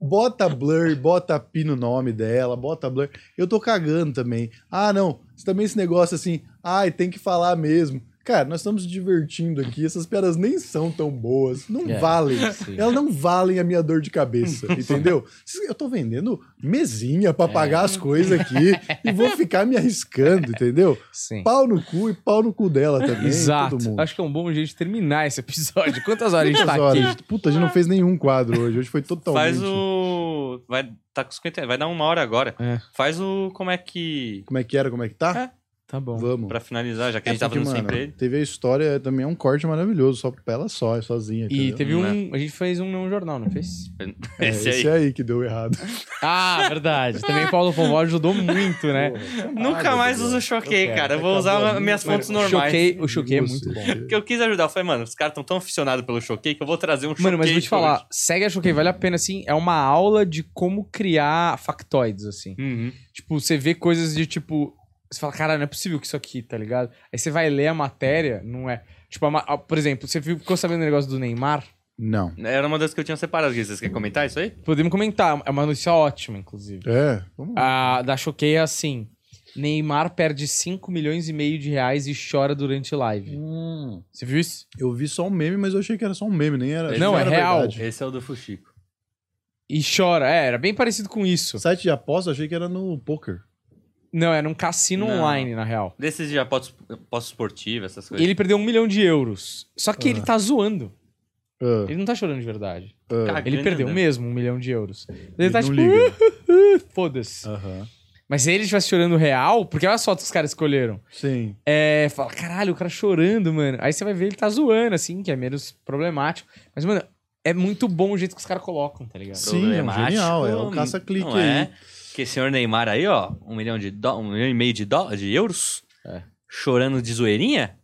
[SPEAKER 3] bota blur, bota pi no nome dela, bota blur. Eu tô cagando também. Ah, não. Também esse negócio assim, ai, tem que falar mesmo. Cara, nós estamos nos divertindo aqui, essas piadas nem são tão boas, não
[SPEAKER 2] É,
[SPEAKER 3] valem.
[SPEAKER 2] sim.
[SPEAKER 3] Elas não valem a minha dor de cabeça, entendeu? Eu tô vendendo mesinha
[SPEAKER 2] É.
[SPEAKER 3] pra pagar as coisas aqui e vou ficar me arriscando, entendeu?
[SPEAKER 2] Sim.
[SPEAKER 3] Pau no cu e pau no cu dela também.
[SPEAKER 2] Exato.
[SPEAKER 3] Todo mundo.
[SPEAKER 2] Acho que é um bom jeito de terminar esse episódio. Quantas horas a gente
[SPEAKER 3] Quantas
[SPEAKER 2] tá
[SPEAKER 3] horas?
[SPEAKER 2] aqui?
[SPEAKER 3] Puta, a gente não fez nenhum quadro hoje. Hoje foi totalmente.
[SPEAKER 4] Faz o. Vai, tá com 50, vai dar uma hora agora.
[SPEAKER 2] É.
[SPEAKER 4] Faz o. Como é que.
[SPEAKER 3] Como é que era, como é que tá?
[SPEAKER 2] Tá bom.
[SPEAKER 3] Vamos.
[SPEAKER 4] Pra finalizar, já que
[SPEAKER 3] É
[SPEAKER 4] a gente tá
[SPEAKER 3] porque,
[SPEAKER 4] fazendo
[SPEAKER 3] mano,
[SPEAKER 4] sempre ele.
[SPEAKER 3] Teve a história também, é um corte maravilhoso, só pra ela só, é sozinha.
[SPEAKER 2] E
[SPEAKER 3] entendeu?
[SPEAKER 2] teve
[SPEAKER 4] Não
[SPEAKER 2] um. A gente fez um não jornal, não fez?
[SPEAKER 3] É,
[SPEAKER 4] Esse aí.
[SPEAKER 3] que deu errado.
[SPEAKER 2] Ah, verdade. Também Paulo Fonvó ajudou muito, né?
[SPEAKER 4] Nunca mais uso o choquei, cara. Eu vou usar minhas fontes
[SPEAKER 2] O
[SPEAKER 4] normais.
[SPEAKER 2] choquei, o choquei é muito bom.
[SPEAKER 4] Porque eu quis ajudar. Eu falei, mano, os caras estão tão aficionados pelo choquei que eu vou trazer um choquei.
[SPEAKER 2] Mano, mas vou te falar,
[SPEAKER 4] hoje.
[SPEAKER 2] segue a Choquei, vale a pena, assim. É uma aula de como criar factoides, assim.
[SPEAKER 4] Uhum.
[SPEAKER 2] Tipo, você vê coisas de tipo. Você fala, cara, não é possível que isso aqui, tá ligado? Aí você vai ler a matéria, não é. Tipo, a ma- a- por exemplo, você viu- ficou sabendo o negócio do Neymar?
[SPEAKER 3] Não.
[SPEAKER 4] Era uma das que eu tinha separado. Gui. Vocês querem comentar isso aí?
[SPEAKER 2] Podemos comentar, é uma notícia ótima, inclusive.
[SPEAKER 3] É, vamos lá.
[SPEAKER 2] A da Choquei é assim: Neymar perde 5 milhões e meio de reais e chora durante live. Você viu isso?
[SPEAKER 3] Eu vi só um meme, mas eu achei que era só um meme, nem era.
[SPEAKER 2] Não, é
[SPEAKER 3] era
[SPEAKER 2] real.
[SPEAKER 3] verdade.
[SPEAKER 6] Esse é o do Fuxico.
[SPEAKER 2] E chora. É, era bem parecido com isso.
[SPEAKER 3] Site de aposta, eu achei que era no poker.
[SPEAKER 2] Não, era um cassino
[SPEAKER 4] Não.
[SPEAKER 2] online, na real.
[SPEAKER 4] Desses de apostas apostas esportivas, essas coisas.
[SPEAKER 2] Ele perdeu um milhão de euros. Só que ele
[SPEAKER 3] Ah.
[SPEAKER 2] tá zoando.
[SPEAKER 3] Ah,
[SPEAKER 2] Ele não tá chorando de verdade.
[SPEAKER 3] ah,
[SPEAKER 4] Cagando,
[SPEAKER 2] Ele perdeu
[SPEAKER 4] né?
[SPEAKER 2] mesmo um milhão de euros. Ele,
[SPEAKER 3] ele
[SPEAKER 2] tá
[SPEAKER 3] não
[SPEAKER 2] tipo,
[SPEAKER 3] liga.
[SPEAKER 2] "Uh, foda-se.
[SPEAKER 3] Aham.
[SPEAKER 2] Mas se ele estivesse chorando real, porque olha só que os caras escolheram.
[SPEAKER 3] Sim.
[SPEAKER 2] É, fala, caralho, o cara chorando, mano. Aí você vai ver ele tá zoando, assim, que é menos problemático. Mas, mano, é muito bom o jeito que os caras colocam, tá ligado?
[SPEAKER 3] Sim, é um
[SPEAKER 4] Problemático,
[SPEAKER 3] genial, é um caça-clique
[SPEAKER 4] não é? Que esse senhor Neymar aí, ó, um milhão de dó, um milhão e meio de, dó, de euros,
[SPEAKER 2] É.
[SPEAKER 4] chorando de zoeirinha.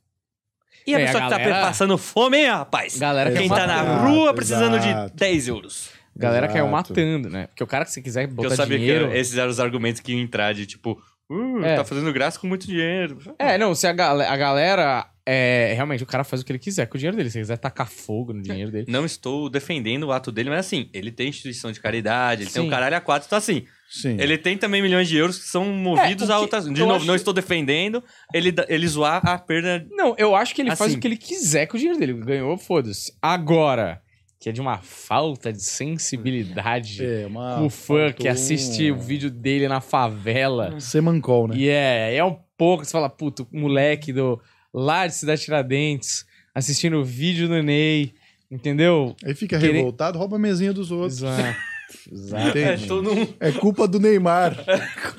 [SPEAKER 4] E a
[SPEAKER 2] É, a
[SPEAKER 4] pessoa que tá
[SPEAKER 2] galera-
[SPEAKER 4] passando fome, hein, rapaz?
[SPEAKER 2] Galera caiu
[SPEAKER 4] Quem tá
[SPEAKER 2] matando.
[SPEAKER 4] na
[SPEAKER 3] Exato,
[SPEAKER 4] rua precisando
[SPEAKER 3] exato.
[SPEAKER 4] de 10 euros.
[SPEAKER 2] Galera caiu
[SPEAKER 3] Exato.
[SPEAKER 2] matando, né? Porque o cara que você quiser
[SPEAKER 4] Porque
[SPEAKER 2] botar
[SPEAKER 4] eu sabia
[SPEAKER 2] dinheiro.
[SPEAKER 4] que esses eram os argumentos que iam entrar de tipo, uh,
[SPEAKER 2] É.
[SPEAKER 4] tá fazendo graça com muito dinheiro.
[SPEAKER 2] É, não, se a, gal- a galera. É, realmente, o cara faz o que ele quiser com o dinheiro dele. Se ele quiser tacar fogo no dinheiro dele.
[SPEAKER 4] Não estou defendendo o ato dele, mas assim, ele tem instituição de caridade, ele tem
[SPEAKER 2] Sim.
[SPEAKER 4] um caralho a quatro, então assim,
[SPEAKER 3] Sim.
[SPEAKER 4] ele tem também milhões de euros que são movidos
[SPEAKER 2] É, o
[SPEAKER 4] a
[SPEAKER 2] que-
[SPEAKER 4] outras. De
[SPEAKER 2] eu
[SPEAKER 4] novo,
[SPEAKER 2] acho-
[SPEAKER 4] não estou defendendo ele, da- ele zoar a perda.
[SPEAKER 2] Não, eu acho que ele faz
[SPEAKER 4] Assim.
[SPEAKER 2] o que ele quiser com o dinheiro dele. Ganhou, foda-se. Agora, que é de uma falta de sensibilidade.
[SPEAKER 3] É, uma.
[SPEAKER 2] o fã que
[SPEAKER 3] faltou
[SPEAKER 2] assiste
[SPEAKER 3] um-
[SPEAKER 2] o vídeo dele na favela.
[SPEAKER 3] Semancol, né?
[SPEAKER 2] E é, é um pouco. Você fala, puto, moleque do lá de Cidade Tiradentes, assistindo o vídeo do Ney. Entendeu?
[SPEAKER 3] Aí fica
[SPEAKER 2] Querer-
[SPEAKER 3] revoltado, rouba a mesinha dos outros.
[SPEAKER 2] Exato. Exato.
[SPEAKER 4] É,
[SPEAKER 3] Entende?
[SPEAKER 4] estou num-
[SPEAKER 3] É culpa do Neymar.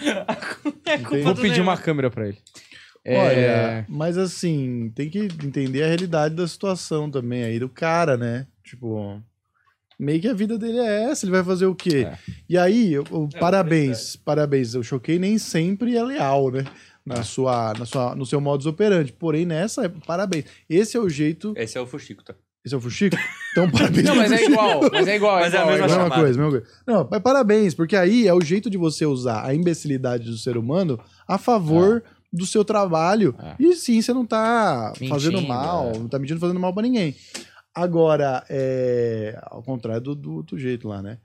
[SPEAKER 4] é culpa
[SPEAKER 3] Entendi.
[SPEAKER 2] Vou
[SPEAKER 4] do
[SPEAKER 2] pedir
[SPEAKER 4] Neymar.
[SPEAKER 2] uma câmera pra ele. É,
[SPEAKER 3] Olha, mas assim, tem que entender a realidade da situação também aí do cara, né? Tipo, meio que a vida dele é essa, ele vai fazer o quê?
[SPEAKER 2] É.
[SPEAKER 3] E aí, eu- eu- parabéns, parabéns. Eu choquei, nem sempre é leal, né? Na
[SPEAKER 2] É.
[SPEAKER 3] sua, na sua, no seu modus operandi. Porém, nessa, é- parabéns. Esse é o jeito.
[SPEAKER 4] Esse é o Fuxico, tá?
[SPEAKER 3] Esse é o Fuxico? Então, parabéns.
[SPEAKER 2] Não,
[SPEAKER 3] pro
[SPEAKER 2] mas é
[SPEAKER 3] Fuxico.
[SPEAKER 2] igual, mas é igual, é
[SPEAKER 4] Mas é a
[SPEAKER 2] igual. igual.
[SPEAKER 4] mesma
[SPEAKER 3] Mesma
[SPEAKER 4] chamada.
[SPEAKER 3] coisa, mesma coisa. Não, mas parabéns, porque aí é o jeito de você usar a imbecilidade do ser humano a favor do seu trabalho.
[SPEAKER 2] É.
[SPEAKER 3] E sim, você não tá
[SPEAKER 2] Mentindo,
[SPEAKER 3] fazendo mal,
[SPEAKER 2] é.
[SPEAKER 3] não tá mentindo fazendo mal pra ninguém. Agora, é. Ao contrário do, do, do jeito lá, né?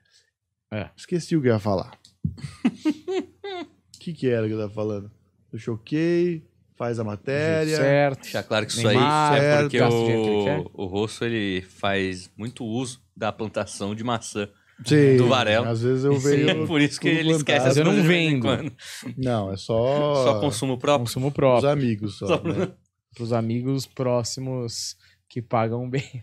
[SPEAKER 2] É.
[SPEAKER 3] Esqueci o que eu ia falar. O que, que era que eu tava falando? Eu choquei, faz a matéria.
[SPEAKER 2] Certo.
[SPEAKER 4] Deixar claro que isso
[SPEAKER 2] Neymar,
[SPEAKER 4] aí é
[SPEAKER 3] certo,
[SPEAKER 4] porque
[SPEAKER 2] gasta o dinheiro que ele quer.
[SPEAKER 4] o, o Rosso ele faz muito uso da plantação de maçã.
[SPEAKER 3] Sim,
[SPEAKER 4] Do Varela.
[SPEAKER 3] Às vezes eu
[SPEAKER 4] É
[SPEAKER 3] vejo.
[SPEAKER 4] por isso que
[SPEAKER 3] tudo
[SPEAKER 4] ele esquece.
[SPEAKER 3] plantado.
[SPEAKER 4] as
[SPEAKER 2] Eu não
[SPEAKER 4] coisas de vez em
[SPEAKER 2] vendo.
[SPEAKER 4] quando.
[SPEAKER 3] Não, é só.
[SPEAKER 4] Só consumo próprio.
[SPEAKER 2] Consumo
[SPEAKER 3] os
[SPEAKER 2] próprio.
[SPEAKER 3] amigos só.
[SPEAKER 4] Só pro-
[SPEAKER 3] né?
[SPEAKER 2] Pros amigos próximos que pagam bem.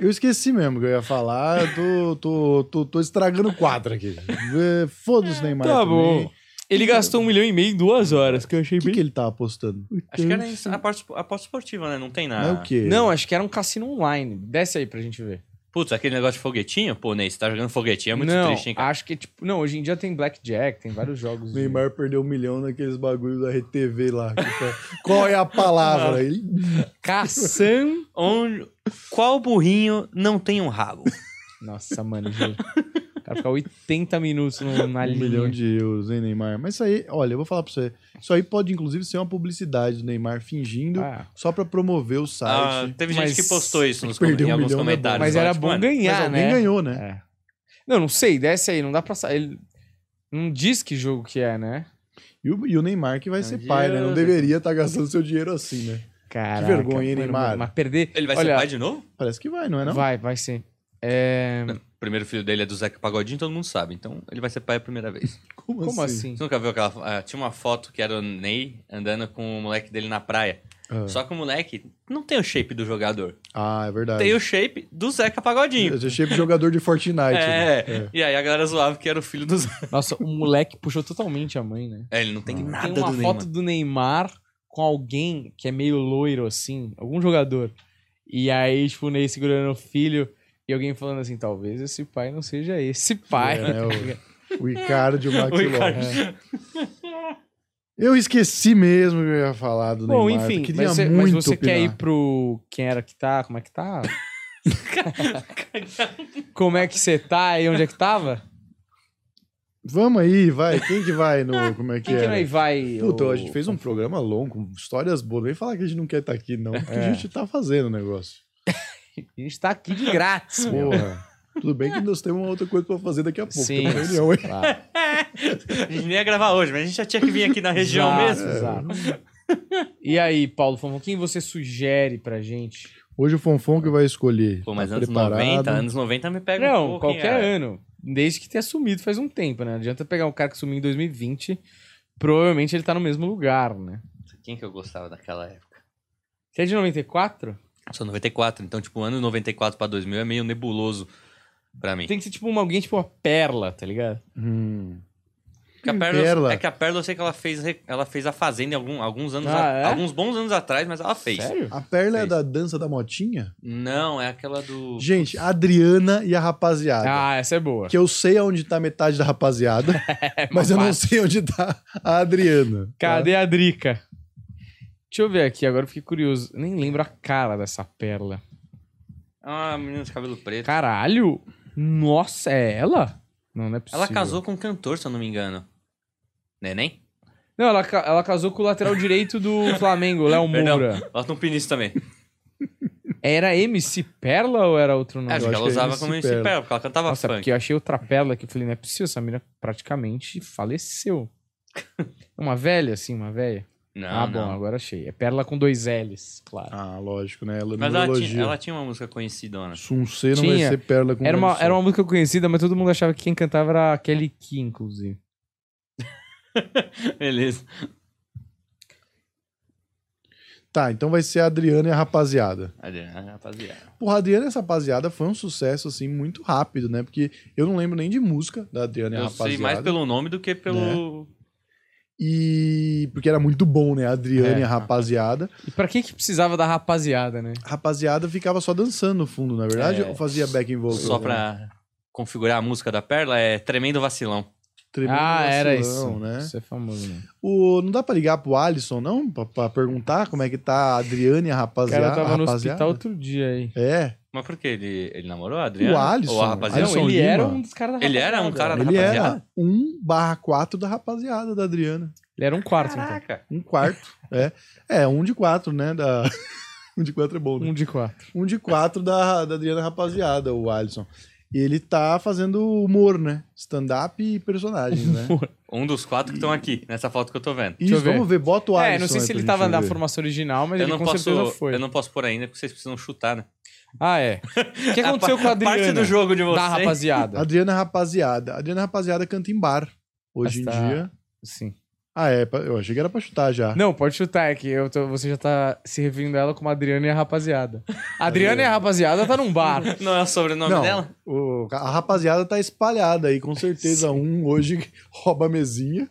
[SPEAKER 3] Eu esqueci mesmo que eu ia falar. eu Tô, tô, tô, tô estragando o quadro aqui. É, Foda-se, Neymar.
[SPEAKER 2] Tá
[SPEAKER 3] também.
[SPEAKER 2] bom. Ele gastou um milhão e meio em duas horas, que eu achei
[SPEAKER 3] O que,
[SPEAKER 2] bem.
[SPEAKER 3] que ele tá apostando?
[SPEAKER 4] Acho que
[SPEAKER 2] Então,
[SPEAKER 4] era isso, a parte- a aposta esportiva, né? Não tem
[SPEAKER 3] Não é
[SPEAKER 4] nada.
[SPEAKER 3] o quê?
[SPEAKER 2] Não, acho que era um cassino online. Desce aí pra gente ver.
[SPEAKER 4] Putz, aquele negócio de foguetinho? Pô, Ney, você tá jogando foguetinho, é muito
[SPEAKER 2] não,
[SPEAKER 4] triste, hein, cara?
[SPEAKER 2] acho que, tipo, não, hoje em dia tem Blackjack, tem vários jogos.
[SPEAKER 3] O
[SPEAKER 2] de-
[SPEAKER 3] Neymar perdeu um milhão naqueles bagulho da RTV lá. que tá- Qual é a palavra? Ele...
[SPEAKER 2] Caçam.
[SPEAKER 4] Onde... Qual burrinho não tem um rabo?
[SPEAKER 2] Nossa, mano, juro. O cara fica 80 minutos no- na
[SPEAKER 3] Um
[SPEAKER 2] linha.
[SPEAKER 3] milhão de euros, hein, Neymar? Mas isso aí, olha, eu vou falar pra você. Isso aí pode, inclusive, ser uma publicidade do Neymar fingindo
[SPEAKER 2] Ah,
[SPEAKER 3] só pra promover o
[SPEAKER 4] Ah,
[SPEAKER 3] site.
[SPEAKER 4] teve
[SPEAKER 2] Mas
[SPEAKER 4] gente que postou isso nos
[SPEAKER 3] perdeu
[SPEAKER 4] com- em
[SPEAKER 3] um
[SPEAKER 4] alguns
[SPEAKER 3] milhão na
[SPEAKER 4] comentários.
[SPEAKER 2] mas
[SPEAKER 4] lá,
[SPEAKER 2] era
[SPEAKER 4] tipo,
[SPEAKER 2] bom
[SPEAKER 4] mano,
[SPEAKER 3] Mas
[SPEAKER 2] ganhar,
[SPEAKER 3] alguém
[SPEAKER 2] né?
[SPEAKER 3] ganhou, né?
[SPEAKER 2] É. Não, não sei, desce aí, não dá pra. sa- Ele não diz que jogo que é, um né?
[SPEAKER 3] E o, e o Neymar que vai ser
[SPEAKER 2] Meu
[SPEAKER 3] pai, né?
[SPEAKER 2] Deus.
[SPEAKER 3] Não deveria estar gastando seu dinheiro assim, né?
[SPEAKER 2] Caraca,
[SPEAKER 3] vergonha, hein,
[SPEAKER 2] mano,
[SPEAKER 3] Neymar?
[SPEAKER 2] Mas perder.
[SPEAKER 4] Ele vai
[SPEAKER 2] Olha,
[SPEAKER 4] ser pai de novo?
[SPEAKER 3] Parece que vai, não é não?
[SPEAKER 2] Vai, vai sim. É,
[SPEAKER 4] O primeiro filho dele é do Zeca Pagodinho, todo mundo sabe. Então ele vai ser pai a primeira vez.
[SPEAKER 2] Como assim?
[SPEAKER 4] Você nunca viu aquela. ah, tinha uma foto que era o Ney andando com o moleque dele na praia.
[SPEAKER 3] Ah.
[SPEAKER 4] Só que o moleque não tem o shape do jogador.
[SPEAKER 3] Ah, é verdade.
[SPEAKER 4] Tem o shape do Zeca Pagodinho.
[SPEAKER 3] Eu achei pro jogador de Fortnite. né?
[SPEAKER 4] É. E aí a galera zoava que era o filho do Zeca.
[SPEAKER 2] Nossa, o moleque puxou totalmente a mãe, né?
[SPEAKER 4] É, ele não tem nada
[SPEAKER 2] Tem uma
[SPEAKER 4] do
[SPEAKER 2] foto
[SPEAKER 4] Neymar.
[SPEAKER 2] do Neymar com alguém que é meio loiro, assim, algum jogador. E aí, tipo, o Ney segurando o filho e alguém falando assim, talvez esse pai não seja esse pai.
[SPEAKER 3] É, né, o, o Icardi e o Maxi
[SPEAKER 4] O Icardi.
[SPEAKER 3] Lopes. é. Eu esqueci mesmo que eu ia falar do
[SPEAKER 2] Bom,
[SPEAKER 3] Neymar.
[SPEAKER 2] enfim,
[SPEAKER 3] eu queria
[SPEAKER 2] mas você,
[SPEAKER 3] muito
[SPEAKER 2] mas você quer
[SPEAKER 3] opinar.
[SPEAKER 2] ir pro... Quem era que tá? Como é que tá? Como é que você tá e onde é que tava?
[SPEAKER 3] Vamos aí, vai. Quem que vai no... Como é que
[SPEAKER 2] Quem que
[SPEAKER 3] é?
[SPEAKER 2] nós vai?
[SPEAKER 3] Puta,
[SPEAKER 2] ô-
[SPEAKER 3] a gente fez um programa longo, com histórias boas. Vem falar que a gente não quer estar aqui, não. Porque a gente tá fazendo o negócio.
[SPEAKER 2] A gente tá aqui de grátis, meu.
[SPEAKER 3] Porra. Tudo bem que nós temos uma outra coisa pra fazer daqui a pouco.
[SPEAKER 2] Sim.
[SPEAKER 3] Tem uma reunião, hein?
[SPEAKER 2] Claro.
[SPEAKER 4] A gente nem ia gravar hoje, mas a gente já tinha que vir aqui na região
[SPEAKER 2] Exato, É.
[SPEAKER 4] mesmo.
[SPEAKER 2] exato. E aí, Paulo Fonfon, quem você sugere pra gente?
[SPEAKER 3] Hoje o Fonfon que vai escolher.
[SPEAKER 4] Pô, mas
[SPEAKER 3] Tá
[SPEAKER 4] anos
[SPEAKER 3] preparado?
[SPEAKER 4] 90, anos 90 me pega um
[SPEAKER 2] Não,
[SPEAKER 4] pouco, hein,
[SPEAKER 2] qualquer
[SPEAKER 4] cara.
[SPEAKER 2] ano. Desde que tenha sumido faz um tempo, né? Não adianta pegar um cara que sumiu em 2020. Provavelmente ele tá no mesmo lugar, né?
[SPEAKER 4] Quem que eu gostava daquela época?
[SPEAKER 2] Você é de 94?
[SPEAKER 4] Eu sou 94, então, tipo, ano 94 pra 2000 é meio nebuloso pra mim.
[SPEAKER 2] Tem que ser tipo uma, alguém, tipo uma perla, tá ligado?
[SPEAKER 3] Hum.
[SPEAKER 4] Porque a Perla,
[SPEAKER 3] Perla.
[SPEAKER 4] É que a Perla eu sei que ela fez, re- ela fez a Fazenda em algum- alguns anos,
[SPEAKER 2] Ah,
[SPEAKER 4] a-
[SPEAKER 2] é?
[SPEAKER 4] alguns bons anos atrás, mas ela fez.
[SPEAKER 2] Sério?
[SPEAKER 3] A perla é
[SPEAKER 4] Fez.
[SPEAKER 3] da dança da motinha?
[SPEAKER 4] Não, é aquela do.
[SPEAKER 3] Gente, a Adriana e a rapaziada.
[SPEAKER 2] Ah, essa é boa. É,
[SPEAKER 3] Que eu sei onde tá metade da rapaziada,
[SPEAKER 4] É,
[SPEAKER 3] mas eu não sei onde tá a Adriana.
[SPEAKER 4] né?
[SPEAKER 3] tá?
[SPEAKER 2] Cadê a Drica? Deixa eu ver aqui, agora eu fiquei curioso. Nem lembro a cara dessa perla.
[SPEAKER 4] É uma menina de cabelo preto.
[SPEAKER 2] Caralho! Nossa, é ela? Não, não é possível.
[SPEAKER 4] Ela casou com um cantor, se eu não me engano. Neném?
[SPEAKER 2] Não, ela, ca- ela casou com o lateral direito do Flamengo, Léo
[SPEAKER 4] Perdão.
[SPEAKER 2] Moura.
[SPEAKER 4] Bota um pinício também.
[SPEAKER 2] Era MC Perla ou era outro nome?
[SPEAKER 4] Acho
[SPEAKER 3] eu
[SPEAKER 4] que
[SPEAKER 3] acho
[SPEAKER 4] ela
[SPEAKER 3] que é
[SPEAKER 4] usava
[SPEAKER 3] MC
[SPEAKER 4] como MC
[SPEAKER 3] Perla.
[SPEAKER 4] Perla, porque ela cantava
[SPEAKER 2] Nossa,
[SPEAKER 4] funk.
[SPEAKER 2] porque eu achei outra pérola que eu falei, não é possível, essa mina praticamente faleceu. Uma velha, assim, uma velha.
[SPEAKER 4] Não,
[SPEAKER 2] Ah, bom,
[SPEAKER 4] não.
[SPEAKER 2] agora achei. É pérola com dois L's, claro.
[SPEAKER 3] Ah, lógico, né? Ela
[SPEAKER 4] Mas
[SPEAKER 3] não
[SPEAKER 4] ela tinha,
[SPEAKER 3] elogia.
[SPEAKER 4] ela tinha uma música conhecidona.
[SPEAKER 3] Se um C não vai
[SPEAKER 2] Tinha.
[SPEAKER 3] ser perla com
[SPEAKER 2] Era uma,
[SPEAKER 3] dois C.
[SPEAKER 2] era
[SPEAKER 4] um-
[SPEAKER 2] uma música conhecida, mas todo mundo achava que quem cantava era a Kelly Key, inclusive.
[SPEAKER 4] Beleza.
[SPEAKER 3] Tá, então vai ser a Adriana e a rapaziada.
[SPEAKER 4] Adriana, rapaziada.
[SPEAKER 3] Porra, a Adriana e essa rapaziada foi um sucesso, assim, muito rápido, né? Porque eu não lembro nem de música da
[SPEAKER 2] Né,
[SPEAKER 3] Adriana e a
[SPEAKER 4] Eu
[SPEAKER 3] rapaziada.
[SPEAKER 4] sei mais pelo nome do que pelo.
[SPEAKER 3] E porque era muito bom, né? A Adriana
[SPEAKER 2] É.
[SPEAKER 3] e a rapaziada.
[SPEAKER 2] E pra que que precisava da rapaziada, né?
[SPEAKER 3] A rapaziada ficava só dançando no fundo, na verdade,
[SPEAKER 4] É.
[SPEAKER 3] ou fazia backing vocal?
[SPEAKER 4] Só
[SPEAKER 3] né?
[SPEAKER 4] pra configurar a música da Perla é Tremendo Vacilão.
[SPEAKER 3] Tremendo
[SPEAKER 2] ah, era
[SPEAKER 3] vacilão,
[SPEAKER 2] isso.
[SPEAKER 3] né?
[SPEAKER 2] Isso é famoso, né?
[SPEAKER 3] O, não dá pra ligar pro Alisson, não? Pra, pra perguntar como é que tá a Adriane, a
[SPEAKER 2] O
[SPEAKER 3] rapaziada.
[SPEAKER 2] cara tava no
[SPEAKER 3] rapaziada?
[SPEAKER 2] hospital outro dia aí.
[SPEAKER 3] É,
[SPEAKER 4] Mas por que ele, ele namorou a Adriana?
[SPEAKER 3] O Alisson,
[SPEAKER 4] Ou a rapaziada?
[SPEAKER 3] Alisson
[SPEAKER 2] não, ele
[SPEAKER 3] Lima?
[SPEAKER 2] era um dos caras da
[SPEAKER 4] Ele era
[SPEAKER 2] rapaziada.
[SPEAKER 4] um cara da
[SPEAKER 3] ele
[SPEAKER 4] rapaziada?
[SPEAKER 3] era 1 barra 4 da rapaziada da Adriana.
[SPEAKER 2] Ele era um quarto, então.
[SPEAKER 4] Caraca.
[SPEAKER 3] Um quarto, é. É, um de quatro, né? Da... um de quatro é bom, né?
[SPEAKER 2] Um de quatro.
[SPEAKER 3] Um de quatro da, da Adriana Rapaziada, o Alisson. E ele tá fazendo humor, né? Stand-up e personagens, né?
[SPEAKER 4] Um dos quatro que estão aqui, nessa foto que eu tô vendo.
[SPEAKER 3] Isso,
[SPEAKER 2] eu ver.
[SPEAKER 3] vamos ver, bota o Alisson.
[SPEAKER 2] é, não sei
[SPEAKER 3] aí
[SPEAKER 2] se
[SPEAKER 3] pra
[SPEAKER 2] ele
[SPEAKER 3] gente
[SPEAKER 2] tava na
[SPEAKER 3] ver.
[SPEAKER 2] formação original, mas
[SPEAKER 4] Eu
[SPEAKER 2] ele
[SPEAKER 4] não,
[SPEAKER 2] com
[SPEAKER 4] posso,
[SPEAKER 2] certeza foi.
[SPEAKER 4] eu não posso pôr ainda porque vocês precisam chutar, né?
[SPEAKER 2] Ah, é. O que aconteceu
[SPEAKER 4] A
[SPEAKER 2] com a Adriana?
[SPEAKER 4] Parte do jogo é de vocês.
[SPEAKER 2] Da rapaziada.
[SPEAKER 3] Adriana Rapaziada. Adriana Rapaziada canta em bar, hoje
[SPEAKER 2] Essa-
[SPEAKER 3] em dia.
[SPEAKER 2] Sim.
[SPEAKER 3] Ah, é, pra- eu achei que era pra chutar já.
[SPEAKER 2] Não, pode chutar, é que eu tô- você já tá se referindo a ela como Adriana e a rapaziada. A Adriana e a rapaziada tá num bar.
[SPEAKER 4] Não é o sobrenome
[SPEAKER 3] Não,
[SPEAKER 4] dela?
[SPEAKER 3] o- a rapaziada tá espalhada aí, com certeza. Um hoje rouba a mesinha.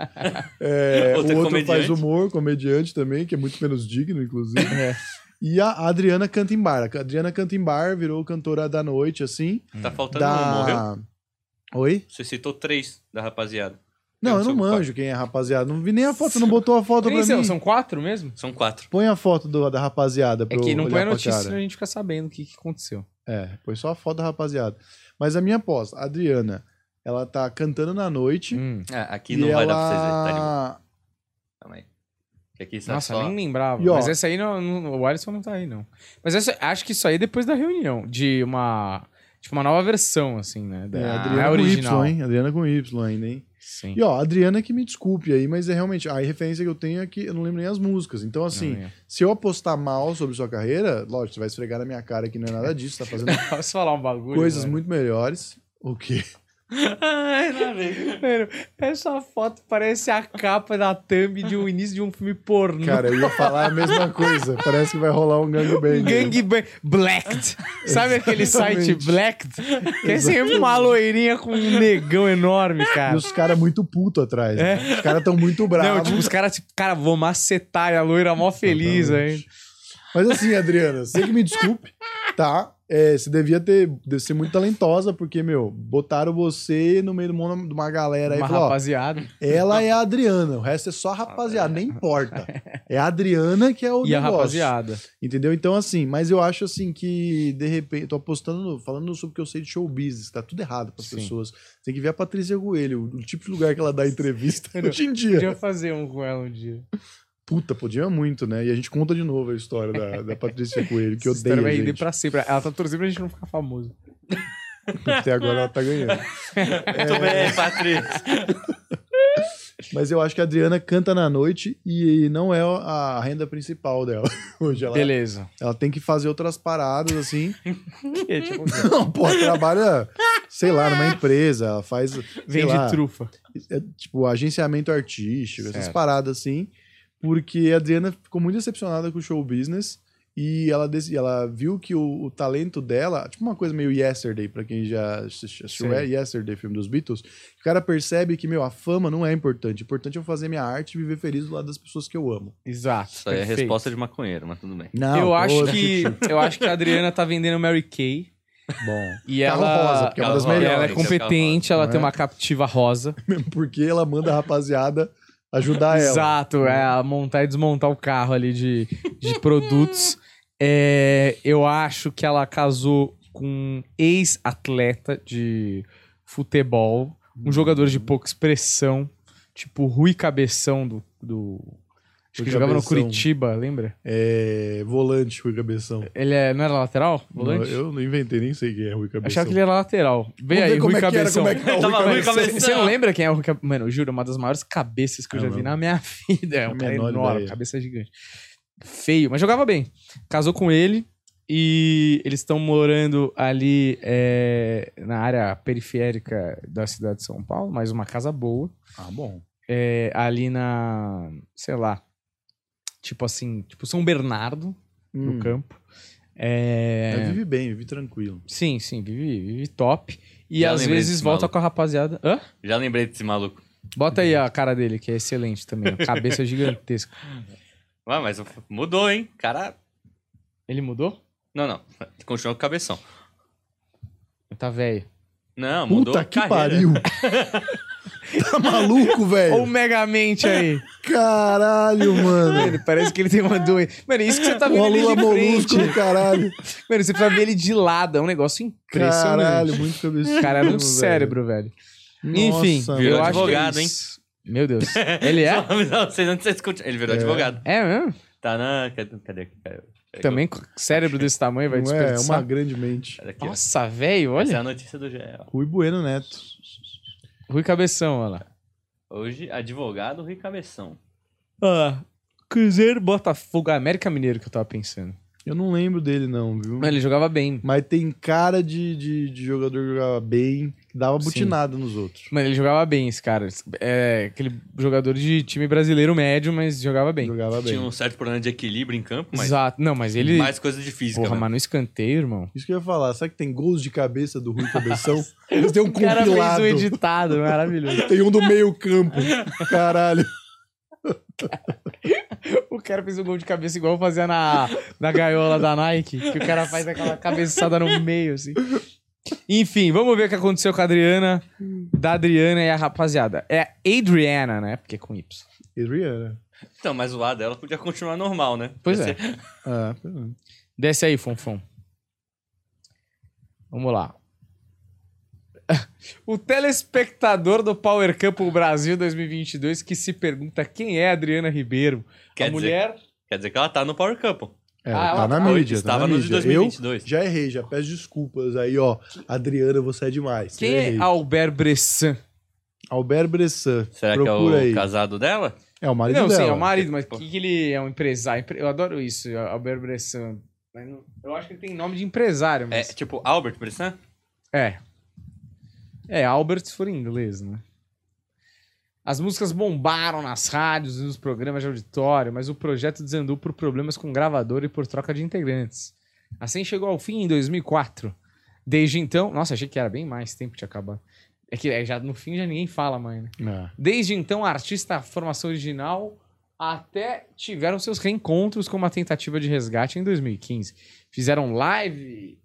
[SPEAKER 3] É, o
[SPEAKER 4] Outro é
[SPEAKER 3] outro faz
[SPEAKER 4] comediante.
[SPEAKER 3] humor, comediante também, que é muito menos digno, inclusive.
[SPEAKER 2] É.
[SPEAKER 3] E a Adriana canta em bar. A Adriana canta em bar, virou cantora da noite, assim.
[SPEAKER 2] Hum.
[SPEAKER 4] Tá faltando um, morreu?
[SPEAKER 3] da... Oi?
[SPEAKER 4] Você citou três da rapaziada.
[SPEAKER 3] Não, eu não
[SPEAKER 4] sou culpado.
[SPEAKER 3] manjo quem é a rapaziada. Não vi nem a foto, não botou a foto pra
[SPEAKER 2] Três,
[SPEAKER 3] mim.
[SPEAKER 2] são, são quatro mesmo?
[SPEAKER 4] São quatro.
[SPEAKER 3] Põe a foto do- da rapaziada pra
[SPEAKER 2] um É que
[SPEAKER 3] eu
[SPEAKER 2] não põe
[SPEAKER 3] olhar
[SPEAKER 2] a
[SPEAKER 3] pra
[SPEAKER 2] notícia,
[SPEAKER 3] cara.
[SPEAKER 2] senão a gente fica sabendo o que, que aconteceu.
[SPEAKER 3] É, põe só a foto da rapaziada. Mas a minha aposta, a Adriana, ela tá cantando na noite.
[SPEAKER 2] Hum.
[SPEAKER 4] Ah, aqui
[SPEAKER 3] e
[SPEAKER 4] não
[SPEAKER 3] ela...
[SPEAKER 4] vai dar pra vocês verem. Tá de boa. Calma aí. Que Aqui tá
[SPEAKER 2] Nossa,
[SPEAKER 4] só...
[SPEAKER 2] nem lembrava.
[SPEAKER 3] E, ó.
[SPEAKER 2] Mas essa aí, não, não- o Alisson não tá aí, não. Mas essa- acho que isso aí é depois da reunião, de uma... Tipo, uma nova versão, assim, né? Da,
[SPEAKER 3] É,
[SPEAKER 2] não
[SPEAKER 3] Adriana
[SPEAKER 2] é
[SPEAKER 3] com
[SPEAKER 2] original.
[SPEAKER 3] Y, hein? Adriana com Y ainda, hein?
[SPEAKER 2] Sim.
[SPEAKER 3] E ó, Adriana que me desculpe aí, mas é realmente a referência que eu tenho é que eu não lembro nem as músicas. Então, assim,
[SPEAKER 2] Não, é.
[SPEAKER 3] se eu apostar mal sobre sua carreira, lógico, você vai esfregar na minha cara que não é nada disso, tá fazendo
[SPEAKER 2] Posso falar um bagulho?
[SPEAKER 3] coisas
[SPEAKER 2] mano?
[SPEAKER 3] muito melhores. O quê?
[SPEAKER 5] Ai, lá vem.
[SPEAKER 2] Mano, essa foto parece a capa da thumb de um início de um filme pornô.
[SPEAKER 3] Cara, eu ia falar a mesma coisa. Parece que vai rolar um gangbang.
[SPEAKER 2] Gangbang Blacked. Sabe aquele site
[SPEAKER 3] Exatamente.
[SPEAKER 2] Blacked? Que é sempre uma loirinha com um negão enorme,
[SPEAKER 3] E
[SPEAKER 2] cara.
[SPEAKER 3] os caras muito puto atrás. né? Os caras estão muito bravos.
[SPEAKER 2] Não, tipo, os caras, tipo, cara, vou macetar e a loira mó feliz ainda.
[SPEAKER 3] Mas assim, Adriana, sei que me desculpe, tá? É, você devia ter deve ser muito talentosa, porque, meu, botaram você no meio do mundo de uma galera aí. e
[SPEAKER 2] Uma
[SPEAKER 3] falou, ó,
[SPEAKER 2] rapaziada.
[SPEAKER 3] ela é a Adriana, o resto é só a rapaziada, nem importa. É a Adriana que é o
[SPEAKER 2] E a
[SPEAKER 3] negócio.
[SPEAKER 2] rapaziada.
[SPEAKER 3] Entendeu? Então, assim, mas eu acho assim que, de repente, tô apostando, no- falando sobre o que eu sei de show business, tá tudo errado pras
[SPEAKER 2] Sim.
[SPEAKER 3] pessoas. Tem que ver a Patrícia Coelho, o tipo de lugar que ela dá entrevista
[SPEAKER 2] Sério?
[SPEAKER 3] hoje em dia.
[SPEAKER 2] Podia fazer um com ela um dia.
[SPEAKER 3] Puta, podia muito, né? E a gente conta de novo a história da, da Patrícia Coelho, que
[SPEAKER 2] Essa história
[SPEAKER 3] odeia.
[SPEAKER 2] vai
[SPEAKER 3] Gente.
[SPEAKER 2] render pra sempre. Ela tá torcendo pra gente não ficar famoso.
[SPEAKER 3] Até agora ela tá ganhando.
[SPEAKER 2] É.
[SPEAKER 5] Muito bem, Patrícia.
[SPEAKER 3] Mas eu acho que a Adriana canta na noite e não é a renda principal dela. Hoje ela,
[SPEAKER 2] Beleza.
[SPEAKER 3] ela tem que fazer outras paradas, assim.
[SPEAKER 2] É, tipo,
[SPEAKER 3] Não, pô, ela trabalha, sei lá, numa empresa, ela faz. sei lá,
[SPEAKER 2] Vende trufa.
[SPEAKER 3] é, tipo, agenciamento artístico, essas
[SPEAKER 2] Certo.
[SPEAKER 3] paradas assim. Porque a Adriana ficou muito decepcionada com o show business e ela, dec- ela viu que o, o talento dela, tipo uma coisa meio Yesterday, pra quem já assistiu assistiu é
[SPEAKER 2] Sei.
[SPEAKER 3] Yesterday, filme dos Beatles, o cara percebe que, meu, a fama não é importante. O importante é eu fazer minha arte e viver feliz do lado das pessoas que eu amo.
[SPEAKER 2] Exato.
[SPEAKER 5] Isso aí é a
[SPEAKER 2] perfeito.
[SPEAKER 5] resposta de maconheiro, mas tudo bem.
[SPEAKER 3] Não,
[SPEAKER 2] Eu
[SPEAKER 3] tô
[SPEAKER 2] acho,
[SPEAKER 3] outro
[SPEAKER 2] que,
[SPEAKER 3] tipo.
[SPEAKER 2] eu acho que a Adriana tá vendendo Mary Kay.
[SPEAKER 3] Bom.
[SPEAKER 2] E
[SPEAKER 3] Carro
[SPEAKER 2] ela,
[SPEAKER 3] rosa, porque é uma das
[SPEAKER 5] Carro rosa.
[SPEAKER 2] e ela é
[SPEAKER 5] Tem
[SPEAKER 3] melhores.
[SPEAKER 5] que ser
[SPEAKER 2] competente, ela
[SPEAKER 3] né?
[SPEAKER 2] tem uma captiva rosa.
[SPEAKER 3] Porque ela manda a rapaziada ajudar Tá, ela.
[SPEAKER 2] Exato, é a montar e desmontar o carro ali de, de produtos. É, eu acho que ela casou com um ex-atleta de futebol,
[SPEAKER 3] Uhum.
[SPEAKER 2] um jogador de pouca expressão, tipo Rui Cabeção do. do acho
[SPEAKER 3] Rui
[SPEAKER 2] que jogava no
[SPEAKER 3] Cabeção.
[SPEAKER 2] Curitiba, lembra?
[SPEAKER 3] É, volante, Rui Cabeção.
[SPEAKER 2] Ele é- não era lateral? Volante?
[SPEAKER 3] Não, eu não inventei, nem sei quem é Rui Cabeção.
[SPEAKER 2] Achava que ele era lateral. Vem
[SPEAKER 3] Vamos ver
[SPEAKER 2] aí,
[SPEAKER 3] como
[SPEAKER 2] Rui
[SPEAKER 3] é que era,
[SPEAKER 2] Cabeção.
[SPEAKER 3] como é que tá o Rui
[SPEAKER 5] Tava Rui
[SPEAKER 3] Cabeção.
[SPEAKER 5] Cabeção.
[SPEAKER 2] Você não lembra quem é o Rui Cabeção? Mano, eu juro, uma das maiores cabeças que eu já
[SPEAKER 3] Eu
[SPEAKER 2] vi
[SPEAKER 3] lembro.
[SPEAKER 2] na minha vida. É um
[SPEAKER 3] A
[SPEAKER 2] cara
[SPEAKER 3] É menor
[SPEAKER 2] enorme,
[SPEAKER 3] ideia.
[SPEAKER 2] cabeça gigante. Feio, mas jogava bem. Casou com ele e eles estão morando ali é, na área periférica da cidade de São Paulo, mas uma casa boa.
[SPEAKER 3] Ah, bom.
[SPEAKER 2] É, ali na, sei lá, tipo assim, tipo São Bernardo, no
[SPEAKER 3] Hum,
[SPEAKER 2] campo. É,
[SPEAKER 3] mas Vive bem, vive tranquilo.
[SPEAKER 2] Sim, sim, vive, vive top. E
[SPEAKER 5] Já
[SPEAKER 2] às
[SPEAKER 5] lembrei
[SPEAKER 2] vezes
[SPEAKER 5] desse
[SPEAKER 2] volta
[SPEAKER 5] maluco.
[SPEAKER 2] com a rapaziada. Hã?
[SPEAKER 5] Já lembrei desse maluco.
[SPEAKER 2] Bota aí a cara dele, que é excelente também. ó. Cabeça é gigantesca.
[SPEAKER 5] Ah, mas mudou, hein? Cara.
[SPEAKER 2] Ele mudou?
[SPEAKER 5] Não, não. Continua com o cabeção.
[SPEAKER 2] Tá velho.
[SPEAKER 5] Não, mudou.
[SPEAKER 3] Puta que
[SPEAKER 5] carreira.
[SPEAKER 3] pariu. tá maluco,
[SPEAKER 2] Olha o
[SPEAKER 3] velho?
[SPEAKER 2] Megamente aí.
[SPEAKER 3] Caralho, mano.
[SPEAKER 2] Mano, parece que ele tem uma doença. Mano, isso que você tá
[SPEAKER 3] O
[SPEAKER 2] vendo ele
[SPEAKER 3] Lula
[SPEAKER 2] de frente.
[SPEAKER 3] molusco do caralho.
[SPEAKER 2] Mano, você precisa ver ele de lado. É um negócio impressionante.
[SPEAKER 3] Caralho, muito cabeção.
[SPEAKER 2] O cara era um cérebro, velho. Enfim,
[SPEAKER 5] virou
[SPEAKER 2] eu acho
[SPEAKER 5] advogado,
[SPEAKER 2] que é
[SPEAKER 5] hein?
[SPEAKER 2] isso. Meu Deus. Ele é?
[SPEAKER 5] Não, vocês antes vocês continuam. Ele virou
[SPEAKER 3] É.
[SPEAKER 5] advogado.
[SPEAKER 2] É mesmo?
[SPEAKER 5] Tá na. Cadê? Cadê? Cadê?
[SPEAKER 2] Também com cérebro desse tamanho vai
[SPEAKER 3] Não é, é uma
[SPEAKER 2] desperdiçar.
[SPEAKER 3] grande mente.
[SPEAKER 5] Cadê aqui, ó.
[SPEAKER 2] Nossa, velho,
[SPEAKER 5] Essa é
[SPEAKER 2] olha.
[SPEAKER 5] a notícia do GE. ó.
[SPEAKER 3] Rui Bueno Neto.
[SPEAKER 2] Rui Cabeção, olha lá.
[SPEAKER 5] Hoje, advogado Rui Cabeção.
[SPEAKER 2] Ah, Cruzeiro, Botafogo, América Mineiro que eu tava pensando.
[SPEAKER 3] Eu não lembro dele, não, viu?
[SPEAKER 2] Mas ele jogava bem.
[SPEAKER 3] Mas tem cara de, de, de jogador que jogava bem, que dava
[SPEAKER 2] Sim.
[SPEAKER 3] butinada nos outros.
[SPEAKER 2] Mano, ele jogava bem, esse cara. É aquele jogador de time brasileiro médio, mas jogava Tá bem.
[SPEAKER 3] Jogava bem.
[SPEAKER 5] Tinha um certo problema de equilíbrio em campo, mas
[SPEAKER 2] Exato. Não, mas ele.
[SPEAKER 5] mais coisa de física. né?
[SPEAKER 2] porra,
[SPEAKER 5] mesmo.
[SPEAKER 2] mas no escanteio, irmão.
[SPEAKER 3] Isso que eu ia falar. Será que tem gols de cabeça do Rui Cabeção? Eles têm um
[SPEAKER 2] O cara fez
[SPEAKER 3] compilado.
[SPEAKER 2] um editado, maravilhoso.
[SPEAKER 3] Tem um do meio campo. Caralho.
[SPEAKER 2] O cara fez um gol de cabeça igual eu fazia na, na gaiola da Nike, que o cara faz aquela cabeçada no meio, assim. Enfim, vamos ver o que aconteceu com a Adriana, da Adriana e a rapaziada. É a Adriana, né? Porque é com Y.
[SPEAKER 3] Adriana.
[SPEAKER 5] Então, mas o lado dela podia continuar normal, né?
[SPEAKER 2] Pois
[SPEAKER 5] Ia
[SPEAKER 2] é.
[SPEAKER 5] ser-
[SPEAKER 3] Ah, pera.
[SPEAKER 2] Desce aí, Fonfon. Vamos lá. O telespectador do Power Camp Brasil 2022 que se pergunta quem é a Adriana Ribeiro.
[SPEAKER 5] Quer
[SPEAKER 2] a mulher.
[SPEAKER 5] Quer dizer que ela tá no Power Camp.
[SPEAKER 3] É,
[SPEAKER 2] Ah, ela
[SPEAKER 3] tá na
[SPEAKER 2] tá-
[SPEAKER 3] mídia. tá
[SPEAKER 5] Estava
[SPEAKER 3] na
[SPEAKER 5] no de
[SPEAKER 3] mídia.
[SPEAKER 5] 2022.
[SPEAKER 3] Eu já errei, já peço desculpas aí, ó. Adriana, você é demais.
[SPEAKER 2] Quem
[SPEAKER 3] eu
[SPEAKER 2] é
[SPEAKER 3] errei.
[SPEAKER 2] Albert Bressan?
[SPEAKER 3] Albert Bressan.
[SPEAKER 5] Será
[SPEAKER 3] Procura
[SPEAKER 5] que é o
[SPEAKER 3] aí.
[SPEAKER 5] casado dela?
[SPEAKER 3] É o marido
[SPEAKER 2] Não,
[SPEAKER 3] dela.
[SPEAKER 2] sim, é o marido, mas por que que ele é um empresário? Empre- Eu adoro isso, Albert Bressan. Mas não- Eu acho que ele tem nome de empresário,
[SPEAKER 5] É
[SPEAKER 2] mas...
[SPEAKER 5] tipo Albert Bressan?
[SPEAKER 2] É. É, Albert se for em inglês, né? As músicas bombaram nas rádios e nos programas de auditório, mas o projeto desandou por problemas com gravador e por troca de integrantes. Assim chegou ao fim em 2004. Desde então, nossa, achei que era bem mais tempo de acabar. É que é, já no fim já ninguém fala mais, né?
[SPEAKER 3] É.
[SPEAKER 2] Desde então, a artista formação original até tiveram seus reencontros com uma tentativa de resgate em 2015. Fizeram live,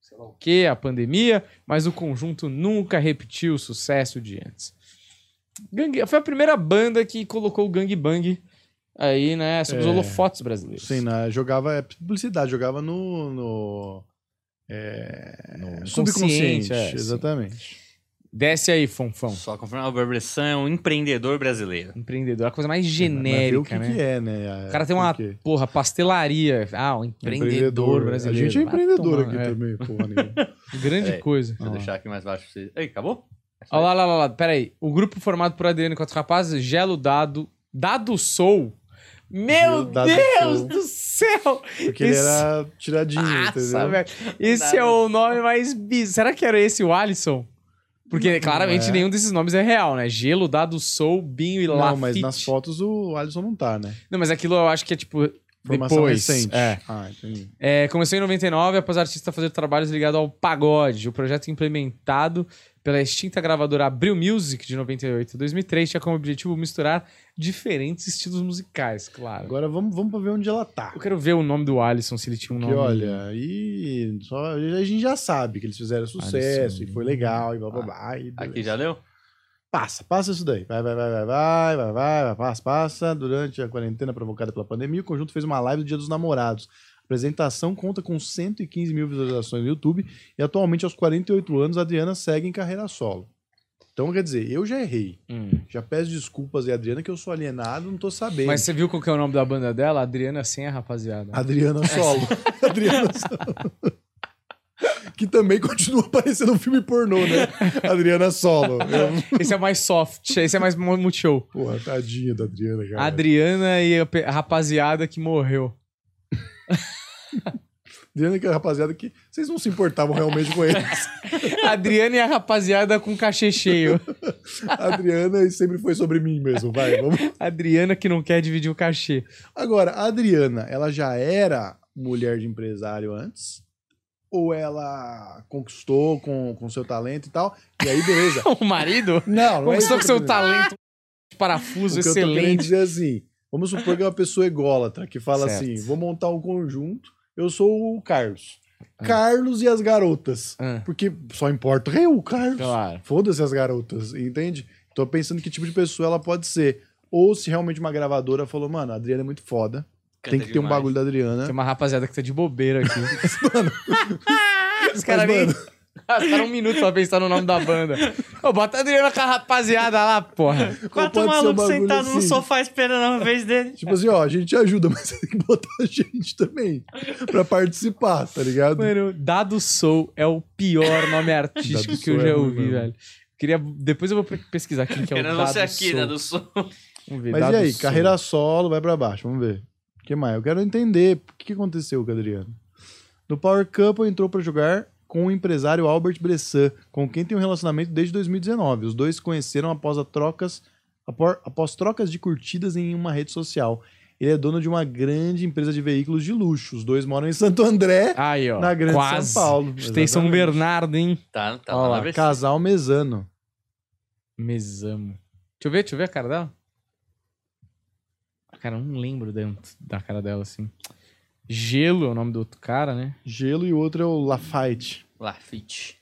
[SPEAKER 2] sei lá o que, a pandemia, mas o conjunto nunca repetiu o sucesso de antes. Gang- foi a primeira banda que colocou o Gang Bang aí, né, sobre os
[SPEAKER 3] É.
[SPEAKER 2] holofotes brasileiros.
[SPEAKER 3] Sim, né? jogava é, publicidade, jogava no. no é, subconsciente.
[SPEAKER 2] consciente, é, sim.
[SPEAKER 3] exatamente.
[SPEAKER 2] Desce aí, Fonfão.
[SPEAKER 5] Só confirmar, Albert Bressan é um empreendedor brasileiro.
[SPEAKER 2] Empreendedor, é a coisa mais
[SPEAKER 3] Mas vê
[SPEAKER 2] genérica,
[SPEAKER 3] o que,
[SPEAKER 2] né?
[SPEAKER 3] que é, né?
[SPEAKER 2] O cara tem um uma,
[SPEAKER 3] Por quê?
[SPEAKER 2] porra, pastelaria. Ah, um empreendedor, brasileiro.
[SPEAKER 3] A gente é
[SPEAKER 2] Vai
[SPEAKER 3] empreendedor
[SPEAKER 2] tomar,
[SPEAKER 3] aqui
[SPEAKER 2] é.
[SPEAKER 3] também, porra. nenhuma.
[SPEAKER 2] Grande
[SPEAKER 5] É.
[SPEAKER 2] coisa.
[SPEAKER 5] Deixa eu deixar aqui mais baixo pra vocês. Ei, acabou?
[SPEAKER 2] Olha
[SPEAKER 3] é.
[SPEAKER 2] lá, olha lá, olha lá, peraí. O grupo formado por Adriano e quatro rapazes, Gelo Dado, Dado Soul. Meu
[SPEAKER 3] Gelo Dado
[SPEAKER 2] Deus
[SPEAKER 3] Soul.
[SPEAKER 2] do céu!
[SPEAKER 3] Porque ele
[SPEAKER 2] Isso-
[SPEAKER 3] era tiradinho,
[SPEAKER 2] Nossa,
[SPEAKER 3] entendeu?
[SPEAKER 2] velho. Esse é o nome mais bizarro. Será que era esse o Alisson? Porque claramente
[SPEAKER 3] é.
[SPEAKER 2] nenhum desses nomes é real, né? Gelo, Dado Soul, Binho e
[SPEAKER 3] Não,
[SPEAKER 2] Lafite.
[SPEAKER 3] mas nas fotos o Alisson não tá, né?
[SPEAKER 2] Não, mas aquilo eu acho que é tipo.
[SPEAKER 3] Formação
[SPEAKER 2] depois.
[SPEAKER 3] recente.
[SPEAKER 2] É.
[SPEAKER 3] Ah, entendi.
[SPEAKER 2] É, começou em 99 após o artista fazer trabalhos ligados ao pagode. O projeto implementado pela extinta gravadora Abril Music de 98 a 2003 tinha como objetivo misturar diferentes estilos musicais, claro.
[SPEAKER 3] Agora vamos, vamos pra ver onde ela tá.
[SPEAKER 2] Eu quero ver o nome do Alisson, se ele tinha um
[SPEAKER 3] Porque,
[SPEAKER 2] nome.
[SPEAKER 3] olha, aí só, a gente já sabe que eles fizeram sucesso
[SPEAKER 2] Alisson.
[SPEAKER 3] e foi legal e blá blá blá. e
[SPEAKER 5] Aqui
[SPEAKER 3] beleza.
[SPEAKER 5] já leu?
[SPEAKER 3] Passa, passa isso daí. Vai, vai, vai, vai, vai, vai, vai, vai, passa, passa. Durante a quarentena provocada pela pandemia, o conjunto fez uma live do Dia dos Namorados. A apresentação conta com 115 mil visualizações no YouTube e atualmente, aos 48 anos, a Adriana segue em carreira solo. Então, quer dizer, eu já errei.
[SPEAKER 2] Hum.
[SPEAKER 3] Já peço desculpas aí, Adriana, que eu sou alienado, não tô sabendo.
[SPEAKER 2] Mas você viu qual que é o nome da banda dela? Adriana Senha, rapaziada.
[SPEAKER 3] Adriana Solo. Adriana Solo. que também continua aparecendo um filme pornô, né? Adriana Solo. Eu-
[SPEAKER 2] Esse é mais soft, esse é mais mu- multishow.
[SPEAKER 3] Porra, tadinha da Adriana, cara.
[SPEAKER 2] Adriana e a pe- a rapaziada que morreu.
[SPEAKER 3] Adriana que é a rapaziada que vocês não se importavam realmente com eles.
[SPEAKER 2] Adriana e a rapaziada com cachê cheio.
[SPEAKER 3] A Adriana sempre foi sobre mim mesmo, vai. Vamos.
[SPEAKER 2] Adriana que não quer dividir o cachê.
[SPEAKER 3] Agora, a Adriana, ela já era mulher de empresário antes? Ou ela conquistou com o seu talento e tal? E aí, beleza.
[SPEAKER 2] O marido?
[SPEAKER 3] Não, não é isso
[SPEAKER 2] Começou
[SPEAKER 3] que
[SPEAKER 2] com
[SPEAKER 3] eu
[SPEAKER 2] seu
[SPEAKER 3] tô dizendo.
[SPEAKER 2] talento de parafuso
[SPEAKER 3] O que eu tô querendo
[SPEAKER 2] excelente.
[SPEAKER 3] dizer é assim, vamos supor que é uma pessoa ególatra que fala
[SPEAKER 2] Certo.
[SPEAKER 3] assim, vou montar um conjunto, eu sou o Carlos. Carlos e as garotas.
[SPEAKER 2] Ah.
[SPEAKER 3] Porque só importa é o Carlos.
[SPEAKER 2] Claro.
[SPEAKER 3] Foda-se as garotas, entende? Tô pensando que tipo de pessoa ela pode ser. Ou se realmente uma gravadora falou, mano, a Adriana é muito foda. tem que ter um
[SPEAKER 5] demais.
[SPEAKER 3] bagulho da Adriana.
[SPEAKER 2] Tem uma rapaziada que tá de bobeira aqui. Os caras
[SPEAKER 3] Mas,
[SPEAKER 2] nem
[SPEAKER 3] mano-
[SPEAKER 2] gastaram um minuto pra pensar no nome da banda. Ô, bota a Adriana com a rapaziada lá, porra.
[SPEAKER 5] Quatro
[SPEAKER 3] pode ser um
[SPEAKER 5] malucos
[SPEAKER 3] bagulho
[SPEAKER 5] sentados no
[SPEAKER 3] assim?
[SPEAKER 5] sofá esperando a vez dele.
[SPEAKER 3] Tipo assim, ó, a gente te ajuda, mas você tem que botar a gente também pra participar, tá ligado?
[SPEAKER 2] Mano, Dado Soul é o pior nome artístico
[SPEAKER 3] Dado
[SPEAKER 2] que eu
[SPEAKER 3] Soul
[SPEAKER 2] já
[SPEAKER 3] é ruim
[SPEAKER 2] ouvi,
[SPEAKER 3] mesmo.
[SPEAKER 2] velho. Queria... Depois eu vou pe- pesquisar quem
[SPEAKER 3] um
[SPEAKER 2] que é o
[SPEAKER 5] Querendo
[SPEAKER 2] Dado
[SPEAKER 5] você aqui,
[SPEAKER 2] Soul.
[SPEAKER 5] né, do som.
[SPEAKER 2] Vamos ver,
[SPEAKER 3] Mas
[SPEAKER 2] Dado
[SPEAKER 3] e aí,
[SPEAKER 2] Soul.
[SPEAKER 3] carreira solo, vai pra baixo, vamos ver. O que mais? Eu quero entender o que que aconteceu com o Adriano. No Power Couple entrou pra jogar com o empresário Albert Bressan, com quem tem um relacionamento desde 2019. Os dois se conheceram após, a trocas, apor- após trocas de curtidas em uma rede social. Ele é dono de uma grande empresa de veículos de luxo. Os dois moram em Santo André,
[SPEAKER 2] Aí, ó.
[SPEAKER 3] na Grande
[SPEAKER 2] quase.
[SPEAKER 3] São Paulo.
[SPEAKER 2] Chutei São
[SPEAKER 3] Exatamente.
[SPEAKER 2] Bernardo, hein?
[SPEAKER 5] Tá, tá
[SPEAKER 3] Olha
[SPEAKER 5] lá
[SPEAKER 3] lá,
[SPEAKER 5] na versão.
[SPEAKER 3] casal mesano.
[SPEAKER 2] Mesamo. Deixa eu ver, deixa eu ver a cara dela. Ah, Cara, eu não lembro da, da cara dela, assim. Gelo é o nome do outro cara, né?
[SPEAKER 3] Gelo e o outro é o Lafite.
[SPEAKER 5] Lafite.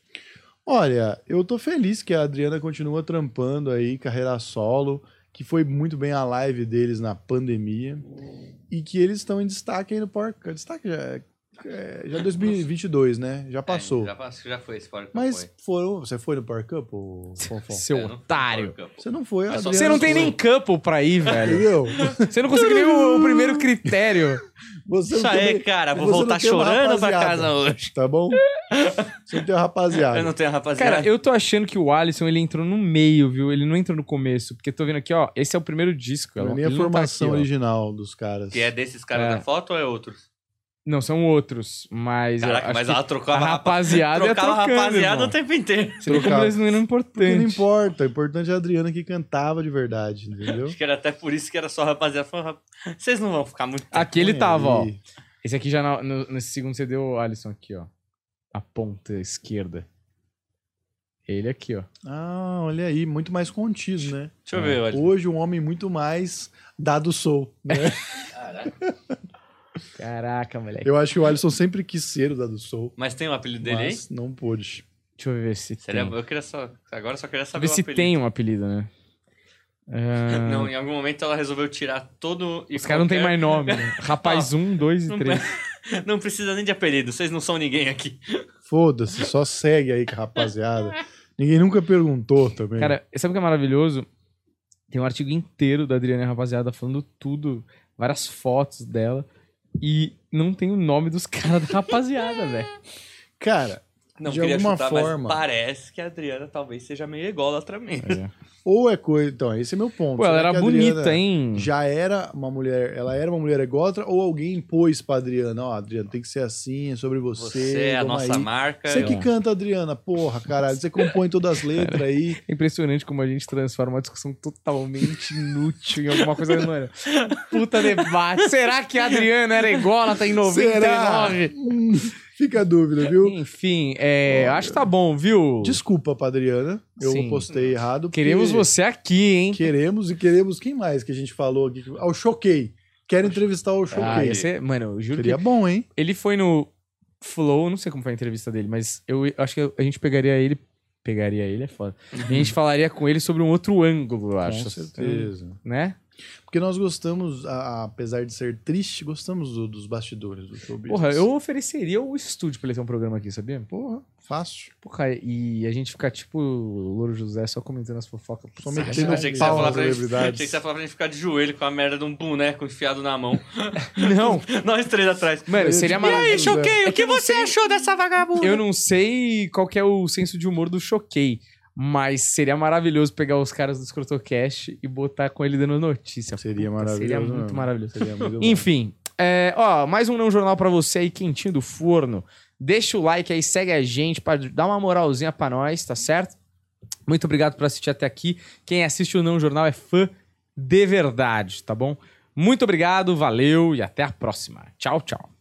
[SPEAKER 3] Olha, eu tô feliz que a Adriana continua trampando aí, carreira solo, que foi muito bem a live deles na pandemia e que eles estão em destaque aí no Power Cup. Destaque já é- é já 2022, né? Já passou.
[SPEAKER 5] É, já passou, já foi esse fora que
[SPEAKER 3] Mas
[SPEAKER 5] foi.
[SPEAKER 3] foram, você foi no Power Cup, ô, Fonfon?
[SPEAKER 2] Seu
[SPEAKER 5] É, não foi
[SPEAKER 2] otário.
[SPEAKER 5] fora do campo.
[SPEAKER 3] Você não foi, a
[SPEAKER 5] Mas só-
[SPEAKER 3] Adriana
[SPEAKER 2] Você não tem
[SPEAKER 3] foi.
[SPEAKER 2] nem couple pra ir, velho.
[SPEAKER 3] Entendeu?
[SPEAKER 2] Você não consegue nem o, o primeiro critério.
[SPEAKER 3] Você
[SPEAKER 5] Isso
[SPEAKER 3] não tem
[SPEAKER 5] aí,
[SPEAKER 3] nem-
[SPEAKER 5] cara. Vou
[SPEAKER 3] você não
[SPEAKER 5] voltar
[SPEAKER 3] tem uma
[SPEAKER 5] chorando pra
[SPEAKER 3] rapaziada.
[SPEAKER 5] casa hoje.
[SPEAKER 3] Tá bom? Você tem uma rapaziada.
[SPEAKER 5] Eu não tenho rapaziada.
[SPEAKER 2] Cara, eu tô achando que o Alisson ele entrou no meio, viu? Ele não entrou no começo. Porque tô vendo aqui, ó. Esse é o primeiro disco.
[SPEAKER 3] Não é
[SPEAKER 2] ela-
[SPEAKER 3] nem a
[SPEAKER 2] ele não tá
[SPEAKER 3] formação
[SPEAKER 2] aqui, ó.
[SPEAKER 3] original dos caras.
[SPEAKER 5] Que é desses caras
[SPEAKER 2] É.
[SPEAKER 5] da foto ou é outros?
[SPEAKER 2] Não, são outros. Mas. eu
[SPEAKER 5] Caraca,
[SPEAKER 2] acho
[SPEAKER 5] mas
[SPEAKER 2] que
[SPEAKER 5] ela trocava
[SPEAKER 2] a rapaziada ia
[SPEAKER 5] trocava
[SPEAKER 2] trocando,
[SPEAKER 5] rapaziada
[SPEAKER 2] irmão.
[SPEAKER 5] o tempo inteiro.
[SPEAKER 2] Você vê como
[SPEAKER 3] Trocava.
[SPEAKER 2] eles não eram
[SPEAKER 3] Porque não
[SPEAKER 2] importantes.
[SPEAKER 3] importa. O importante é a Adriana que cantava de verdade, entendeu?
[SPEAKER 5] Acho que era até por isso que era só rapaziada. Falei, "Rap- Vocês não vão ficar muito.
[SPEAKER 2] Aqui ele
[SPEAKER 3] Põe
[SPEAKER 2] tava, ó.
[SPEAKER 3] aí.
[SPEAKER 2] Esse aqui já na- no- nesse segundo CD, o Alisson aqui, ó. A ponta esquerda. Ele aqui, ó.
[SPEAKER 3] Ah, olha aí. Muito mais contido, né?
[SPEAKER 5] Deixa eu ver, olha.
[SPEAKER 3] Hoje um homem muito mais dado sou. né?
[SPEAKER 2] Caraca, moleque.
[SPEAKER 3] Eu acho que o Alisson sempre quis ser o dado sou.
[SPEAKER 5] Mas tem o apelido dele aí?
[SPEAKER 3] Mas não pôde.
[SPEAKER 2] Deixa eu ver se
[SPEAKER 5] Seria-
[SPEAKER 2] tem.
[SPEAKER 5] eu queria só. Agora eu só queria
[SPEAKER 2] Deixa eu
[SPEAKER 5] saber
[SPEAKER 2] ver
[SPEAKER 5] o
[SPEAKER 2] se
[SPEAKER 5] apelido.
[SPEAKER 2] tem um apelido, né? Ah,
[SPEAKER 5] Não, em algum momento ela resolveu tirar todo. e
[SPEAKER 2] os caras não tem
[SPEAKER 5] qualquer-
[SPEAKER 2] mais nome. Né? Rapaz 1, 2 e
[SPEAKER 5] Não
[SPEAKER 2] 3.
[SPEAKER 5] Não precisa nem de apelido, vocês não são ninguém aqui.
[SPEAKER 3] Foda-se, só segue aí, rapaziada. Ninguém nunca perguntou também.
[SPEAKER 2] Cara, sabe o que é maravilhoso? Tem um artigo inteiro da Adriana Rapaziada falando tudo, várias fotos dela. E não tem o nome dos caras da rapaziada, velho.
[SPEAKER 3] Cara,
[SPEAKER 5] Não
[SPEAKER 3] De
[SPEAKER 5] queria
[SPEAKER 3] alguma
[SPEAKER 5] chutar,
[SPEAKER 3] forma.
[SPEAKER 5] mas parece que a Adriana talvez seja meio ególatra mesmo.
[SPEAKER 3] ou é coisa. Então, esse é meu ponto.
[SPEAKER 2] Pô, ela
[SPEAKER 3] Será
[SPEAKER 2] era
[SPEAKER 3] que a Adriana
[SPEAKER 2] bonita, hein?
[SPEAKER 3] Já era uma mulher. Ela era uma mulher ególatra ou alguém impôs pra Adriana? Ó, Adriana, tem que ser assim, é sobre você.
[SPEAKER 5] Você é a
[SPEAKER 3] vamos
[SPEAKER 5] nossa
[SPEAKER 3] aí.
[SPEAKER 5] marca.
[SPEAKER 3] Você que
[SPEAKER 2] É.
[SPEAKER 3] canta, Adriana. Porra, caralho. Você compõe todas as letras aí.
[SPEAKER 2] É impressionante como a gente transforma uma discussão totalmente inútil em alguma coisa, mano. Puta debate. Será que a Adriana era ególatra em
[SPEAKER 3] Será?
[SPEAKER 2] 99?
[SPEAKER 3] Hum, fica a dúvida, viu?
[SPEAKER 2] Enfim, é, acho que tá bom, viu?
[SPEAKER 3] Desculpa pra Adriana. Eu
[SPEAKER 2] Sim.
[SPEAKER 3] postei errado. porque-
[SPEAKER 2] Queremos você aqui, hein?
[SPEAKER 3] Queremos e queremos. Quem mais que a gente falou aqui? Ah, o Choquei. Quero entrevistar o Choquei.
[SPEAKER 2] Ah, ia ser- mano, eu juro que
[SPEAKER 3] Seria bom, hein?
[SPEAKER 2] Ele foi no Flow, não sei como foi a entrevista dele, mas eu acho que a gente pegaria ele. Pegaria ele, é foda. E a gente falaria com ele sobre um outro ângulo, eu acho.
[SPEAKER 3] Com certeza.
[SPEAKER 2] Né?
[SPEAKER 3] Porque nós gostamos, a- a- apesar de ser triste, gostamos do- dos bastidores do showbiz.
[SPEAKER 2] Porra, eu ofereceria o estúdio pra ele ter um programa aqui, sabia?
[SPEAKER 3] Porra, fácil.
[SPEAKER 2] Porra, e a gente ficar tipo o Louro José só comentando as fofocas.
[SPEAKER 3] Só
[SPEAKER 2] Você
[SPEAKER 3] metendo
[SPEAKER 2] acha-
[SPEAKER 5] Achei que, você ia
[SPEAKER 3] Fala,
[SPEAKER 5] falar pra gente,
[SPEAKER 3] um celebridades.
[SPEAKER 5] achei que você ia falar pra gente ficar de joelho com a merda de um boneco enfiado na mão.
[SPEAKER 2] Não,
[SPEAKER 5] Nós três atrás.
[SPEAKER 2] mano, seria
[SPEAKER 5] tipo,
[SPEAKER 2] maravilhoso.
[SPEAKER 3] Choquei?
[SPEAKER 2] o que você
[SPEAKER 5] achou dessa vagabunda?
[SPEAKER 2] Eu não sei qual que é o senso de humor do Choquei, mas seria maravilhoso pegar os caras do Escrotocast e botar com ele dando notícia.
[SPEAKER 3] Seria maravilhoso.
[SPEAKER 2] Seria muito
[SPEAKER 3] mesmo.
[SPEAKER 2] maravilhoso.
[SPEAKER 3] Seria muito bom.
[SPEAKER 2] Enfim, é, ó, mais um Não Jornal pra você aí, quentinho do forno. Deixa o like aí, segue a gente pra dar uma moralzinha pra nós, tá certo? Muito obrigado por assistir até aqui. Quem assiste o Não Jornal é fã de verdade, tá bom? Muito obrigado, valeu e até a próxima. Tchau, tchau.